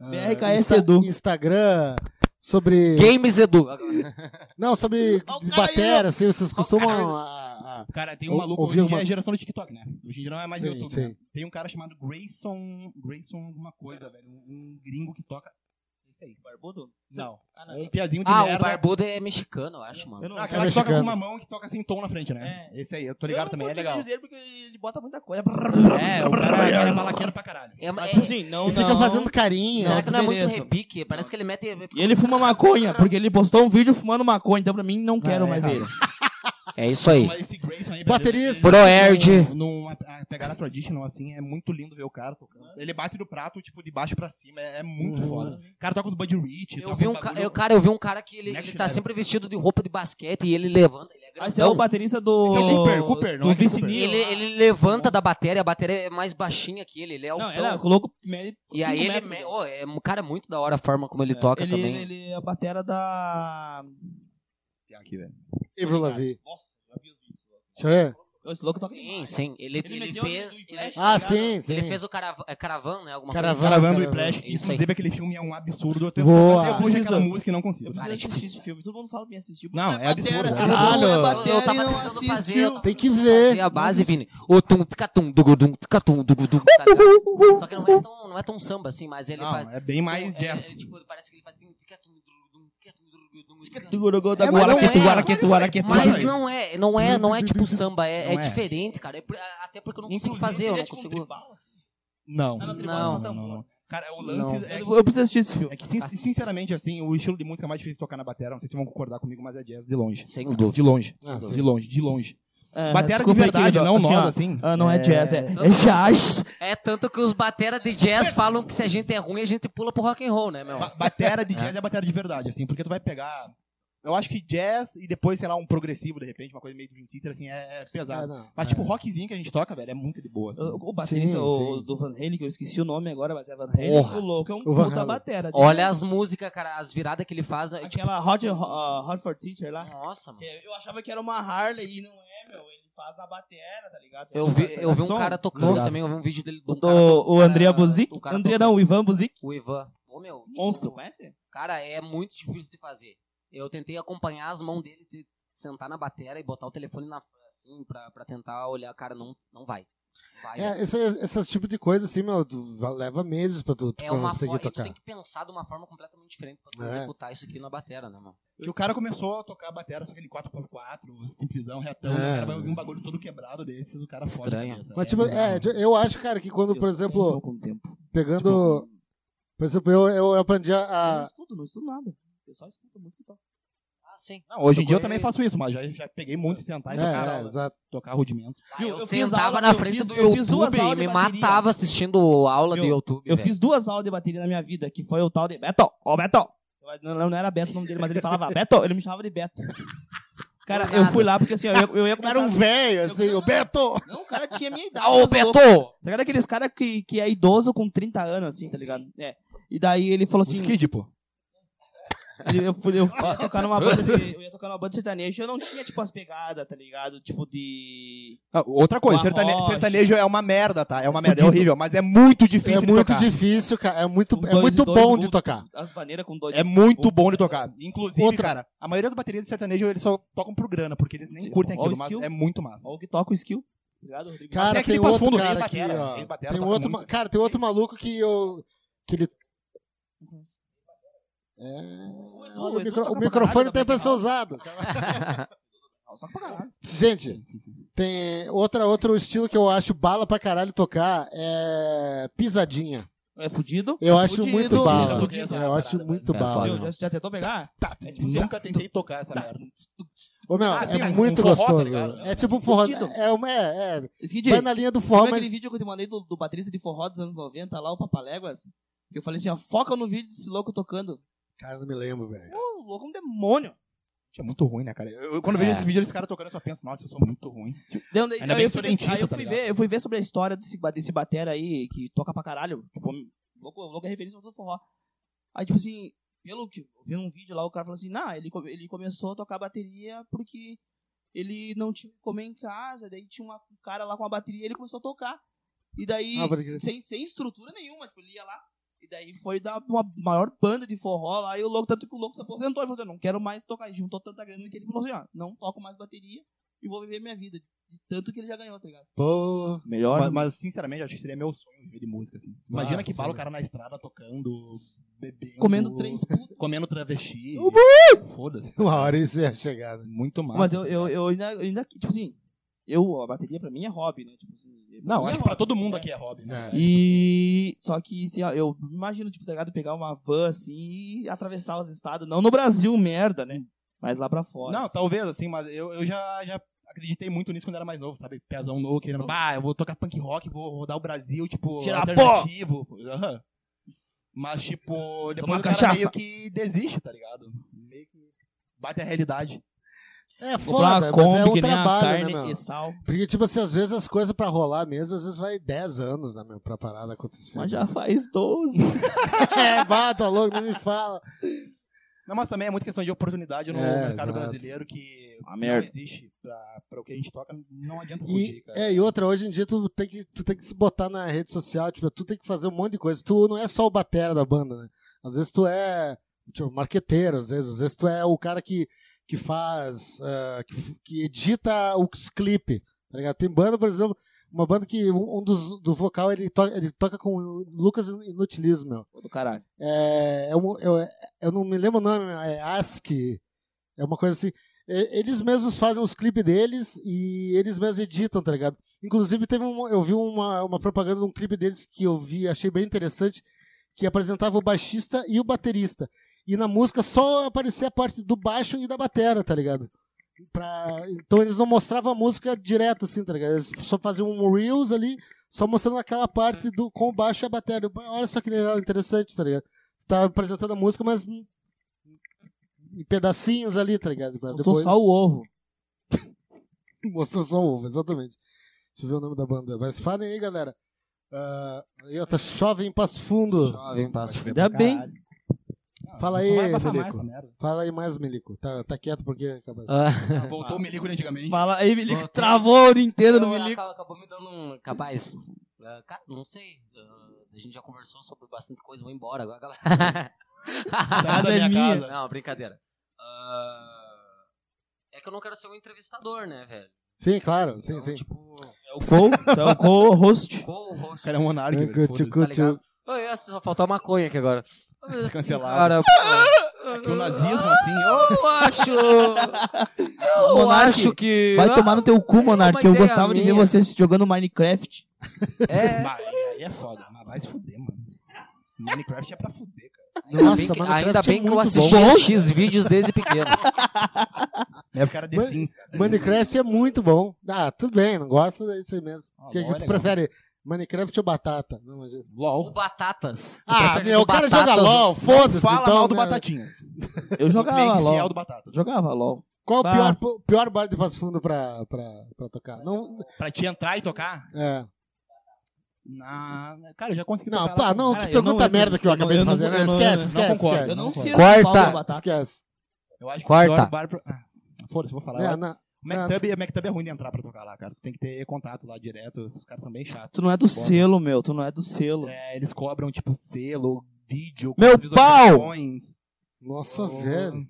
Speaker 2: ah,
Speaker 4: BRKS
Speaker 2: Insta-
Speaker 4: Edu.
Speaker 2: Instagram sobre.
Speaker 3: Games Edu.
Speaker 2: Não, sobre
Speaker 4: cara aí,
Speaker 2: batera, assim, vocês
Speaker 3: cara.
Speaker 2: costumam. a- a-
Speaker 5: Cara, tem um
Speaker 2: Ou-
Speaker 5: maluco,
Speaker 2: ouviu
Speaker 5: hoje em dia
Speaker 2: alguma-
Speaker 5: é a geração do TikTok, né? Hoje em dia não é mais
Speaker 2: Sim,
Speaker 5: YouTube,
Speaker 2: sim.
Speaker 5: né? Tem um cara chamado Grayson, Grayson alguma coisa, velho. Um um gringo que toca... Isso aí.
Speaker 4: Barbudo?
Speaker 5: Não.
Speaker 4: Ah, não.
Speaker 5: É um piazinho de
Speaker 3: Ah, o
Speaker 5: merda.
Speaker 3: Barbudo é mexicano, eu acho, mano.
Speaker 4: Eu não
Speaker 5: Ah,
Speaker 4: sei.
Speaker 5: aquela que toca
Speaker 2: mexicano.
Speaker 5: com uma mão e que toca sem tom na frente, né? Esse aí, eu tô ligado
Speaker 4: eu
Speaker 5: também,
Speaker 4: não
Speaker 5: é legal.
Speaker 4: dizer porque ele bota muita coisa.
Speaker 5: É, o cara é malaqueiro pra caralho.
Speaker 3: É,
Speaker 4: Mas,
Speaker 3: é-
Speaker 4: tipo assim, não,
Speaker 2: Ele fica
Speaker 4: não.
Speaker 2: fazendo carinho.
Speaker 3: será que não é muito
Speaker 4: desmereço.
Speaker 3: repique? Parece que ele mete.
Speaker 4: E ele fuma maconha, porque ele postou um vídeo fumando maconha, então pra mim não quero
Speaker 2: é
Speaker 4: mais
Speaker 2: errado.
Speaker 4: ele.
Speaker 3: É isso aí.
Speaker 5: Mas esse Grayson aí,
Speaker 2: Baterista.
Speaker 5: é
Speaker 3: Broerd.
Speaker 5: Numa pegada traditional, assim, é muito lindo ver o cara tocando. Ele bate do prato, tipo, de baixo pra cima, é, é muito
Speaker 2: Uhum.
Speaker 5: foda. O cara toca do Buddy Rich.
Speaker 4: tá
Speaker 3: Eu vi um ca... eu, cara, eu vi um cara que ele,
Speaker 5: Max
Speaker 3: ele tá
Speaker 5: Schneider.
Speaker 3: sempre vestido de roupa de basquete e ele levanta. Ele é
Speaker 4: Ah, Esse é o
Speaker 3: grandão.
Speaker 4: baterista do.
Speaker 5: Esse é o Então, Cooper, Cooper, não
Speaker 4: do
Speaker 5: é que é
Speaker 4: Vince
Speaker 5: Cooper.
Speaker 4: Neil
Speaker 3: Ele,
Speaker 4: lá.
Speaker 3: ele levanta da bateria, a bateria é mais baixinha que ele, ele é
Speaker 4: Não,
Speaker 3: altão.
Speaker 4: ela colocou. mede
Speaker 3: E aí
Speaker 4: cinco
Speaker 3: ele.
Speaker 4: metros,
Speaker 3: Me...
Speaker 4: né?
Speaker 3: Oh, é... um Cara, é muito da hora a forma como ele toca
Speaker 4: ele,
Speaker 3: também.
Speaker 4: Ele é a batera da.
Speaker 5: Aqui, velho.
Speaker 2: Ivro Lavi.
Speaker 4: Nossa, já vi os vídeos.
Speaker 2: Deixa eu ver.
Speaker 4: Esse louco toca
Speaker 3: Sim,
Speaker 4: demais. né?
Speaker 3: sim. Ele,
Speaker 4: Ele
Speaker 3: ele,
Speaker 4: meteu um
Speaker 3: fez.
Speaker 4: no Whiplash.
Speaker 3: ele-
Speaker 2: Ah, sim, sim.
Speaker 3: Ele fez o carav é caravan, né? Alguma
Speaker 2: Caravan.
Speaker 3: coisa.
Speaker 5: Gravando o
Speaker 2: cara,
Speaker 5: Whiplash,
Speaker 3: isso
Speaker 5: inclusive aquele filme é um absurdo. Eu tento
Speaker 2: Boa.
Speaker 5: eu conheci aquela
Speaker 4: Preciso.
Speaker 5: música e não consigo.
Speaker 4: Eu
Speaker 3: Cara,
Speaker 4: preciso
Speaker 3: é
Speaker 4: assistir
Speaker 3: tipo
Speaker 4: esse filme. Todo mundo fala que me assistiu.
Speaker 5: Não, é absurdo, é
Speaker 4: Não,
Speaker 2: absurdo.
Speaker 3: Eu,
Speaker 4: é
Speaker 3: eu
Speaker 4: batera e
Speaker 3: tava
Speaker 4: não
Speaker 3: tentando fazer.
Speaker 4: assistiu.
Speaker 3: Eu tava
Speaker 2: Tem que
Speaker 3: fazer
Speaker 2: ver.
Speaker 3: a base, Vini. O tum tcatum dugudum tcatum dugudum. tá ligado? Só que não é tão, não é tão samba assim, mas ele
Speaker 5: Não,
Speaker 3: faz.
Speaker 5: é bem mais
Speaker 3: é,
Speaker 5: jazz.
Speaker 3: é, tipo, parece que ele faz tum tcatum dugudum tcatum dugudum tcatum.
Speaker 4: Ticatugorogô da
Speaker 5: É, mas não
Speaker 4: Guaraquetu,
Speaker 3: é.
Speaker 4: Guaraquetu, Guaraquetu.
Speaker 3: Mas
Speaker 5: aí.
Speaker 3: não é, não é, não é tipo samba, é, é
Speaker 5: Não é.
Speaker 3: diferente, cara. É por- até porque eu não consigo
Speaker 5: Inclusive,
Speaker 3: fazer, eu
Speaker 4: Seria
Speaker 3: não
Speaker 4: tipo um
Speaker 3: consigo.
Speaker 4: tribal, assim.
Speaker 5: Não.
Speaker 4: Ah, não,
Speaker 3: tribal, só
Speaker 5: não,
Speaker 4: tambor.
Speaker 5: não. Cara, o lance é
Speaker 4: Eu eu preciso assistir esse filme.
Speaker 5: É que, sin- sinceramente, assim, o estilo de música mais difícil de tocar na bateria, não sei se vão concordar comigo, mas é jazz de longe.
Speaker 3: Sem dúvida.
Speaker 5: De longe.
Speaker 2: Ah, sim.
Speaker 5: de longe, de longe.
Speaker 3: Ah.
Speaker 4: É,
Speaker 5: Bateria de
Speaker 4: desculpa aí,
Speaker 5: verdade,
Speaker 4: querido.
Speaker 5: não
Speaker 4: Assim,
Speaker 5: nós,
Speaker 4: ó,
Speaker 5: assim.
Speaker 4: Ah, não é jazz, é, é jazz.
Speaker 3: É tanto que os batera de jazz falam que se a gente é ruim, a gente pula pro rock and roll, né, meu?
Speaker 5: Ba batera de jazz é bateria de verdade, assim, porque tu vai pegar... Eu acho que jazz e depois, sei lá, um progressivo, de repente, uma coisa meio Dream Theater, assim, é, é
Speaker 2: Ah,
Speaker 5: pesado.
Speaker 2: não.
Speaker 5: Mas, tipo, o rockzinho que a gente toca, velho, é muito de boa, assim.
Speaker 4: O, o baterista
Speaker 2: Sim,
Speaker 4: o-
Speaker 2: sim.
Speaker 4: do Van Halen, que eu esqueci o nome agora, mas é Van Halen,
Speaker 3: Porra.
Speaker 4: o louco é um
Speaker 2: O Van
Speaker 4: puta
Speaker 2: Halen.
Speaker 4: batera.
Speaker 3: Olha as músicas, cara, as viradas que ele faz. é Tipo,
Speaker 4: Aquela Hot, uh, Hot for Teacher lá.
Speaker 3: nossa, mano.
Speaker 4: É, Eu achava que era uma Harley e não é, meu. Ele faz na batera, tá ligado?
Speaker 3: Eu vi, eu vi um
Speaker 4: Som.
Speaker 3: cara tocando
Speaker 5: Nossa.
Speaker 3: também, eu vi um vídeo dele do,
Speaker 4: O, do, o André Buzik. André
Speaker 3: André
Speaker 4: não, o Ivan Buzik.
Speaker 3: O Ivan. Ô, meu.
Speaker 4: Monstro, conhece?
Speaker 3: Cara, é muito difícil de fazer. Eu tentei acompanhar as mãos dele, de sentar na batera e botar o telefone na assim, pra, pra tentar olhar. Cara, não, não vai. Vai.
Speaker 2: É, esse, esse tipo de coisa, assim, meu, tu va- leva meses pra tu, tu
Speaker 3: É uma
Speaker 2: conseguir
Speaker 3: forma. Tu
Speaker 2: tocar.
Speaker 3: tem que pensar de uma forma completamente diferente pra tu
Speaker 2: É.
Speaker 3: executar isso aqui na batera, né, mano?
Speaker 5: Que o cara começou a tocar batera, só aquele 4x4, simplesão, retão,
Speaker 2: É.
Speaker 5: o cara vai ouvir um bagulho todo quebrado desses, o cara foda.
Speaker 3: Estranho.
Speaker 2: Mas, tipo, é, tipo, eu acho, cara, que quando, por exemplo, pegando.
Speaker 4: Tipo,
Speaker 2: Por exemplo, eu, eu aprendi
Speaker 4: Eu não
Speaker 2: a.
Speaker 4: estudo, não estudo nada. Eu só escuto música e toco.
Speaker 3: Ah, sim.
Speaker 5: Não, hoje em dia eu
Speaker 3: Tocou
Speaker 5: também
Speaker 3: ele-
Speaker 5: faço isso, mas já, já peguei muito de sentar
Speaker 2: É,
Speaker 5: e tocar,
Speaker 2: é, exato.
Speaker 5: tocar rudimento.
Speaker 3: Ah,
Speaker 4: Viu,
Speaker 3: eu,
Speaker 4: eu fiz
Speaker 3: sentava
Speaker 4: aula-
Speaker 3: na
Speaker 4: eu
Speaker 3: frente
Speaker 4: fiz-
Speaker 3: do
Speaker 4: eu fiz duas
Speaker 3: YouTube e
Speaker 4: aulas de
Speaker 3: me
Speaker 4: bateria.
Speaker 3: matava assistindo aula do
Speaker 4: Viu,
Speaker 3: YouTube. né?
Speaker 4: Eu
Speaker 3: velho.
Speaker 4: fiz duas aulas de bateria na minha vida, que foi o tal de Beto. Ó, Beto! Eu- Não, não era Beto o nome dele, mas ele falava Beto, ele me chamava de Beto. Cara, eu fui lá porque assim, ó, eu, eu ia começar...
Speaker 2: Era um velho, assim, o Beto!
Speaker 4: Não, o cara tinha a minha idade.
Speaker 3: Ah, ô,
Speaker 4: mas louco.
Speaker 3: Beto!
Speaker 4: Tá ligado aqueles caras que, que é idoso com 30 anos, assim, tá ligado? É. E daí ele falou assim...
Speaker 5: Skid, pô.
Speaker 4: Ele- eu, fui, eu ia tocar numa banda, de- eu ia tocar numa banda sertaneja, eu não tinha, tipo, as pegadas, tá ligado? Tipo de...
Speaker 5: Ah, outra coisa,
Speaker 4: Uma
Speaker 5: sertane-
Speaker 4: rocha.
Speaker 5: sertanejo é uma merda, tá? É uma merda, é
Speaker 4: Fudido.
Speaker 5: horrível, mas é muito difícil
Speaker 2: é
Speaker 5: de
Speaker 2: muito
Speaker 5: tocar.
Speaker 2: difícil, cara. É muito,
Speaker 4: Os
Speaker 2: é
Speaker 4: dois-
Speaker 2: muito
Speaker 4: dois
Speaker 2: bom de
Speaker 4: músicos.
Speaker 2: tocar.
Speaker 4: As vaneiras com dois...
Speaker 5: É muito bom de tocar. Inclusive,
Speaker 2: Outra.
Speaker 5: cara, a maioria das baterias de sertanejo eles só tocam por grana, porque eles nem
Speaker 4: Sim,
Speaker 5: curtem
Speaker 4: ó, o
Speaker 5: aquilo, mas
Speaker 4: skill.
Speaker 5: é muito massa.
Speaker 4: Ó, o que toca o skill. Tá ligado, Rodrigo?
Speaker 5: Mas
Speaker 2: Cara,
Speaker 5: é aquele
Speaker 2: tem
Speaker 5: passo
Speaker 2: outro
Speaker 5: fundo, rei
Speaker 2: cara aqui,
Speaker 5: batera, rei
Speaker 2: ó.
Speaker 5: batera
Speaker 2: Tem um
Speaker 5: toca
Speaker 2: outro,
Speaker 5: muito.
Speaker 2: ma- cara, tem outro maluco que eu. Que ele. É,
Speaker 4: Edu,
Speaker 2: olha, o,
Speaker 4: Edu
Speaker 2: micro-
Speaker 4: Uhum. então toca
Speaker 2: o
Speaker 4: pra
Speaker 2: microfone
Speaker 4: caralho
Speaker 2: tem pra
Speaker 4: também,
Speaker 2: ser
Speaker 4: ó.
Speaker 2: usado.
Speaker 4: Só pra caralho.
Speaker 2: Gente, tem outra, outro estilo que eu acho bala pra caralho tocar é pisadinha.
Speaker 4: É fudido.
Speaker 2: Eu acho
Speaker 4: Fudido, tá
Speaker 2: muito bala.
Speaker 4: fudido.
Speaker 2: Eu acho muito
Speaker 6: É,
Speaker 2: bala.
Speaker 6: foda.
Speaker 4: Meu, já, já tentou pegar?
Speaker 5: Tá,
Speaker 4: É tipo,
Speaker 5: nunca tentei tocar essa
Speaker 4: tá.
Speaker 5: merda.
Speaker 2: Ô, meu,
Speaker 5: Ah, sim,
Speaker 2: é
Speaker 5: um
Speaker 2: muito
Speaker 5: forró, tá
Speaker 2: gostoso.
Speaker 5: ligado?
Speaker 2: é tipo um forró.
Speaker 4: Fudido.
Speaker 2: É, uma- é, é,
Speaker 4: Skid,
Speaker 2: vai na linha do forró,
Speaker 4: Sabe aquele
Speaker 2: mas.
Speaker 4: vídeo que eu te mandei do, do Patrícia de Forró dos anos 90 lá, o Papaléguas? Que eu falei assim, ó, foca no vídeo desse louco tocando.
Speaker 2: Cara, não me lembro, velho.
Speaker 4: Pô, o louco é um demônio.
Speaker 5: É muito ruim, né, cara? Eu, eu- quando eu vejo
Speaker 6: É.
Speaker 5: esse vídeo desse cara tocando, eu só penso, nossa, eu sou muito ruim.
Speaker 4: Daí eu- daí-
Speaker 5: Ainda
Speaker 4: aí
Speaker 5: bem que
Speaker 4: eu fui,
Speaker 5: foi
Speaker 4: pes-
Speaker 5: dentista,
Speaker 4: aí eu
Speaker 5: tá
Speaker 4: fui
Speaker 5: ligado?
Speaker 4: ver, eu fui ver sobre a história desse, ba- desse batera aí, que toca pra caralho. Tipo, o louco, o louco é referência pra todo forró. Aí, tipo assim, pelo que eu vi num vídeo lá, o cara falou assim, não, ele, come- ele começou a tocar bateria porque ele não tinha o que comer em casa, daí tinha uma- um cara lá com a bateria ele começou a tocar. E daí,
Speaker 2: Ah, pode crer.
Speaker 4: sem, sem estrutura nenhuma, tipo, ele ia lá. E daí foi dar uma maior banda de forró lá, e o louco, tanto que o louco se aposentou, ele falou assim, "Eu não quero mais tocar, ele juntou tanta grana que ele falou assim, ó, não toco mais bateria e vou viver minha vida. De tanto que ele já ganhou, tá ligado?
Speaker 2: Pô.
Speaker 4: Melhor.
Speaker 5: Mas, mas, sinceramente, eu acho que seria meu sonho viver de música, assim. Imagina
Speaker 2: Ah,
Speaker 5: que bala o
Speaker 2: sim.
Speaker 5: cara na estrada tocando, bebendo.
Speaker 4: comendo três putas.
Speaker 5: Comendo travesti. Foda-se.
Speaker 2: Uma hora isso ia chegar, né?
Speaker 5: Muito mal.
Speaker 4: Mas eu, eu, eu ainda, eu ainda, tipo assim, eu, a bateria pra mim é hobby, né? Tipo assim, pra
Speaker 5: Não,
Speaker 4: mim
Speaker 5: acho
Speaker 4: é
Speaker 5: que
Speaker 4: hobby.
Speaker 5: pra todo mundo aqui é hobby, né?
Speaker 4: E só que assim, ó, eu imagino, tipo, tá ligado? Pegar uma van assim e atravessar os estados. Não no Brasil, merda, né? Mas lá pra fora.
Speaker 5: Não,
Speaker 4: assim.
Speaker 5: talvez, assim, mas eu, eu já, já acreditei muito nisso quando era mais novo, sabe? Pezão novo, querendo, bah, eu vou tocar punk rock, vou rodar o Brasil, tipo,
Speaker 4: Tirar
Speaker 5: alternativo. Aham. Mas, tipo, depois
Speaker 4: Tomar
Speaker 5: o cara
Speaker 4: cachaça.
Speaker 5: meio que desiste, tá ligado? Meio que bate a realidade.
Speaker 2: É
Speaker 4: Comprar
Speaker 2: foda,
Speaker 4: uma
Speaker 2: mas é
Speaker 4: Kombi,
Speaker 2: um
Speaker 4: que nem uma
Speaker 2: trabalho, né,
Speaker 4: carne
Speaker 2: meu?
Speaker 4: e sal.
Speaker 2: Porque, tipo assim, às vezes as coisas pra rolar mesmo, às vezes vai 10 anos, né, meu, pra parada acontecer.
Speaker 4: Mas já faz 12.
Speaker 2: é, bata louco, não me fala.
Speaker 5: Não, mas também é muita questão de oportunidade no
Speaker 2: É,
Speaker 5: mercado
Speaker 2: exato.
Speaker 5: brasileiro que
Speaker 4: Uma
Speaker 5: não
Speaker 4: merda.
Speaker 5: existe pra, pra o que a gente toca, não adianta
Speaker 2: E,
Speaker 5: fugir, cara.
Speaker 2: é, e outra, hoje em dia tu tem, que, tu tem que se botar na rede social, tipo, tu tem que fazer um monte de coisa. Tu não é só o batera da banda, né? Às vezes tu é, tipo, marqueteiro, às vezes, às vezes tu é o cara que, que faz, ah, que, f- que edita os clipes, tá ligado? Tem banda, por exemplo, uma banda que um, um dos, do vocal, ele, to, ele toca com o Lucas Inutilismo, meu.
Speaker 4: Do caralho.
Speaker 2: É, é um- eu, eu não me lembro o nome, é ASCII, é uma coisa assim. E- Eles mesmos fazem os clipes deles e eles mesmos editam, tá ligado? Inclusive, teve um, eu vi uma, uma propaganda de um clipe deles que eu vi, achei bem interessante, que apresentava o baixista e o baterista. E na música só aparecia a parte do baixo e da batera, tá ligado? Pra- Então eles não mostravam a música direto, assim, tá ligado? Eles só faziam um Reels ali, só mostrando aquela parte do com o baixo e a batera. Eu, Olha só que legal, interessante, tá ligado? Você tá apresentando a música, mas em em pedacinhos ali, tá ligado? Pra
Speaker 4: Eu sou só o ovo.
Speaker 2: Mostrou só o ovo, exatamente. Deixa eu ver o nome da banda. Mas falem aí, galera. Ah, e outra, chove em Passo Fundo.
Speaker 3: Jovem passa.
Speaker 4: Ainda bem.
Speaker 5: Caralho. Não,
Speaker 2: Fala
Speaker 5: isso
Speaker 2: aí,
Speaker 5: vai abafar mais
Speaker 2: Federico.
Speaker 5: essa merda.
Speaker 2: Fala aí mais, Milico. Tá, tá quieto porque acabou.
Speaker 5: Ah, Voltou o Milico antigamente.
Speaker 4: Fala aí, Milico. Travou a hora inteira do
Speaker 3: Então,
Speaker 4: Milico.
Speaker 3: acaba- Acabou me dando um. Capaz. ah, cara, não sei. ah, a gente já conversou sobre bastante coisa, vou embora agora. acaba-
Speaker 4: casa é minha.
Speaker 3: não, brincadeira. Ah, é que eu não quero ser um entrevistador, né, velho?
Speaker 2: Sim, claro. Sim,
Speaker 3: Então,
Speaker 2: sim.
Speaker 3: Tipo,
Speaker 4: É o co, é o co-host.
Speaker 5: O
Speaker 3: co-host.
Speaker 5: cara é um monarca.
Speaker 2: É,
Speaker 5: velho,
Speaker 2: tchucu,
Speaker 5: foda-se.
Speaker 3: tá ligado? Oi, essa só faltou a maconha aqui agora. Mas, assim,
Speaker 5: Cancelado.
Speaker 3: Cara,
Speaker 5: O nazismo, assim, ô,
Speaker 3: eu acho. Eu
Speaker 4: Monark,
Speaker 3: acho que.
Speaker 4: Vai tomar no teu cu, Monark,
Speaker 3: Ah, é uma
Speaker 4: que eu
Speaker 3: ideia
Speaker 4: gostava de ver
Speaker 3: minha.
Speaker 4: você jogando Minecraft.
Speaker 3: É,
Speaker 5: Bah, aí é foda, mas vai se fuder, mano. Minecraft é pra fuder, cara.
Speaker 3: Ainda
Speaker 2: Nossa,
Speaker 3: bem que,
Speaker 2: Minecraft
Speaker 3: ainda
Speaker 2: é
Speaker 3: bem que eu
Speaker 2: muito
Speaker 3: assisti
Speaker 2: bom.
Speaker 3: X vídeos desde pequeno.
Speaker 5: É o cara de
Speaker 2: Mas-
Speaker 5: Sims, cara.
Speaker 2: Minecraft é muito bom. Ah, tudo bem, não gosto, é isso aí mesmo.
Speaker 5: Ah,
Speaker 2: O que,
Speaker 5: LOL
Speaker 2: que
Speaker 5: é
Speaker 2: tu
Speaker 5: legal.
Speaker 2: prefere? Minecraft ou batata? Não, mas-
Speaker 3: O
Speaker 5: LOL.
Speaker 3: Batatas.
Speaker 2: Ah, meu, o cara joga LOL, foda-se.
Speaker 5: Fala
Speaker 2: então,
Speaker 5: mal do
Speaker 2: né?
Speaker 5: Batatinhas.
Speaker 4: Eu
Speaker 5: Bem
Speaker 4: jogava
Speaker 5: fiel
Speaker 4: LOL.
Speaker 5: do Batatas.
Speaker 4: Jogava LOL.
Speaker 2: Qual o
Speaker 5: Tá.
Speaker 4: Bah.
Speaker 2: pior, o pior bar de Passo Fundo pra, pra, pra tocar? Não,
Speaker 5: Pra te entrar e tocar?
Speaker 2: é.
Speaker 5: Na... Cara, eu já consegui
Speaker 2: não
Speaker 5: tocar
Speaker 2: pá,
Speaker 5: lá.
Speaker 2: não,
Speaker 4: Cara,
Speaker 2: que
Speaker 4: eu não
Speaker 2: pergunta
Speaker 4: entro,
Speaker 2: merda que eu
Speaker 4: eu não-
Speaker 2: acabei
Speaker 4: eu
Speaker 2: de
Speaker 4: não-
Speaker 2: fazer, né?
Speaker 4: eu não-
Speaker 2: Esquece,
Speaker 4: eu
Speaker 2: esquece,
Speaker 5: concordo.
Speaker 2: esquece.
Speaker 4: Eu não
Speaker 5: não
Speaker 4: sei
Speaker 6: Corta.
Speaker 4: onde fala o batata.
Speaker 2: Esquece.
Speaker 5: Eu acho que
Speaker 6: Corta.
Speaker 5: o pior bar... pra- Ah, foda-se, vou falar.
Speaker 2: É,
Speaker 5: o
Speaker 2: não.
Speaker 5: MacTub, o MacTub é ruim de entrar pra tocar lá, cara. Tem que ter contato lá direto. Esses caras são bem chatos.
Speaker 4: Tu não é do
Speaker 5: Foda.
Speaker 4: selo, meu. Tu não é do selo.
Speaker 5: É, eles cobram, tipo, selo, vídeo,
Speaker 4: Meu
Speaker 5: quantas visualizações.
Speaker 2: Nossa,
Speaker 5: Eu-
Speaker 2: velho.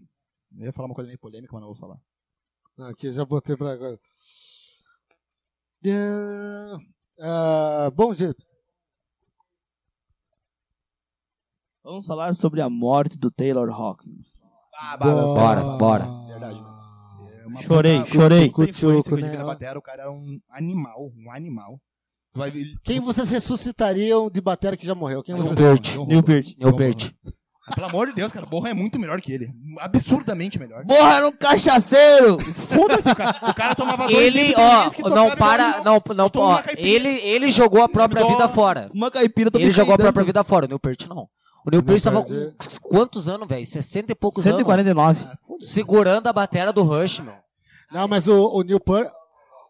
Speaker 5: Eu ia falar uma coisa meio polêmica, mas não vou falar.
Speaker 2: Não, Aqui, já botei pra agora. Ah, ah, bom, gente.
Speaker 4: Vamos falar sobre a morte do Taylor Hawkins.
Speaker 5: Ah,
Speaker 6: Tá Bora, bora.
Speaker 5: Verdade, É uma
Speaker 4: Chorei,
Speaker 5: puta-
Speaker 4: chorei.
Speaker 5: puta
Speaker 2: Cutuco,
Speaker 5: influência que eu tive
Speaker 2: né?
Speaker 5: na batera, o cara era é um animal, um animal. Tu vai ver.
Speaker 2: Quem vocês ressuscitariam de batera que já morreu? Quem
Speaker 3: um
Speaker 2: vocês...
Speaker 5: Newbert.
Speaker 4: Newbert.
Speaker 3: É Newbert.
Speaker 5: Pelo amor de Deus, cara, o Borra é muito melhor que ele. Absurdamente melhor.
Speaker 4: Borra era um cachaceiro!
Speaker 5: Foda-se, o cara, o cara tomava dois
Speaker 3: Ele,
Speaker 5: litros de uísque,
Speaker 3: ó,
Speaker 5: tocava
Speaker 3: não
Speaker 5: e
Speaker 3: para, não, não,
Speaker 5: Botou
Speaker 3: ó,
Speaker 5: uma caipira.
Speaker 3: ele, ele jogou a própria
Speaker 5: Botou
Speaker 3: vida fora.
Speaker 4: Uma caipira também.
Speaker 3: Ele jogou a própria vida fora, o Newpert não. O Newpert tava com
Speaker 2: Newpert
Speaker 5: é.
Speaker 3: quantos anos, velho? 60 e poucos anos.
Speaker 4: 149.
Speaker 3: Segurando a batera do Rush, meu.
Speaker 2: Não, mas o, o Newport...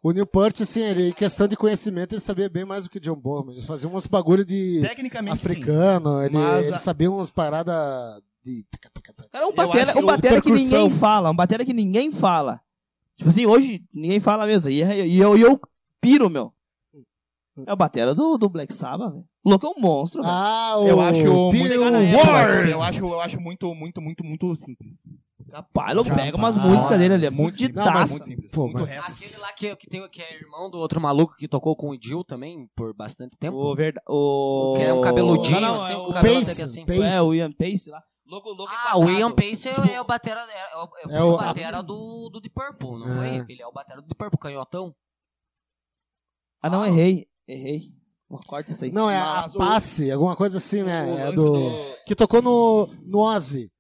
Speaker 2: O Newport, assim, ele, em questão de conhecimento, ele sabia bem mais do que o John Bowman. Ele fazia uns bagulho de
Speaker 5: Tecnicamente, sim.
Speaker 2: africano, ele,
Speaker 5: Mas
Speaker 2: ele
Speaker 5: a-
Speaker 2: sabia umas paradas de...
Speaker 4: Cara, um
Speaker 5: Eu acho
Speaker 4: batera,
Speaker 5: que
Speaker 4: um
Speaker 5: o-
Speaker 4: batera que
Speaker 2: percussão.
Speaker 4: ninguém fala, um batera que ninguém fala. Tipo assim, hoje ninguém fala mesmo. E, é- e eu, e eu piro, meu. É o batera do, do Black Sabbath, velho. O louco é um monstro, velho.
Speaker 2: Ah, o...
Speaker 5: Eu acho muito
Speaker 2: Bill Ward!
Speaker 5: É, Eu acho, eu acho muito, muito, muito, muito simples.
Speaker 4: Rapaz, louco, pega umas
Speaker 2: Nossa,
Speaker 4: músicas dele ali, é
Speaker 5: muito
Speaker 4: muito de
Speaker 5: simples.
Speaker 2: Não, mas-
Speaker 4: taça.
Speaker 5: muito simples.
Speaker 2: Pô,
Speaker 5: muito
Speaker 2: mas-
Speaker 5: reto.
Speaker 3: Aquele lá que, que, tem, que é irmão do outro maluco que tocou com o Dil também por bastante tempo.
Speaker 4: O verda... o...
Speaker 3: Que é um cabeludinho,
Speaker 4: Não, não,
Speaker 3: assim,
Speaker 4: é
Speaker 3: com
Speaker 4: o-
Speaker 3: o cabelo
Speaker 2: Pace,
Speaker 3: até que assim.
Speaker 2: Pace.
Speaker 4: É, o Ian Pace lá. Louco, louco é
Speaker 3: Ah,
Speaker 4: quadrado.
Speaker 3: o Ian Pace é- é o batera, é, é o, é
Speaker 2: É
Speaker 3: o
Speaker 2: o-
Speaker 3: batera do, do Deep Purple, não
Speaker 2: É.
Speaker 3: é. ele? Ele é o batera do Deep Purple, canhotão.
Speaker 4: Ah, não, errei. Errei. Pô, Corta isso aí.
Speaker 2: Não, é
Speaker 5: Mas
Speaker 2: a
Speaker 5: o-
Speaker 2: passe, alguma coisa assim,
Speaker 5: O
Speaker 2: né? É
Speaker 5: lance
Speaker 2: do... Que tocou no, no Ozzy.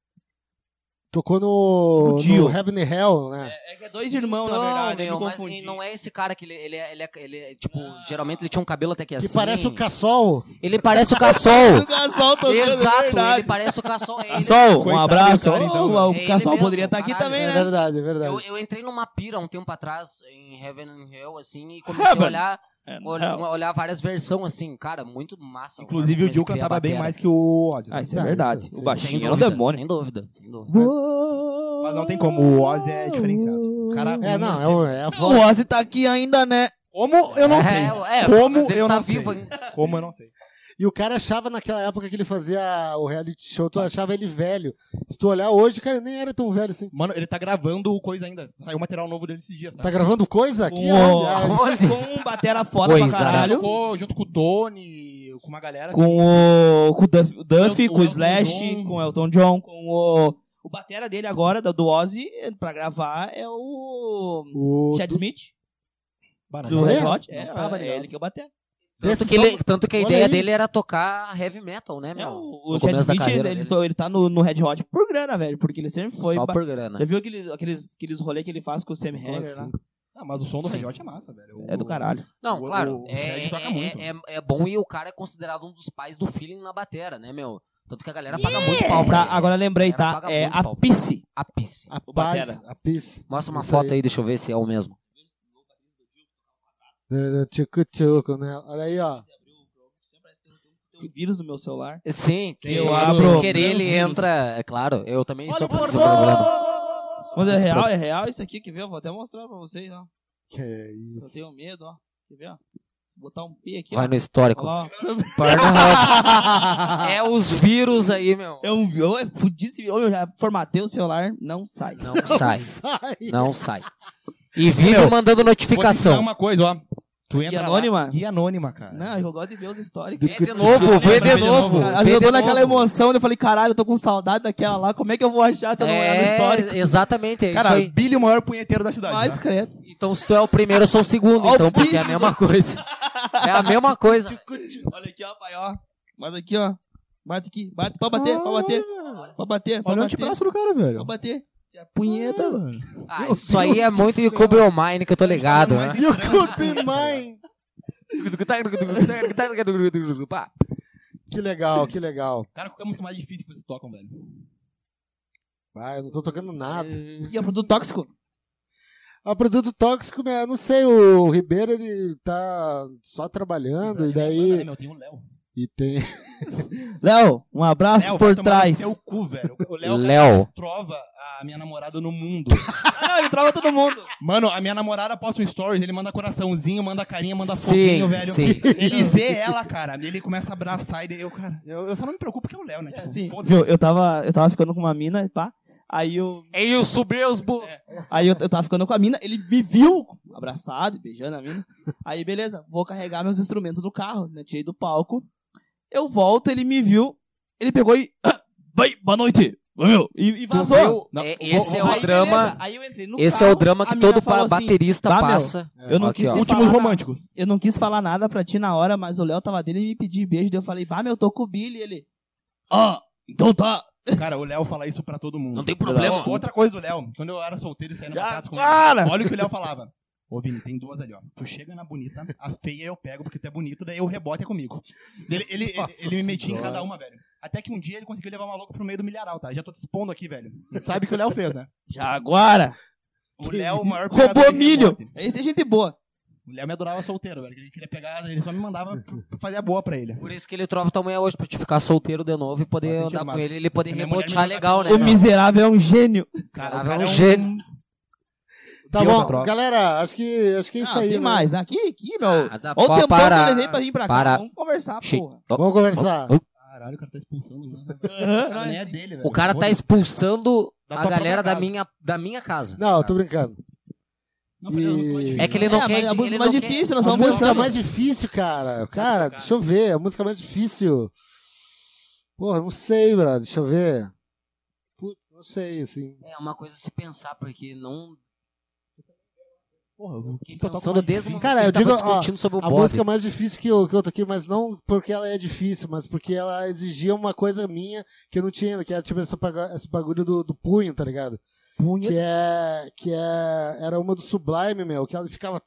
Speaker 2: Tocou no,
Speaker 4: O Dio.
Speaker 2: no Heaven and Hell, né?
Speaker 4: É que é dois irmãos, na verdade, eu me
Speaker 3: Então, meu, mas
Speaker 4: confundi.
Speaker 3: ele não é esse cara que ele, ele, é- ele, é- ele é, tipo, geralmente ele tinha um cabelo até
Speaker 2: que
Speaker 3: que assim.
Speaker 2: parece o Cassol.
Speaker 3: Ele parece o Cassol.
Speaker 4: O Gasol tocando, é
Speaker 3: Exato,
Speaker 4: verdade.
Speaker 3: ele parece o Cassol. Ele-
Speaker 4: Sol, um
Speaker 5: Coitado
Speaker 4: abraço.
Speaker 5: do cara, então,
Speaker 4: Ô,
Speaker 5: cara.
Speaker 4: o
Speaker 3: É ele
Speaker 4: Cassol
Speaker 3: mesmo,
Speaker 4: poderia estar aqui
Speaker 3: caralho.
Speaker 4: também,
Speaker 2: É
Speaker 4: né?
Speaker 2: verdade, é verdade.
Speaker 3: Eu, eu entrei numa pira um tempo atrás em Heaven and Hell, assim, e comecei
Speaker 4: Heaven
Speaker 3: a olhar,
Speaker 4: É, não.
Speaker 3: olhar, olhar várias versões, assim, cara, muito massa.
Speaker 5: Inclusive, o Dio cantava bem
Speaker 3: né?
Speaker 5: mais que o Ozzy. né?
Speaker 4: Ah, isso é
Speaker 2: Tá,
Speaker 4: verdade.
Speaker 2: isso-
Speaker 4: o
Speaker 3: Sem
Speaker 4: baixinho era um
Speaker 3: dúvida,
Speaker 4: demônio.
Speaker 3: sem dúvida, sem dúvida.
Speaker 5: Mas, mas não tem como, o Ozzy é diferenciado. O cara,
Speaker 2: É, não, é, o- é a voz.
Speaker 4: O Ozzy tá aqui ainda, né?
Speaker 5: Como eu não sei.
Speaker 3: É, é,
Speaker 5: Como
Speaker 3: mas ele
Speaker 5: eu
Speaker 3: tá
Speaker 5: não sei.
Speaker 3: vivo ainda.
Speaker 5: Como eu não sei.
Speaker 2: E o cara achava naquela época que ele fazia o reality show, tu achava ele velho. Se tu olhar hoje, cara, nem era tão velho assim.
Speaker 5: Mano, ele tá gravando o coisa ainda. Saiu um material novo dele esses dias,
Speaker 2: Tá
Speaker 5: tá?
Speaker 2: gravando coisa aqui?
Speaker 4: Uou.
Speaker 2: Olha,
Speaker 4: Com um batera foda pra
Speaker 3: Coisa.
Speaker 4: caralho.
Speaker 5: Tocou junto com o Tony, com uma galera. assim.
Speaker 4: Com o, com Tá o Duff, o Duff,
Speaker 5: Elton-
Speaker 4: com o
Speaker 5: Elton
Speaker 4: Slash,
Speaker 5: John.
Speaker 4: com o Elton John, com o. O batera dele agora, da- do Ozzy, pra gravar, é o.
Speaker 2: o...
Speaker 4: Chad Smith,
Speaker 5: Baralho.
Speaker 4: do
Speaker 2: Ah, é?
Speaker 4: Red Hot. É,
Speaker 5: Não tava
Speaker 4: é
Speaker 5: ligado.
Speaker 4: ele que é o batera.
Speaker 2: Desse
Speaker 3: Tanto que,
Speaker 2: som-
Speaker 3: ele- tanto que a
Speaker 2: Olha
Speaker 3: ideia
Speaker 2: aí.
Speaker 3: dele era tocar heavy metal, né,
Speaker 4: É,
Speaker 3: meu?
Speaker 4: o, o
Speaker 3: No
Speaker 4: Chad
Speaker 3: começo da
Speaker 4: Smith, ele,
Speaker 3: carreira
Speaker 4: ele
Speaker 3: dele.
Speaker 4: to- ele tá no, no Red Hot por grana, velho, porque ele sempre foi.
Speaker 3: Só
Speaker 4: ba-
Speaker 3: por grana.
Speaker 4: Já viu aqueles, aqueles, aqueles rolês que ele faz com o Sam
Speaker 2: Como
Speaker 4: Hager
Speaker 2: assim?
Speaker 4: lá?
Speaker 5: Ah, mas o som do
Speaker 3: Sim.
Speaker 5: Red Hot é massa, velho.
Speaker 4: É do caralho.
Speaker 3: Não,
Speaker 5: O-
Speaker 3: claro.
Speaker 5: o- o
Speaker 3: é,
Speaker 5: Fred toca
Speaker 3: é-
Speaker 5: muito.
Speaker 3: é- é- é bom e o cara é considerado um dos pais do feeling na batera, né, meu? Tanto que a galera paga muito pau pra
Speaker 4: Tá,
Speaker 3: ele.
Speaker 4: agora lembrei,
Speaker 3: Era
Speaker 4: tá?
Speaker 3: vagabundo,
Speaker 4: É a
Speaker 3: Paulo.
Speaker 4: Pisse.
Speaker 3: A pisse.
Speaker 2: A
Speaker 4: O
Speaker 2: paz,
Speaker 4: batera.
Speaker 2: a pizza.
Speaker 3: Mostra uma
Speaker 2: Isso
Speaker 3: foto
Speaker 2: aí.
Speaker 3: aí, deixa eu ver se é o mesmo.
Speaker 2: Tchucu-tchucu, né? Olha aí, ó.
Speaker 4: Tem um vírus no meu celular.
Speaker 3: Sim, que
Speaker 4: eu
Speaker 3: eu
Speaker 4: abro-
Speaker 3: abro. querer, ele
Speaker 5: Menos
Speaker 3: entra. É claro, eu também sou
Speaker 5: o
Speaker 3: esse problema.
Speaker 4: Mas é real, é real isso aqui, quer ver? Eu vou até mostrar pra vocês, ó.
Speaker 2: Que isso.
Speaker 4: Eu tenho medo, ó. Quer ver, ó? Se botar um P aqui, ó.
Speaker 3: Vai no histórico.
Speaker 4: Olha lá, ó.
Speaker 3: Pornhub. é os vírus aí, meu.
Speaker 4: É um eu, é fudido, eu já formatei o celular, não sai.
Speaker 3: Não sai.
Speaker 2: Sai.
Speaker 3: Não sai. E vive
Speaker 5: Meu,
Speaker 3: mandando
Speaker 5: Notificação.
Speaker 3: notificação.
Speaker 5: uma coisa, ó. Tu entra
Speaker 4: entra anônima?
Speaker 5: Lá,
Speaker 4: lá-
Speaker 5: e anônima, cara.
Speaker 4: Não, eu gosto de ver os stories.
Speaker 3: Vê É de novo, vê de novo.
Speaker 4: Cara, às vezes eu tô naquela emoção, eu falei, caralho, eu tô com saudade daquela lá, como é que eu vou achar se eu não olhar no histórico?
Speaker 3: É, exatamente, é
Speaker 5: cara,
Speaker 3: isso aí.
Speaker 5: Billy é o maior punheteiro da cidade.
Speaker 4: Mais
Speaker 5: né?
Speaker 4: credo.
Speaker 3: Então, se tu é o primeiro, eu sou o segundo,
Speaker 4: Ó,
Speaker 3: então,
Speaker 4: o
Speaker 3: porque é a
Speaker 4: business,
Speaker 3: mesma coisa. É a mesma coisa.
Speaker 4: Olha aqui, ó, pai, ó. Bate aqui, ó. Bate aqui, bate, pode bater, pode bater, pode bater,
Speaker 5: Olha
Speaker 4: pode
Speaker 5: o
Speaker 4: bater,
Speaker 5: antebraço do cara, velho.
Speaker 4: pode bater. Que a punheta, mano.
Speaker 3: Ah,
Speaker 2: Meu
Speaker 3: isso
Speaker 2: Deus
Speaker 3: aí é
Speaker 2: do
Speaker 3: muito
Speaker 2: céu.
Speaker 3: Yukubi Online que eu tô ligado, né?
Speaker 2: You could be mine.
Speaker 3: Pá.
Speaker 2: Que legal, que legal.
Speaker 5: Cara, qual é a música mais difícil que vocês tocam, velho?
Speaker 2: Vai, Ah, eu não tô tocando nada.
Speaker 4: E é produto tóxico.
Speaker 2: Ah, produto tóxico, né, eu não sei, o Ribeiro ele tá só trabalhando e daí.
Speaker 5: é Meu, tem o Léo.
Speaker 2: E tem.
Speaker 4: Léo, um abraço
Speaker 5: Léo, vai
Speaker 4: por
Speaker 5: tomar no
Speaker 4: trás.
Speaker 5: seu cu, velho. O Léo,
Speaker 3: Léo.
Speaker 5: Léo. trova a minha namorada no mundo.
Speaker 4: Ah, não, ele trava todo mundo.
Speaker 5: Mano, a minha namorada posta um stories, ele manda coraçãozinho, manda carinha, manda
Speaker 3: Sim,
Speaker 5: fotinho, velho.
Speaker 3: sim.
Speaker 5: Ele vê ela, cara, ele começa a abraçar e daí eu, cara, eu, eu só não me preocupo que é o Léo, né?
Speaker 4: É
Speaker 5: Tipo,
Speaker 4: assim,
Speaker 5: foda-se.
Speaker 4: viu, eu tava, eu tava ficando com uma mina, e pá. Aí eu,
Speaker 3: E eu subi os bu...
Speaker 4: aí eu, eu tava ficando com a mina, ele me viu abraçado, beijando a mina. Aí, beleza, vou carregar meus instrumentos no carro, né? Tirei do palco. Eu volto, ele me viu, ele pegou e... "Ah, Vai, boa noite.
Speaker 5: Ô, meu,
Speaker 4: E, e
Speaker 3: Tu
Speaker 4: vazou.
Speaker 3: viu?
Speaker 5: Não,
Speaker 3: É,
Speaker 5: vou-
Speaker 3: esse é
Speaker 5: vou-
Speaker 3: o
Speaker 4: Aí,
Speaker 3: drama.
Speaker 4: beleza. Aí eu entrei no
Speaker 3: Esse
Speaker 4: carro,
Speaker 3: é o drama
Speaker 4: a
Speaker 3: que
Speaker 4: mina
Speaker 3: todo
Speaker 4: falou
Speaker 3: ba-
Speaker 4: assim,
Speaker 3: baterista
Speaker 4: "Tá, meu,
Speaker 3: passa.
Speaker 4: eu não
Speaker 3: Aqui,
Speaker 4: quis
Speaker 3: ó.
Speaker 4: ter
Speaker 5: Últimos
Speaker 4: falado-
Speaker 5: românticos.
Speaker 4: Eu não quis falar nada pra ti na hora, mas o Léo tava dele e me pediu beijo. Daí eu falei, bah, meu, tô com o Billy. Ele, ah, então tá.
Speaker 5: Cara, o Léo fala isso pra todo mundo.
Speaker 3: Não tem problema.
Speaker 5: Outra coisa do Léo, quando eu era solteiro e saía
Speaker 4: Já- Ah,
Speaker 5: na tá com
Speaker 4: Para!
Speaker 5: Olha o que o Léo falava. Ô, Vini, tem duas ali, ó. Tu chega na bonita, a feia eu pego porque tu é bonito, daí o rebote é comigo. Ele, ele, ele-
Speaker 2: Nossa
Speaker 5: ele me metia em
Speaker 2: Senhora.
Speaker 5: cada uma, velho. Até que um dia ele conseguiu levar o maluco pro meio do milharal, tá? Já tô te expondo aqui, velho. E sabe o que o Léo fez, né?
Speaker 4: Jaguara.
Speaker 5: O Léo, é o maior
Speaker 4: Roubou
Speaker 5: pegador de
Speaker 4: milho.
Speaker 5: rebote.
Speaker 4: Esse é gente boa.
Speaker 5: O Léo me adorava solteiro, velho. Ele queria pegar, ele só me mandava fazer a boa pra ele.
Speaker 3: Por isso que ele trova tua mulher hoje, pra te ficar solteiro de novo e poder
Speaker 5: Faz sentido,
Speaker 3: andar com
Speaker 5: mas
Speaker 3: ele ele poder
Speaker 5: se
Speaker 2: é
Speaker 5: minha mulher me
Speaker 3: rebotear
Speaker 5: jogar
Speaker 3: legal, né?
Speaker 5: fora,
Speaker 4: O
Speaker 5: Não.
Speaker 3: meu?
Speaker 4: miserável é um gênio.
Speaker 5: Cara,
Speaker 3: Cara,
Speaker 5: o
Speaker 3: é
Speaker 5: cara
Speaker 3: um
Speaker 5: é um-
Speaker 3: gênio.
Speaker 2: Tá
Speaker 5: Deu da
Speaker 2: bom,
Speaker 5: troca.
Speaker 2: galera, acho que, acho que é isso
Speaker 4: ah,
Speaker 2: aí.
Speaker 4: Tem
Speaker 2: né?
Speaker 4: mais. Aqui, aqui, meu.
Speaker 3: Ah, dá
Speaker 4: Olha o
Speaker 3: pra
Speaker 4: tempo
Speaker 3: parar.
Speaker 4: que eu levei pra vir pra cá.
Speaker 3: Para.
Speaker 4: Vamos conversar,
Speaker 3: Che-
Speaker 4: porra.
Speaker 3: Ó,
Speaker 2: Vamos conversar.
Speaker 5: Caralho, o cara tá expulsando o Léo.
Speaker 4: Aham,
Speaker 5: Cara,
Speaker 4: não,
Speaker 5: nem é
Speaker 4: assim-
Speaker 5: dele, velho.
Speaker 3: O cara tá expulsando
Speaker 5: Da
Speaker 3: a
Speaker 5: tua
Speaker 3: galera
Speaker 5: própria
Speaker 3: da
Speaker 5: casa.
Speaker 3: minha, da minha casa.
Speaker 2: Não, eu tô brincando.
Speaker 5: Não, mas é uma coisa
Speaker 2: E-
Speaker 5: difícil.
Speaker 3: É que ele não
Speaker 4: É,
Speaker 3: quer.
Speaker 4: mas é a
Speaker 3: ele não
Speaker 4: música mais
Speaker 3: quer-
Speaker 4: difícil, nós
Speaker 2: A
Speaker 4: vamos
Speaker 2: música
Speaker 4: pensando.
Speaker 2: mais difícil, cara. Cara, deixa eu ver. A música mais difícil. Porra, não sei, brother. Deixa eu ver. Putz, não sei, assim.
Speaker 3: É uma coisa a se pensar, porque não.
Speaker 5: Porra,
Speaker 3: Fiquei
Speaker 5: o que que eu toco
Speaker 3: tá pensando
Speaker 5: mais
Speaker 3: desde
Speaker 5: difícil?
Speaker 3: uma
Speaker 2: Cara,
Speaker 3: que
Speaker 2: eu
Speaker 3: tava
Speaker 2: digo, ó,
Speaker 3: discutindo sobre o
Speaker 2: A
Speaker 3: Bob.
Speaker 2: música é mais difícil que eu, que eu toquei, mas não porque ela é difícil, mas porque ela exigia uma coisa minha que eu não tinha, que era tipo esse baga- esse bagulho do, do punho, tá ligado?
Speaker 4: Punha.
Speaker 2: Que é. Que é. Era uma do Sublime, meu, que ela ficava.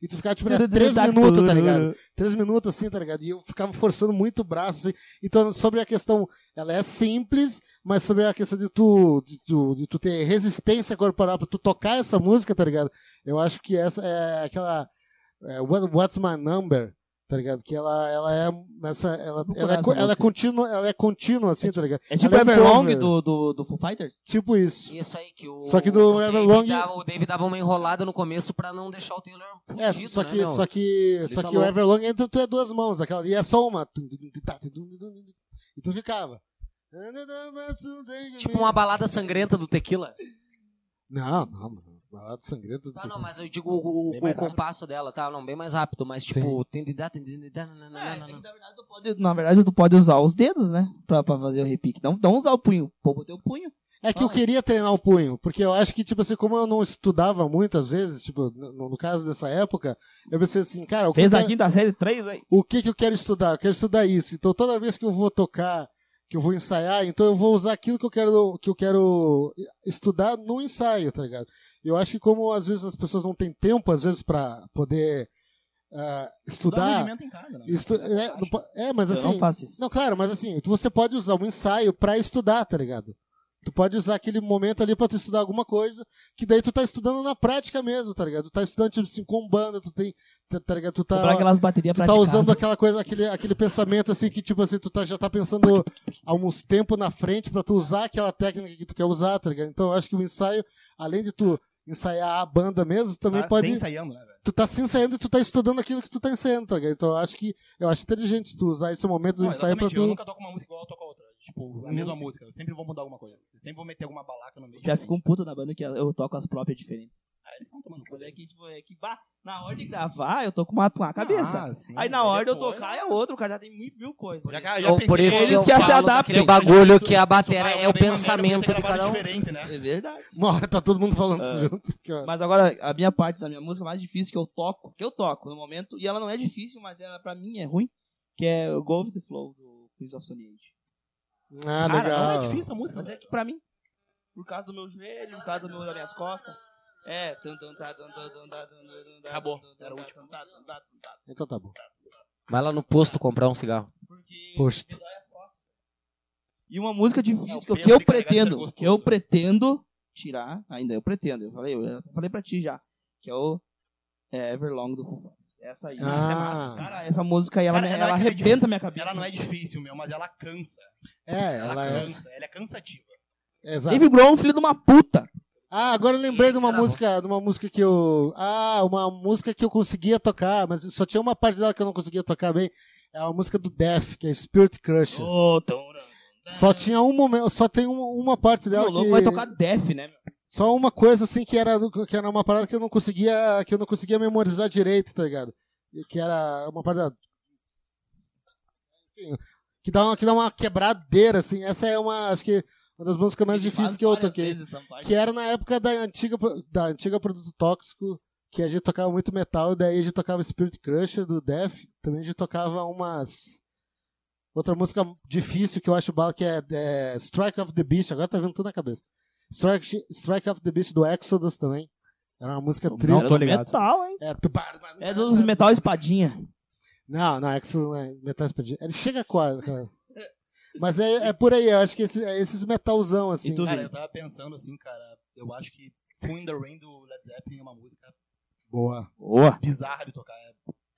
Speaker 2: E tu ficava tipo era três minutos, tá ligado?
Speaker 4: né?
Speaker 2: Três minutos assim, tá ligado? E eu ficava forçando muito o braço, assim. Então, sobre a questão, ela é simples, mas sobre a questão de tu, de tu, de tu ter resistência corporal pra tu tocar essa música, tá ligado? Eu acho que essa é aquela. é, What- What's My Number? Tá ligado? Que ela, ela é. Essa, ela,
Speaker 4: procurar
Speaker 2: ela, é,
Speaker 4: essa
Speaker 2: co- ela, é
Speaker 4: música.
Speaker 2: contínua, ela é contínua, assim, tá ligado?
Speaker 4: É tipo
Speaker 2: Ela é
Speaker 4: Everlong
Speaker 2: cover.
Speaker 4: do, do, do Foo Fighters?
Speaker 2: Tipo isso.
Speaker 3: Isso aí que o.
Speaker 2: Só que do
Speaker 3: o Dave
Speaker 2: Everlong-
Speaker 3: dava- O Dave dava uma enrolada no começo pra não deixar o Taylor.
Speaker 2: É,
Speaker 3: Fudido,
Speaker 2: só que,
Speaker 3: né, meu?
Speaker 2: só que, só
Speaker 3: tá
Speaker 2: que o
Speaker 3: louco.
Speaker 2: Everlong entra tu é duas mãos, aquela, e é só uma. E tu ficava.
Speaker 3: Tipo uma balada sangrenta do Tequila.
Speaker 2: Não, não, mano. Balada sangrenta.
Speaker 3: Tá, não, mas eu digo o,
Speaker 5: Bem
Speaker 3: o,
Speaker 5: mais
Speaker 3: o compasso dela, tá? Não, bem mais rápido, mas tipo. tem de dar, tem de dar, não, não, não,
Speaker 4: É,
Speaker 3: não, não.
Speaker 4: na, verdade, tu pode, na verdade, tu pode usar os dedos, né? Pra, pra fazer o repique. Não, não usar o punho. Pô, botei o punho.
Speaker 2: É que eu queria treinar o punho, porque eu acho que, tipo assim, como eu não estudava muitas vezes, tipo, no, no caso dessa época, eu pensei assim, cara, o que
Speaker 4: Fez
Speaker 2: eu
Speaker 4: a
Speaker 2: quero-
Speaker 4: quinta série três vezes.
Speaker 2: o que, que eu quero estudar? Eu quero estudar isso. Então toda vez que eu vou tocar, que eu vou ensaiar, então eu vou usar aquilo que eu quero, que eu quero estudar no ensaio, tá ligado? Eu acho que como às vezes as pessoas não têm tempo, às vezes, pra poder ah,
Speaker 5: Dá um
Speaker 2: estudar.
Speaker 5: rendimento em casa, né?
Speaker 2: estu- é, não po- é, mas
Speaker 4: Eu não
Speaker 2: assim.
Speaker 4: faço isso.
Speaker 2: Não, claro, mas assim, tu- você pode usar um ensaio pra estudar, tá ligado? Tu pode usar aquele momento ali pra tu estudar alguma coisa, que daí tu tá estudando na prática mesmo, tá ligado? Tu tá estudando, tipo assim, com banda, tu tem. Tá, tá ligado? Tu tá.
Speaker 4: Comprar aquelas baterias
Speaker 2: Tu
Speaker 4: pra
Speaker 2: tá usando aquela coisa, aquele, aquele pensamento assim que, tipo assim, tu tá, já tá pensando há uns tempo na frente pra tu usar aquela técnica que tu quer usar, tá ligado? Então eu acho que o ensaio, além de tu ensaiar a banda mesmo, tu também
Speaker 5: Tá
Speaker 2: pode.
Speaker 5: sem ensaiando, né, velho?
Speaker 2: Tu tá se ensaiando e tu tá estudando aquilo que tu tá ensaiando, tá ligado? Então eu acho que eu acho inteligente tu usar esse momento do
Speaker 5: Não,
Speaker 3: é
Speaker 2: ensaio pra
Speaker 5: exatamente, Eu
Speaker 2: tu.
Speaker 5: nunca toco uma música igual eu toco a outra. Tipo, a
Speaker 3: Hum.
Speaker 5: mesma música. Eu sempre vou mudar alguma coisa. Eu sempre vou meter alguma balaca no meio.
Speaker 4: Os piá ficam putos na banda que eu toco as próprias diferentes.
Speaker 5: Ah, eles tão tomando
Speaker 4: Quando
Speaker 5: cuidado.
Speaker 4: é que, tipo, é que bah, na hora de gravar, eu tô com uma, com uma cabeça.
Speaker 5: Ah, sim.
Speaker 4: Aí na hora de eu
Speaker 5: Depois-
Speaker 4: tocar é outro, o cara já tem mil, mil coisas.
Speaker 5: Já- já
Speaker 3: Então,
Speaker 5: pensei
Speaker 3: por isso
Speaker 5: nisso.
Speaker 4: eles
Speaker 3: que eu
Speaker 4: que se
Speaker 3: falo
Speaker 4: adaptam.
Speaker 3: daquele
Speaker 5: Isso-
Speaker 3: bagulho
Speaker 5: isso-
Speaker 3: que a
Speaker 5: isso-
Speaker 3: bateria
Speaker 5: um eu
Speaker 3: é o
Speaker 5: gravei uma merda, eu
Speaker 3: pensamento
Speaker 5: devia
Speaker 3: de
Speaker 5: ter
Speaker 3: cada
Speaker 5: gravado
Speaker 3: um.
Speaker 5: diferente, né?
Speaker 4: É verdade.
Speaker 2: Uma hora tá todo mundo falando
Speaker 4: Ah.
Speaker 2: isso junto. que hora.
Speaker 4: Mas agora, a minha parte da minha música mais difícil que eu toco, que eu toco no momento, e ela não é difícil, mas ela pra mim é ruim, que é o Go with the Flow do Queens of Stone Age.
Speaker 2: Ah,
Speaker 5: Cara,
Speaker 2: legal.
Speaker 5: não é difícil a música.
Speaker 4: Mas é que pra mim, por causa do meu joelho, por causa do meu, das minhas costas, é. tum, tum, tá, tum, tum, tum, tá, tum, tum, tum, tá,
Speaker 5: Acabou.
Speaker 4: tum, tum,
Speaker 5: Era o
Speaker 4: tá,
Speaker 5: último.
Speaker 4: tum, tá, tum, tá, tum, tá, tum.
Speaker 2: Então tá bom.
Speaker 3: Vai lá no posto comprar um cigarro.
Speaker 4: Porque
Speaker 2: Posto.
Speaker 4: me dói as costas. E uma música
Speaker 5: É,
Speaker 4: difícil
Speaker 5: o
Speaker 4: que eu-
Speaker 5: peso
Speaker 4: que eu
Speaker 5: tem que carregar de
Speaker 4: pretendo,
Speaker 5: ser gostoso,
Speaker 4: que eu
Speaker 5: né?
Speaker 4: pretendo tirar, ainda eu pretendo, eu falei, eu até falei pra ti já, que é o é, Everlong do Foo Fighters. Essa aí,
Speaker 2: Ah.
Speaker 4: essa é massa. Cara, essa música aí, ela,
Speaker 5: Cara,
Speaker 4: me-
Speaker 5: ela
Speaker 4: ela
Speaker 5: é
Speaker 4: arrebenta
Speaker 5: difícil.
Speaker 4: minha cabeça.
Speaker 5: Ela não é difícil, meu, mas ela cansa.
Speaker 2: É,
Speaker 5: Ela,
Speaker 2: ela é.
Speaker 5: cansa. Ela é cansativa.
Speaker 2: Exato.
Speaker 4: Dave Grohl, é um filho de uma puta.
Speaker 2: Ah, agora eu lembrei de uma
Speaker 3: Era bom.
Speaker 2: música, de uma música que eu. Ah, uma música que eu conseguia tocar, mas só tinha uma parte dela que eu não conseguia tocar bem. É uma música do Def, que é Spirit Crusher.
Speaker 4: Ô, tão-
Speaker 2: Só tinha um momento, só tem um- uma parte dela
Speaker 4: O louco
Speaker 2: que
Speaker 4: vai tocar Def, né? meu?
Speaker 2: só uma coisa assim que era que era uma parada que eu não conseguia, que eu não conseguia memorizar direito, tá ligado? E Que era uma parada Enfim, que dá uma, que dá uma quebradeira, assim. Essa é uma, acho que, uma das músicas mais
Speaker 4: Ele
Speaker 2: difíceis
Speaker 4: faz
Speaker 2: que eu
Speaker 4: várias
Speaker 2: toquei.
Speaker 4: vezes essa parte.
Speaker 2: Que era na época da antiga, pro- da antiga Produto Tóxico, que a gente tocava muito metal, e daí a gente tocava Spirit Crusher do Death, também a gente tocava umas. Outra música difícil que eu acho bala, que é, é Strike of the Beast, agora tá vindo tudo na cabeça. Strike, Strike of the Beast do Exodus também. Era uma música
Speaker 5: Não,
Speaker 2: triste.
Speaker 4: Era
Speaker 5: tô
Speaker 4: é do
Speaker 5: ligado.
Speaker 4: metal, hein?
Speaker 2: É, tubar-
Speaker 4: É dos metal espadinha.
Speaker 2: Não, não, é que isso não é metal expandido. Ele chega quase. cara. Mas é, é por aí, eu acho que esse- é esses metalzão, assim.
Speaker 4: E tu,
Speaker 5: Cara,
Speaker 4: Vini?
Speaker 5: eu tava pensando assim, cara, eu acho que Queen in the Rain do Led Zeppelin é uma música
Speaker 2: Boa.
Speaker 4: Boa.
Speaker 5: bizarra de tocar. É,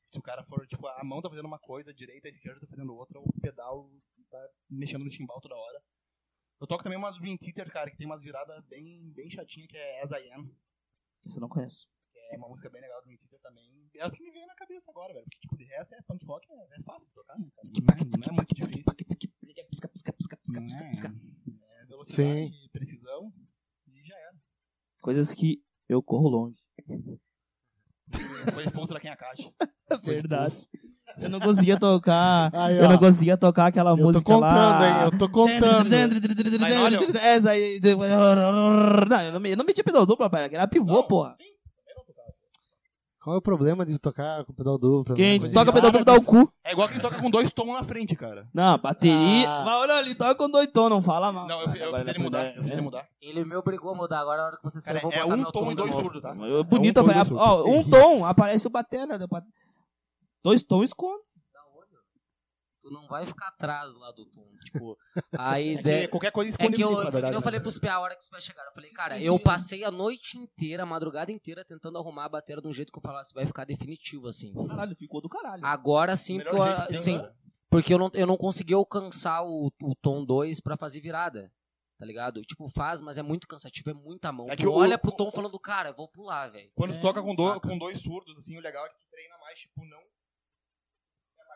Speaker 5: Se o cara for, tipo, a mão tá fazendo uma coisa, a direita, a esquerda tá fazendo outra, o pedal tá mexendo no timbal toda hora. Eu toco também umas Dream Theater, cara, que tem umas viradas bem, bem chatinhas, que é As I Am.
Speaker 4: Isso eu não conheço.
Speaker 5: É uma música bem legal do Dream Theater também. É as que me veio na cabeça agora, velho. Porque, tipo, de resto é punk rock, é, é fácil de tocar, né, cara? Não é, não é muito difícil.
Speaker 4: Pisca, pisca, pisca, pisca,
Speaker 5: Não
Speaker 4: pisca,
Speaker 5: é-
Speaker 4: pisca.
Speaker 5: É velocidade, precisão e já era.
Speaker 4: Coisas que eu corro longe.
Speaker 5: Foi expulso da quem a caixa.
Speaker 4: Verdade. Eu não conseguia tocar.
Speaker 2: Aí,
Speaker 4: Eu não
Speaker 2: ó,
Speaker 4: conseguia tocar aquela
Speaker 2: eu tô
Speaker 4: música
Speaker 2: contando,
Speaker 4: lá.
Speaker 2: hein? Eu tô contando.
Speaker 5: Mas olha-
Speaker 4: Essa aí. Não, eu não me, eu não metia pedal duplo, pai. Era pivô, porra.
Speaker 2: Qual é o problema de tocar com pedal duplo também?
Speaker 4: Quem
Speaker 2: gente?
Speaker 4: toca pedal
Speaker 2: Para
Speaker 4: duplo dá o
Speaker 2: dessa-
Speaker 4: cu.
Speaker 5: É igual quem toca com dois tons na frente, cara.
Speaker 4: Não, bateria.
Speaker 2: Ah.
Speaker 4: Mas olha ali, toca com doitão, não fala mal.
Speaker 5: Não, eu, eu fiz ele mudar. Eu fiz
Speaker 4: né?
Speaker 5: ele mudar.
Speaker 3: Ele me obrigou a mudar agora, na hora que você sair,
Speaker 5: Cara,
Speaker 3: eu vou
Speaker 5: é
Speaker 3: botar
Speaker 5: um
Speaker 3: meu
Speaker 5: tom e
Speaker 3: de
Speaker 5: dois
Speaker 3: novo.
Speaker 5: surdos, tá?
Speaker 4: É Bonito,
Speaker 5: É um tom,
Speaker 4: apa-
Speaker 5: dois
Speaker 4: ó,
Speaker 2: tons.
Speaker 4: um tom, aparece o batera. né? Dois tons esconde.
Speaker 3: Tu não vai ficar atrás lá do tom. Tipo, a
Speaker 5: É que
Speaker 3: ideia.
Speaker 5: qualquer coisa
Speaker 3: É
Speaker 5: esconde
Speaker 3: que eu,
Speaker 5: bico, na
Speaker 3: eu,
Speaker 5: verdade,
Speaker 3: eu
Speaker 5: né?
Speaker 3: falei pros PA a hora que os PA chegaram. Eu falei, cara,
Speaker 4: Sim,
Speaker 3: eu
Speaker 4: sim.
Speaker 3: passei a noite inteira, a madrugada inteira, tentando arrumar a bateria de um jeito que eu falasse, vai ficar definitivo, assim.
Speaker 5: né?
Speaker 4: Caralho, ficou do caralho.
Speaker 5: Ah,
Speaker 3: Agora sim, que
Speaker 5: Melhor
Speaker 3: eu,
Speaker 5: jeito né? que tem,
Speaker 3: sim
Speaker 5: cara.
Speaker 3: porque eu não, eu não consegui alcançar o, o tom 2 pra fazer virada. Tá ligado? Tipo, faz, mas é muito cansativo, é muita mão.
Speaker 5: É que
Speaker 3: tu
Speaker 5: o-
Speaker 3: olha pro tom falando, cara, vou pular, velho.
Speaker 5: Quando
Speaker 4: É,
Speaker 5: tu toca com, do-
Speaker 3: saca.
Speaker 5: com dois surdos, assim, o legal é que tu treina mais, tipo, não.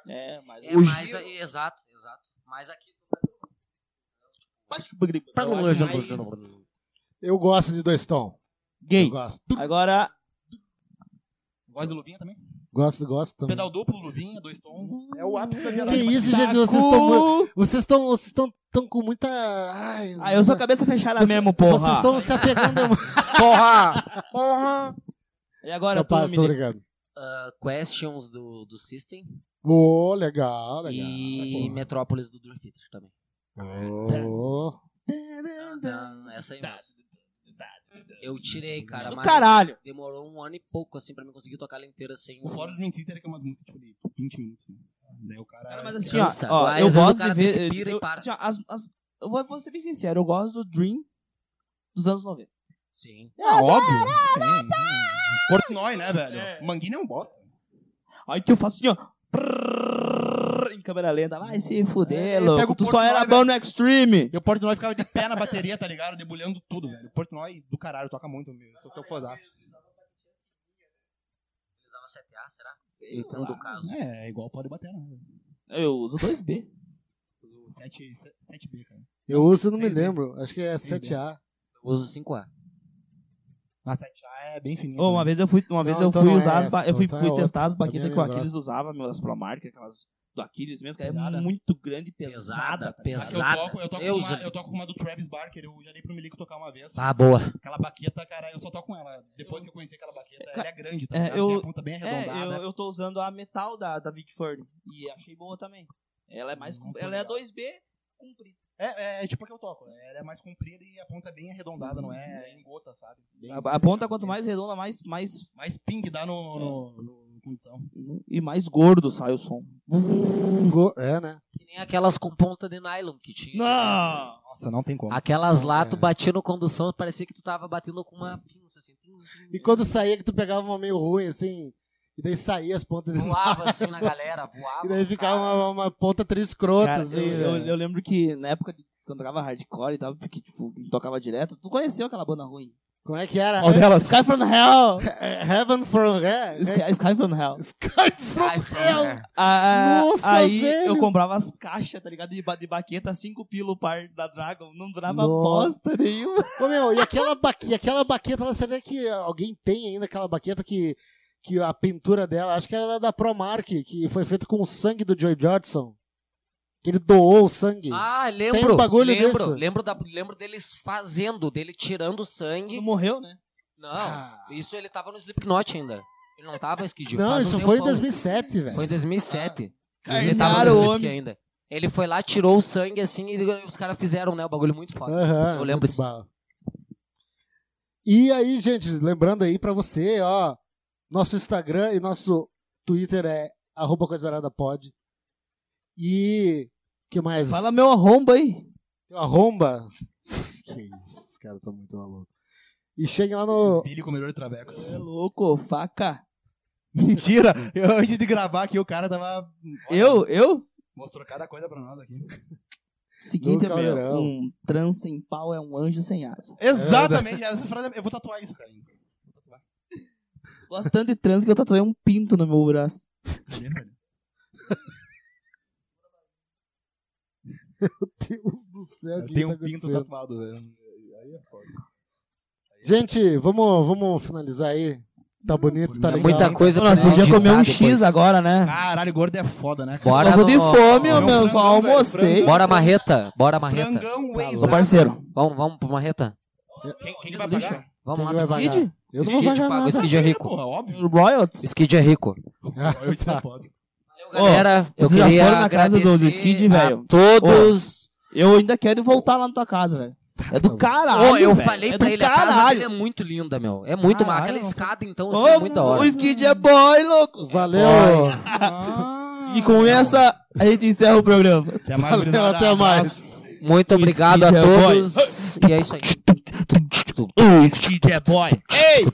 Speaker 4: É, mas
Speaker 3: É
Speaker 5: O
Speaker 3: mais,
Speaker 5: giro-
Speaker 3: exato, exato. Mas aqui.
Speaker 2: Eu gosto de dois tons. Eu
Speaker 4: Gay.
Speaker 2: gosto.
Speaker 4: Agora,
Speaker 5: Voz do Luvinha também.
Speaker 2: Gosto, gosto também.
Speaker 5: Pedal duplo, Luvinha, dois tons. É o ápice da
Speaker 2: Que
Speaker 5: viadagem.
Speaker 2: isso, gente? Vocês estão mu- vocês estão vocês estão tão com muita ai,
Speaker 4: Ah, eu sou cabeça fechada
Speaker 2: vocês-
Speaker 4: mesmo, porra.
Speaker 2: Vocês estão se apegando
Speaker 3: Porra! Porra!
Speaker 4: E agora,
Speaker 2: Eu
Speaker 4: tu
Speaker 2: passo,
Speaker 4: me
Speaker 2: tô
Speaker 4: liga.
Speaker 2: ligado.
Speaker 3: Uh, questions do, do System
Speaker 2: Ô, legal, legal.
Speaker 3: e Metrópolis do Dream Theater também.
Speaker 2: Ô.
Speaker 3: Então, Essa aí mesmo. Eu tirei, cara.
Speaker 4: Do
Speaker 3: mas
Speaker 4: caralho!
Speaker 3: Demorou um ano e pouco, assim, pra mim conseguir tocar ela inteira sem.
Speaker 5: O fora do Dream Theater é que é umas músicas, tipo, de 20 minutos, né? Daí o cara... é
Speaker 4: Cara, mas assim, ó,
Speaker 3: Cansa.
Speaker 4: ó,
Speaker 3: Lá, às
Speaker 4: eu
Speaker 3: vezes o
Speaker 4: gosto de
Speaker 3: cara
Speaker 4: ver.
Speaker 3: transpira e
Speaker 4: eu-
Speaker 3: para.
Speaker 4: assim, ó, as- as- eu vou, vou ser bem sincero, eu gosto do Dream dos anos 90.
Speaker 3: Sim.
Speaker 5: É óbvio. Sim, sim. Portnoy, né, velho? Manguinho é um bosta.
Speaker 4: Aí que eu faço assim, ó. prrrr, Em câmera lenta, vai se
Speaker 5: É,
Speaker 4: fuder,
Speaker 5: ele pega
Speaker 4: louco.
Speaker 5: o
Speaker 4: Tu só
Speaker 5: Portnoy,
Speaker 4: era
Speaker 5: velho.
Speaker 4: bom no Extreme.
Speaker 5: E o Portnoy ficava de pé na bateria, tá ligado? Debulhando tudo, velho. O Portnoy do caralho, toca muito, meu. Sou teu fodaço.
Speaker 3: Usava CTA, será? Entendo o caso.
Speaker 5: É, é igual pode bater, né?
Speaker 4: Eu uso 2B.
Speaker 5: 7, 7B, cara.
Speaker 2: Eu uso, eu não me
Speaker 5: 6D.
Speaker 2: lembro. Acho que é 7A.
Speaker 3: Eu uso 5A.
Speaker 5: A 7A é bem fininha.
Speaker 4: Ô, uma vez eu fui, uma vez eu
Speaker 2: então
Speaker 4: fui
Speaker 2: não é
Speaker 4: usar as
Speaker 2: essa,
Speaker 4: ba- eu fui,
Speaker 2: então é
Speaker 4: fui
Speaker 2: outra.
Speaker 4: testar as
Speaker 2: Também
Speaker 4: baquetas
Speaker 2: é
Speaker 4: que o
Speaker 2: lembrar.
Speaker 4: Aquiles usava, meu, as Promark, aquelas do Aquiles mesmo, cara,
Speaker 5: Pesada.
Speaker 4: é muito grande,
Speaker 3: Pesada,
Speaker 4: pesada. tá ligado?
Speaker 5: Aqui eu
Speaker 3: pesada.
Speaker 5: toco, eu toco,
Speaker 3: Eu
Speaker 5: com uma,
Speaker 3: uso.
Speaker 5: eu toco com uma do Travis Barker, eu já dei pro Milico tocar uma
Speaker 4: Tá.
Speaker 5: vez.
Speaker 3: Ah, boa.
Speaker 5: Aquela baqueta, cara, eu só toco com ela. Depois que eu conheci aquela baqueta, ela é grande, tá
Speaker 4: É,
Speaker 5: ligado?
Speaker 4: eu-
Speaker 5: Tem a ponta bem
Speaker 4: É,
Speaker 5: arredondada.
Speaker 4: eu, eu tô usando a metal da, da Vic Fern e achei boa também. Ela é mais,
Speaker 5: Muito
Speaker 4: com- ela é
Speaker 5: legal.
Speaker 4: 2B comprida.
Speaker 5: É, é, tipo a que eu toco. Ela é mais comprida e a ponta é bem arredondada, não é em gota, sabe? Bem- É.
Speaker 4: A, a ponta quanto mais redonda, mais, mais
Speaker 5: Mais ping dá no, no, no condição.
Speaker 4: e mais gordo sai o som.
Speaker 2: Go- É, né?
Speaker 3: Que nem aquelas com ponta de nylon que tinha.
Speaker 4: Não!
Speaker 5: Nossa, não tem como.
Speaker 3: Aquelas lá, tu
Speaker 2: É.
Speaker 3: batia no condução, parecia que tu tava batendo com uma pinça, assim. Tim, tim,
Speaker 2: E quando saía que tu pegava uma meio ruim, assim, e daí saía as pontas dele.
Speaker 3: Voava assim na galera, voava.
Speaker 2: E daí ficava
Speaker 3: cara.
Speaker 2: uma, uma ponta triscrota,
Speaker 4: Cara,
Speaker 2: assim,
Speaker 4: eu, eu,
Speaker 2: velho.
Speaker 4: eu lembro que na época de, quando tocava hardcore e tal, porque tipo, tocava direto, tu conheceu aquela banda ruim?
Speaker 2: Como é que era?
Speaker 5: Qual delas?
Speaker 4: Sky from Hell!
Speaker 2: É, Heaven from Hell? É
Speaker 4: Sky, Sky from Hell.
Speaker 2: Sky from
Speaker 3: Ai,
Speaker 2: Hell!
Speaker 4: Ah,
Speaker 2: Nossa,
Speaker 4: aí
Speaker 2: velho!
Speaker 4: eu comprava as caixas, tá ligado? De, ba- de baqueta, 5 pila o par da Dragon. Não durava
Speaker 2: Nossa.
Speaker 4: bosta nenhuma.
Speaker 2: Ô, meu, e aquela, baque- e aquela baqueta, ela, será que alguém tem ainda aquela baqueta que, que a pintura dela, acho que era da Promark, que foi feita com o sangue do Joy Johnson. Que ele doou o sangue.
Speaker 3: Ah,
Speaker 2: Tem
Speaker 3: lembro.
Speaker 2: um bagulho
Speaker 3: lembro,
Speaker 2: desse.
Speaker 3: lembro, da, lembro deles fazendo, dele tirando sangue.
Speaker 4: Quando morreu, né?
Speaker 3: Não,
Speaker 2: Ah.
Speaker 3: isso ele tava no Slipknot ainda. Ele não tava esquidio.
Speaker 2: não,
Speaker 3: faz
Speaker 2: isso
Speaker 3: um
Speaker 2: foi em
Speaker 3: tempão.
Speaker 2: 2007, velho.
Speaker 3: Foi em 2007. ele tava no
Speaker 4: Carnearam o
Speaker 3: Slipknot
Speaker 4: homem.
Speaker 3: ainda. Ele foi lá, tirou o sangue assim e os caras fizeram, né? O bagulho muito foda.
Speaker 2: Aham,
Speaker 3: Eu lembro
Speaker 2: muito
Speaker 3: disso.
Speaker 2: bala. E aí, gente, lembrando aí pra você, ó, nosso Instagram e nosso Twitter é arroba coisaradapod. E que mais?
Speaker 4: Fala meu arromba aí.
Speaker 2: Tem uma Arromba. que isso, os caras estão muito malucos. E cheguem lá no.
Speaker 5: Billy comedor de travecos.
Speaker 4: É louco, faca.
Speaker 5: Mentira! Eu, antes de gravar aqui, o cara tava.
Speaker 4: Eu, eu?
Speaker 5: Mostrou cada coisa pra nós aqui.
Speaker 4: Seguinte,
Speaker 2: No
Speaker 4: meu,
Speaker 2: caldeirão.
Speaker 4: um trans sem pau é um anjo sem asa.
Speaker 5: Exatamente! Essa frase é, eu vou tatuar isso, então. cara.
Speaker 4: Gosto tanto de trans que eu tatuei um pinto no meu braço.
Speaker 2: Meu Deus do céu, o que
Speaker 5: Tem
Speaker 2: tá
Speaker 5: um pinto
Speaker 2: acontecendo?
Speaker 5: tatuado, velho. Aí é foda.
Speaker 2: Gente, vamos, vamos finalizar aí. Tá bonito, tá
Speaker 5: É
Speaker 2: legal.
Speaker 3: muita coisa
Speaker 4: Nós
Speaker 3: pra
Speaker 4: podíamos
Speaker 3: editar
Speaker 4: comer um
Speaker 3: depois.
Speaker 4: X agora, né?
Speaker 5: Caralho, gordo é foda, né? cara?
Speaker 3: Bora
Speaker 4: Tô de
Speaker 3: no-
Speaker 4: fome,
Speaker 5: Não,
Speaker 4: meu,
Speaker 5: não,
Speaker 4: só
Speaker 5: não, velho,
Speaker 4: almocei.
Speaker 5: frango.
Speaker 3: Bora, marreta. Bora, marreta.
Speaker 5: Frangão,
Speaker 2: Tá
Speaker 5: Waze. né?
Speaker 4: Sou parceiro.
Speaker 3: Vamos, vamos pro marreta.
Speaker 5: Quem, quem que vai pagar?
Speaker 2: Quem
Speaker 3: Vamos lá,
Speaker 2: vai
Speaker 3: pessoal.
Speaker 2: pagar?
Speaker 4: Kid?
Speaker 2: Eu não vou
Speaker 3: Skid,
Speaker 2: pagar
Speaker 3: paga o
Speaker 2: nada.
Speaker 3: Skid é rico.
Speaker 5: Porra, óbvio.
Speaker 4: Royalties?
Speaker 3: Skid é rico.
Speaker 5: Eu disse,
Speaker 2: Tá.
Speaker 5: foda.
Speaker 3: Galera, eu
Speaker 4: vocês já
Speaker 3: queria
Speaker 4: foram na casa do- do
Speaker 3: agradecer
Speaker 4: Skid,
Speaker 3: a
Speaker 4: velho?
Speaker 3: Todos.
Speaker 4: Eu ainda quero voltar lá na tua casa, velho. É
Speaker 2: Tá bom.
Speaker 4: do caralho.
Speaker 3: Ô, eu
Speaker 4: velho.
Speaker 3: falei
Speaker 4: é
Speaker 3: pra
Speaker 4: do
Speaker 3: ele, a casa dele
Speaker 4: caralho.
Speaker 3: é muito linda, meu. É muito má.
Speaker 5: Caralho,
Speaker 3: Aquela
Speaker 5: nossa.
Speaker 3: escada, então, assim, é
Speaker 4: Ô,
Speaker 3: muito da hora.
Speaker 4: o skid é boy, louco.
Speaker 2: Valeu!
Speaker 4: E com essa, a gente encerra o programa.
Speaker 5: Até Ah, é mais,
Speaker 2: Valeu,
Speaker 5: gurizada.
Speaker 2: até mais.
Speaker 5: Abraço.
Speaker 3: Muito obrigado a
Speaker 4: Skid é
Speaker 3: todos. E é isso aí.
Speaker 4: O skid é boy. Ei!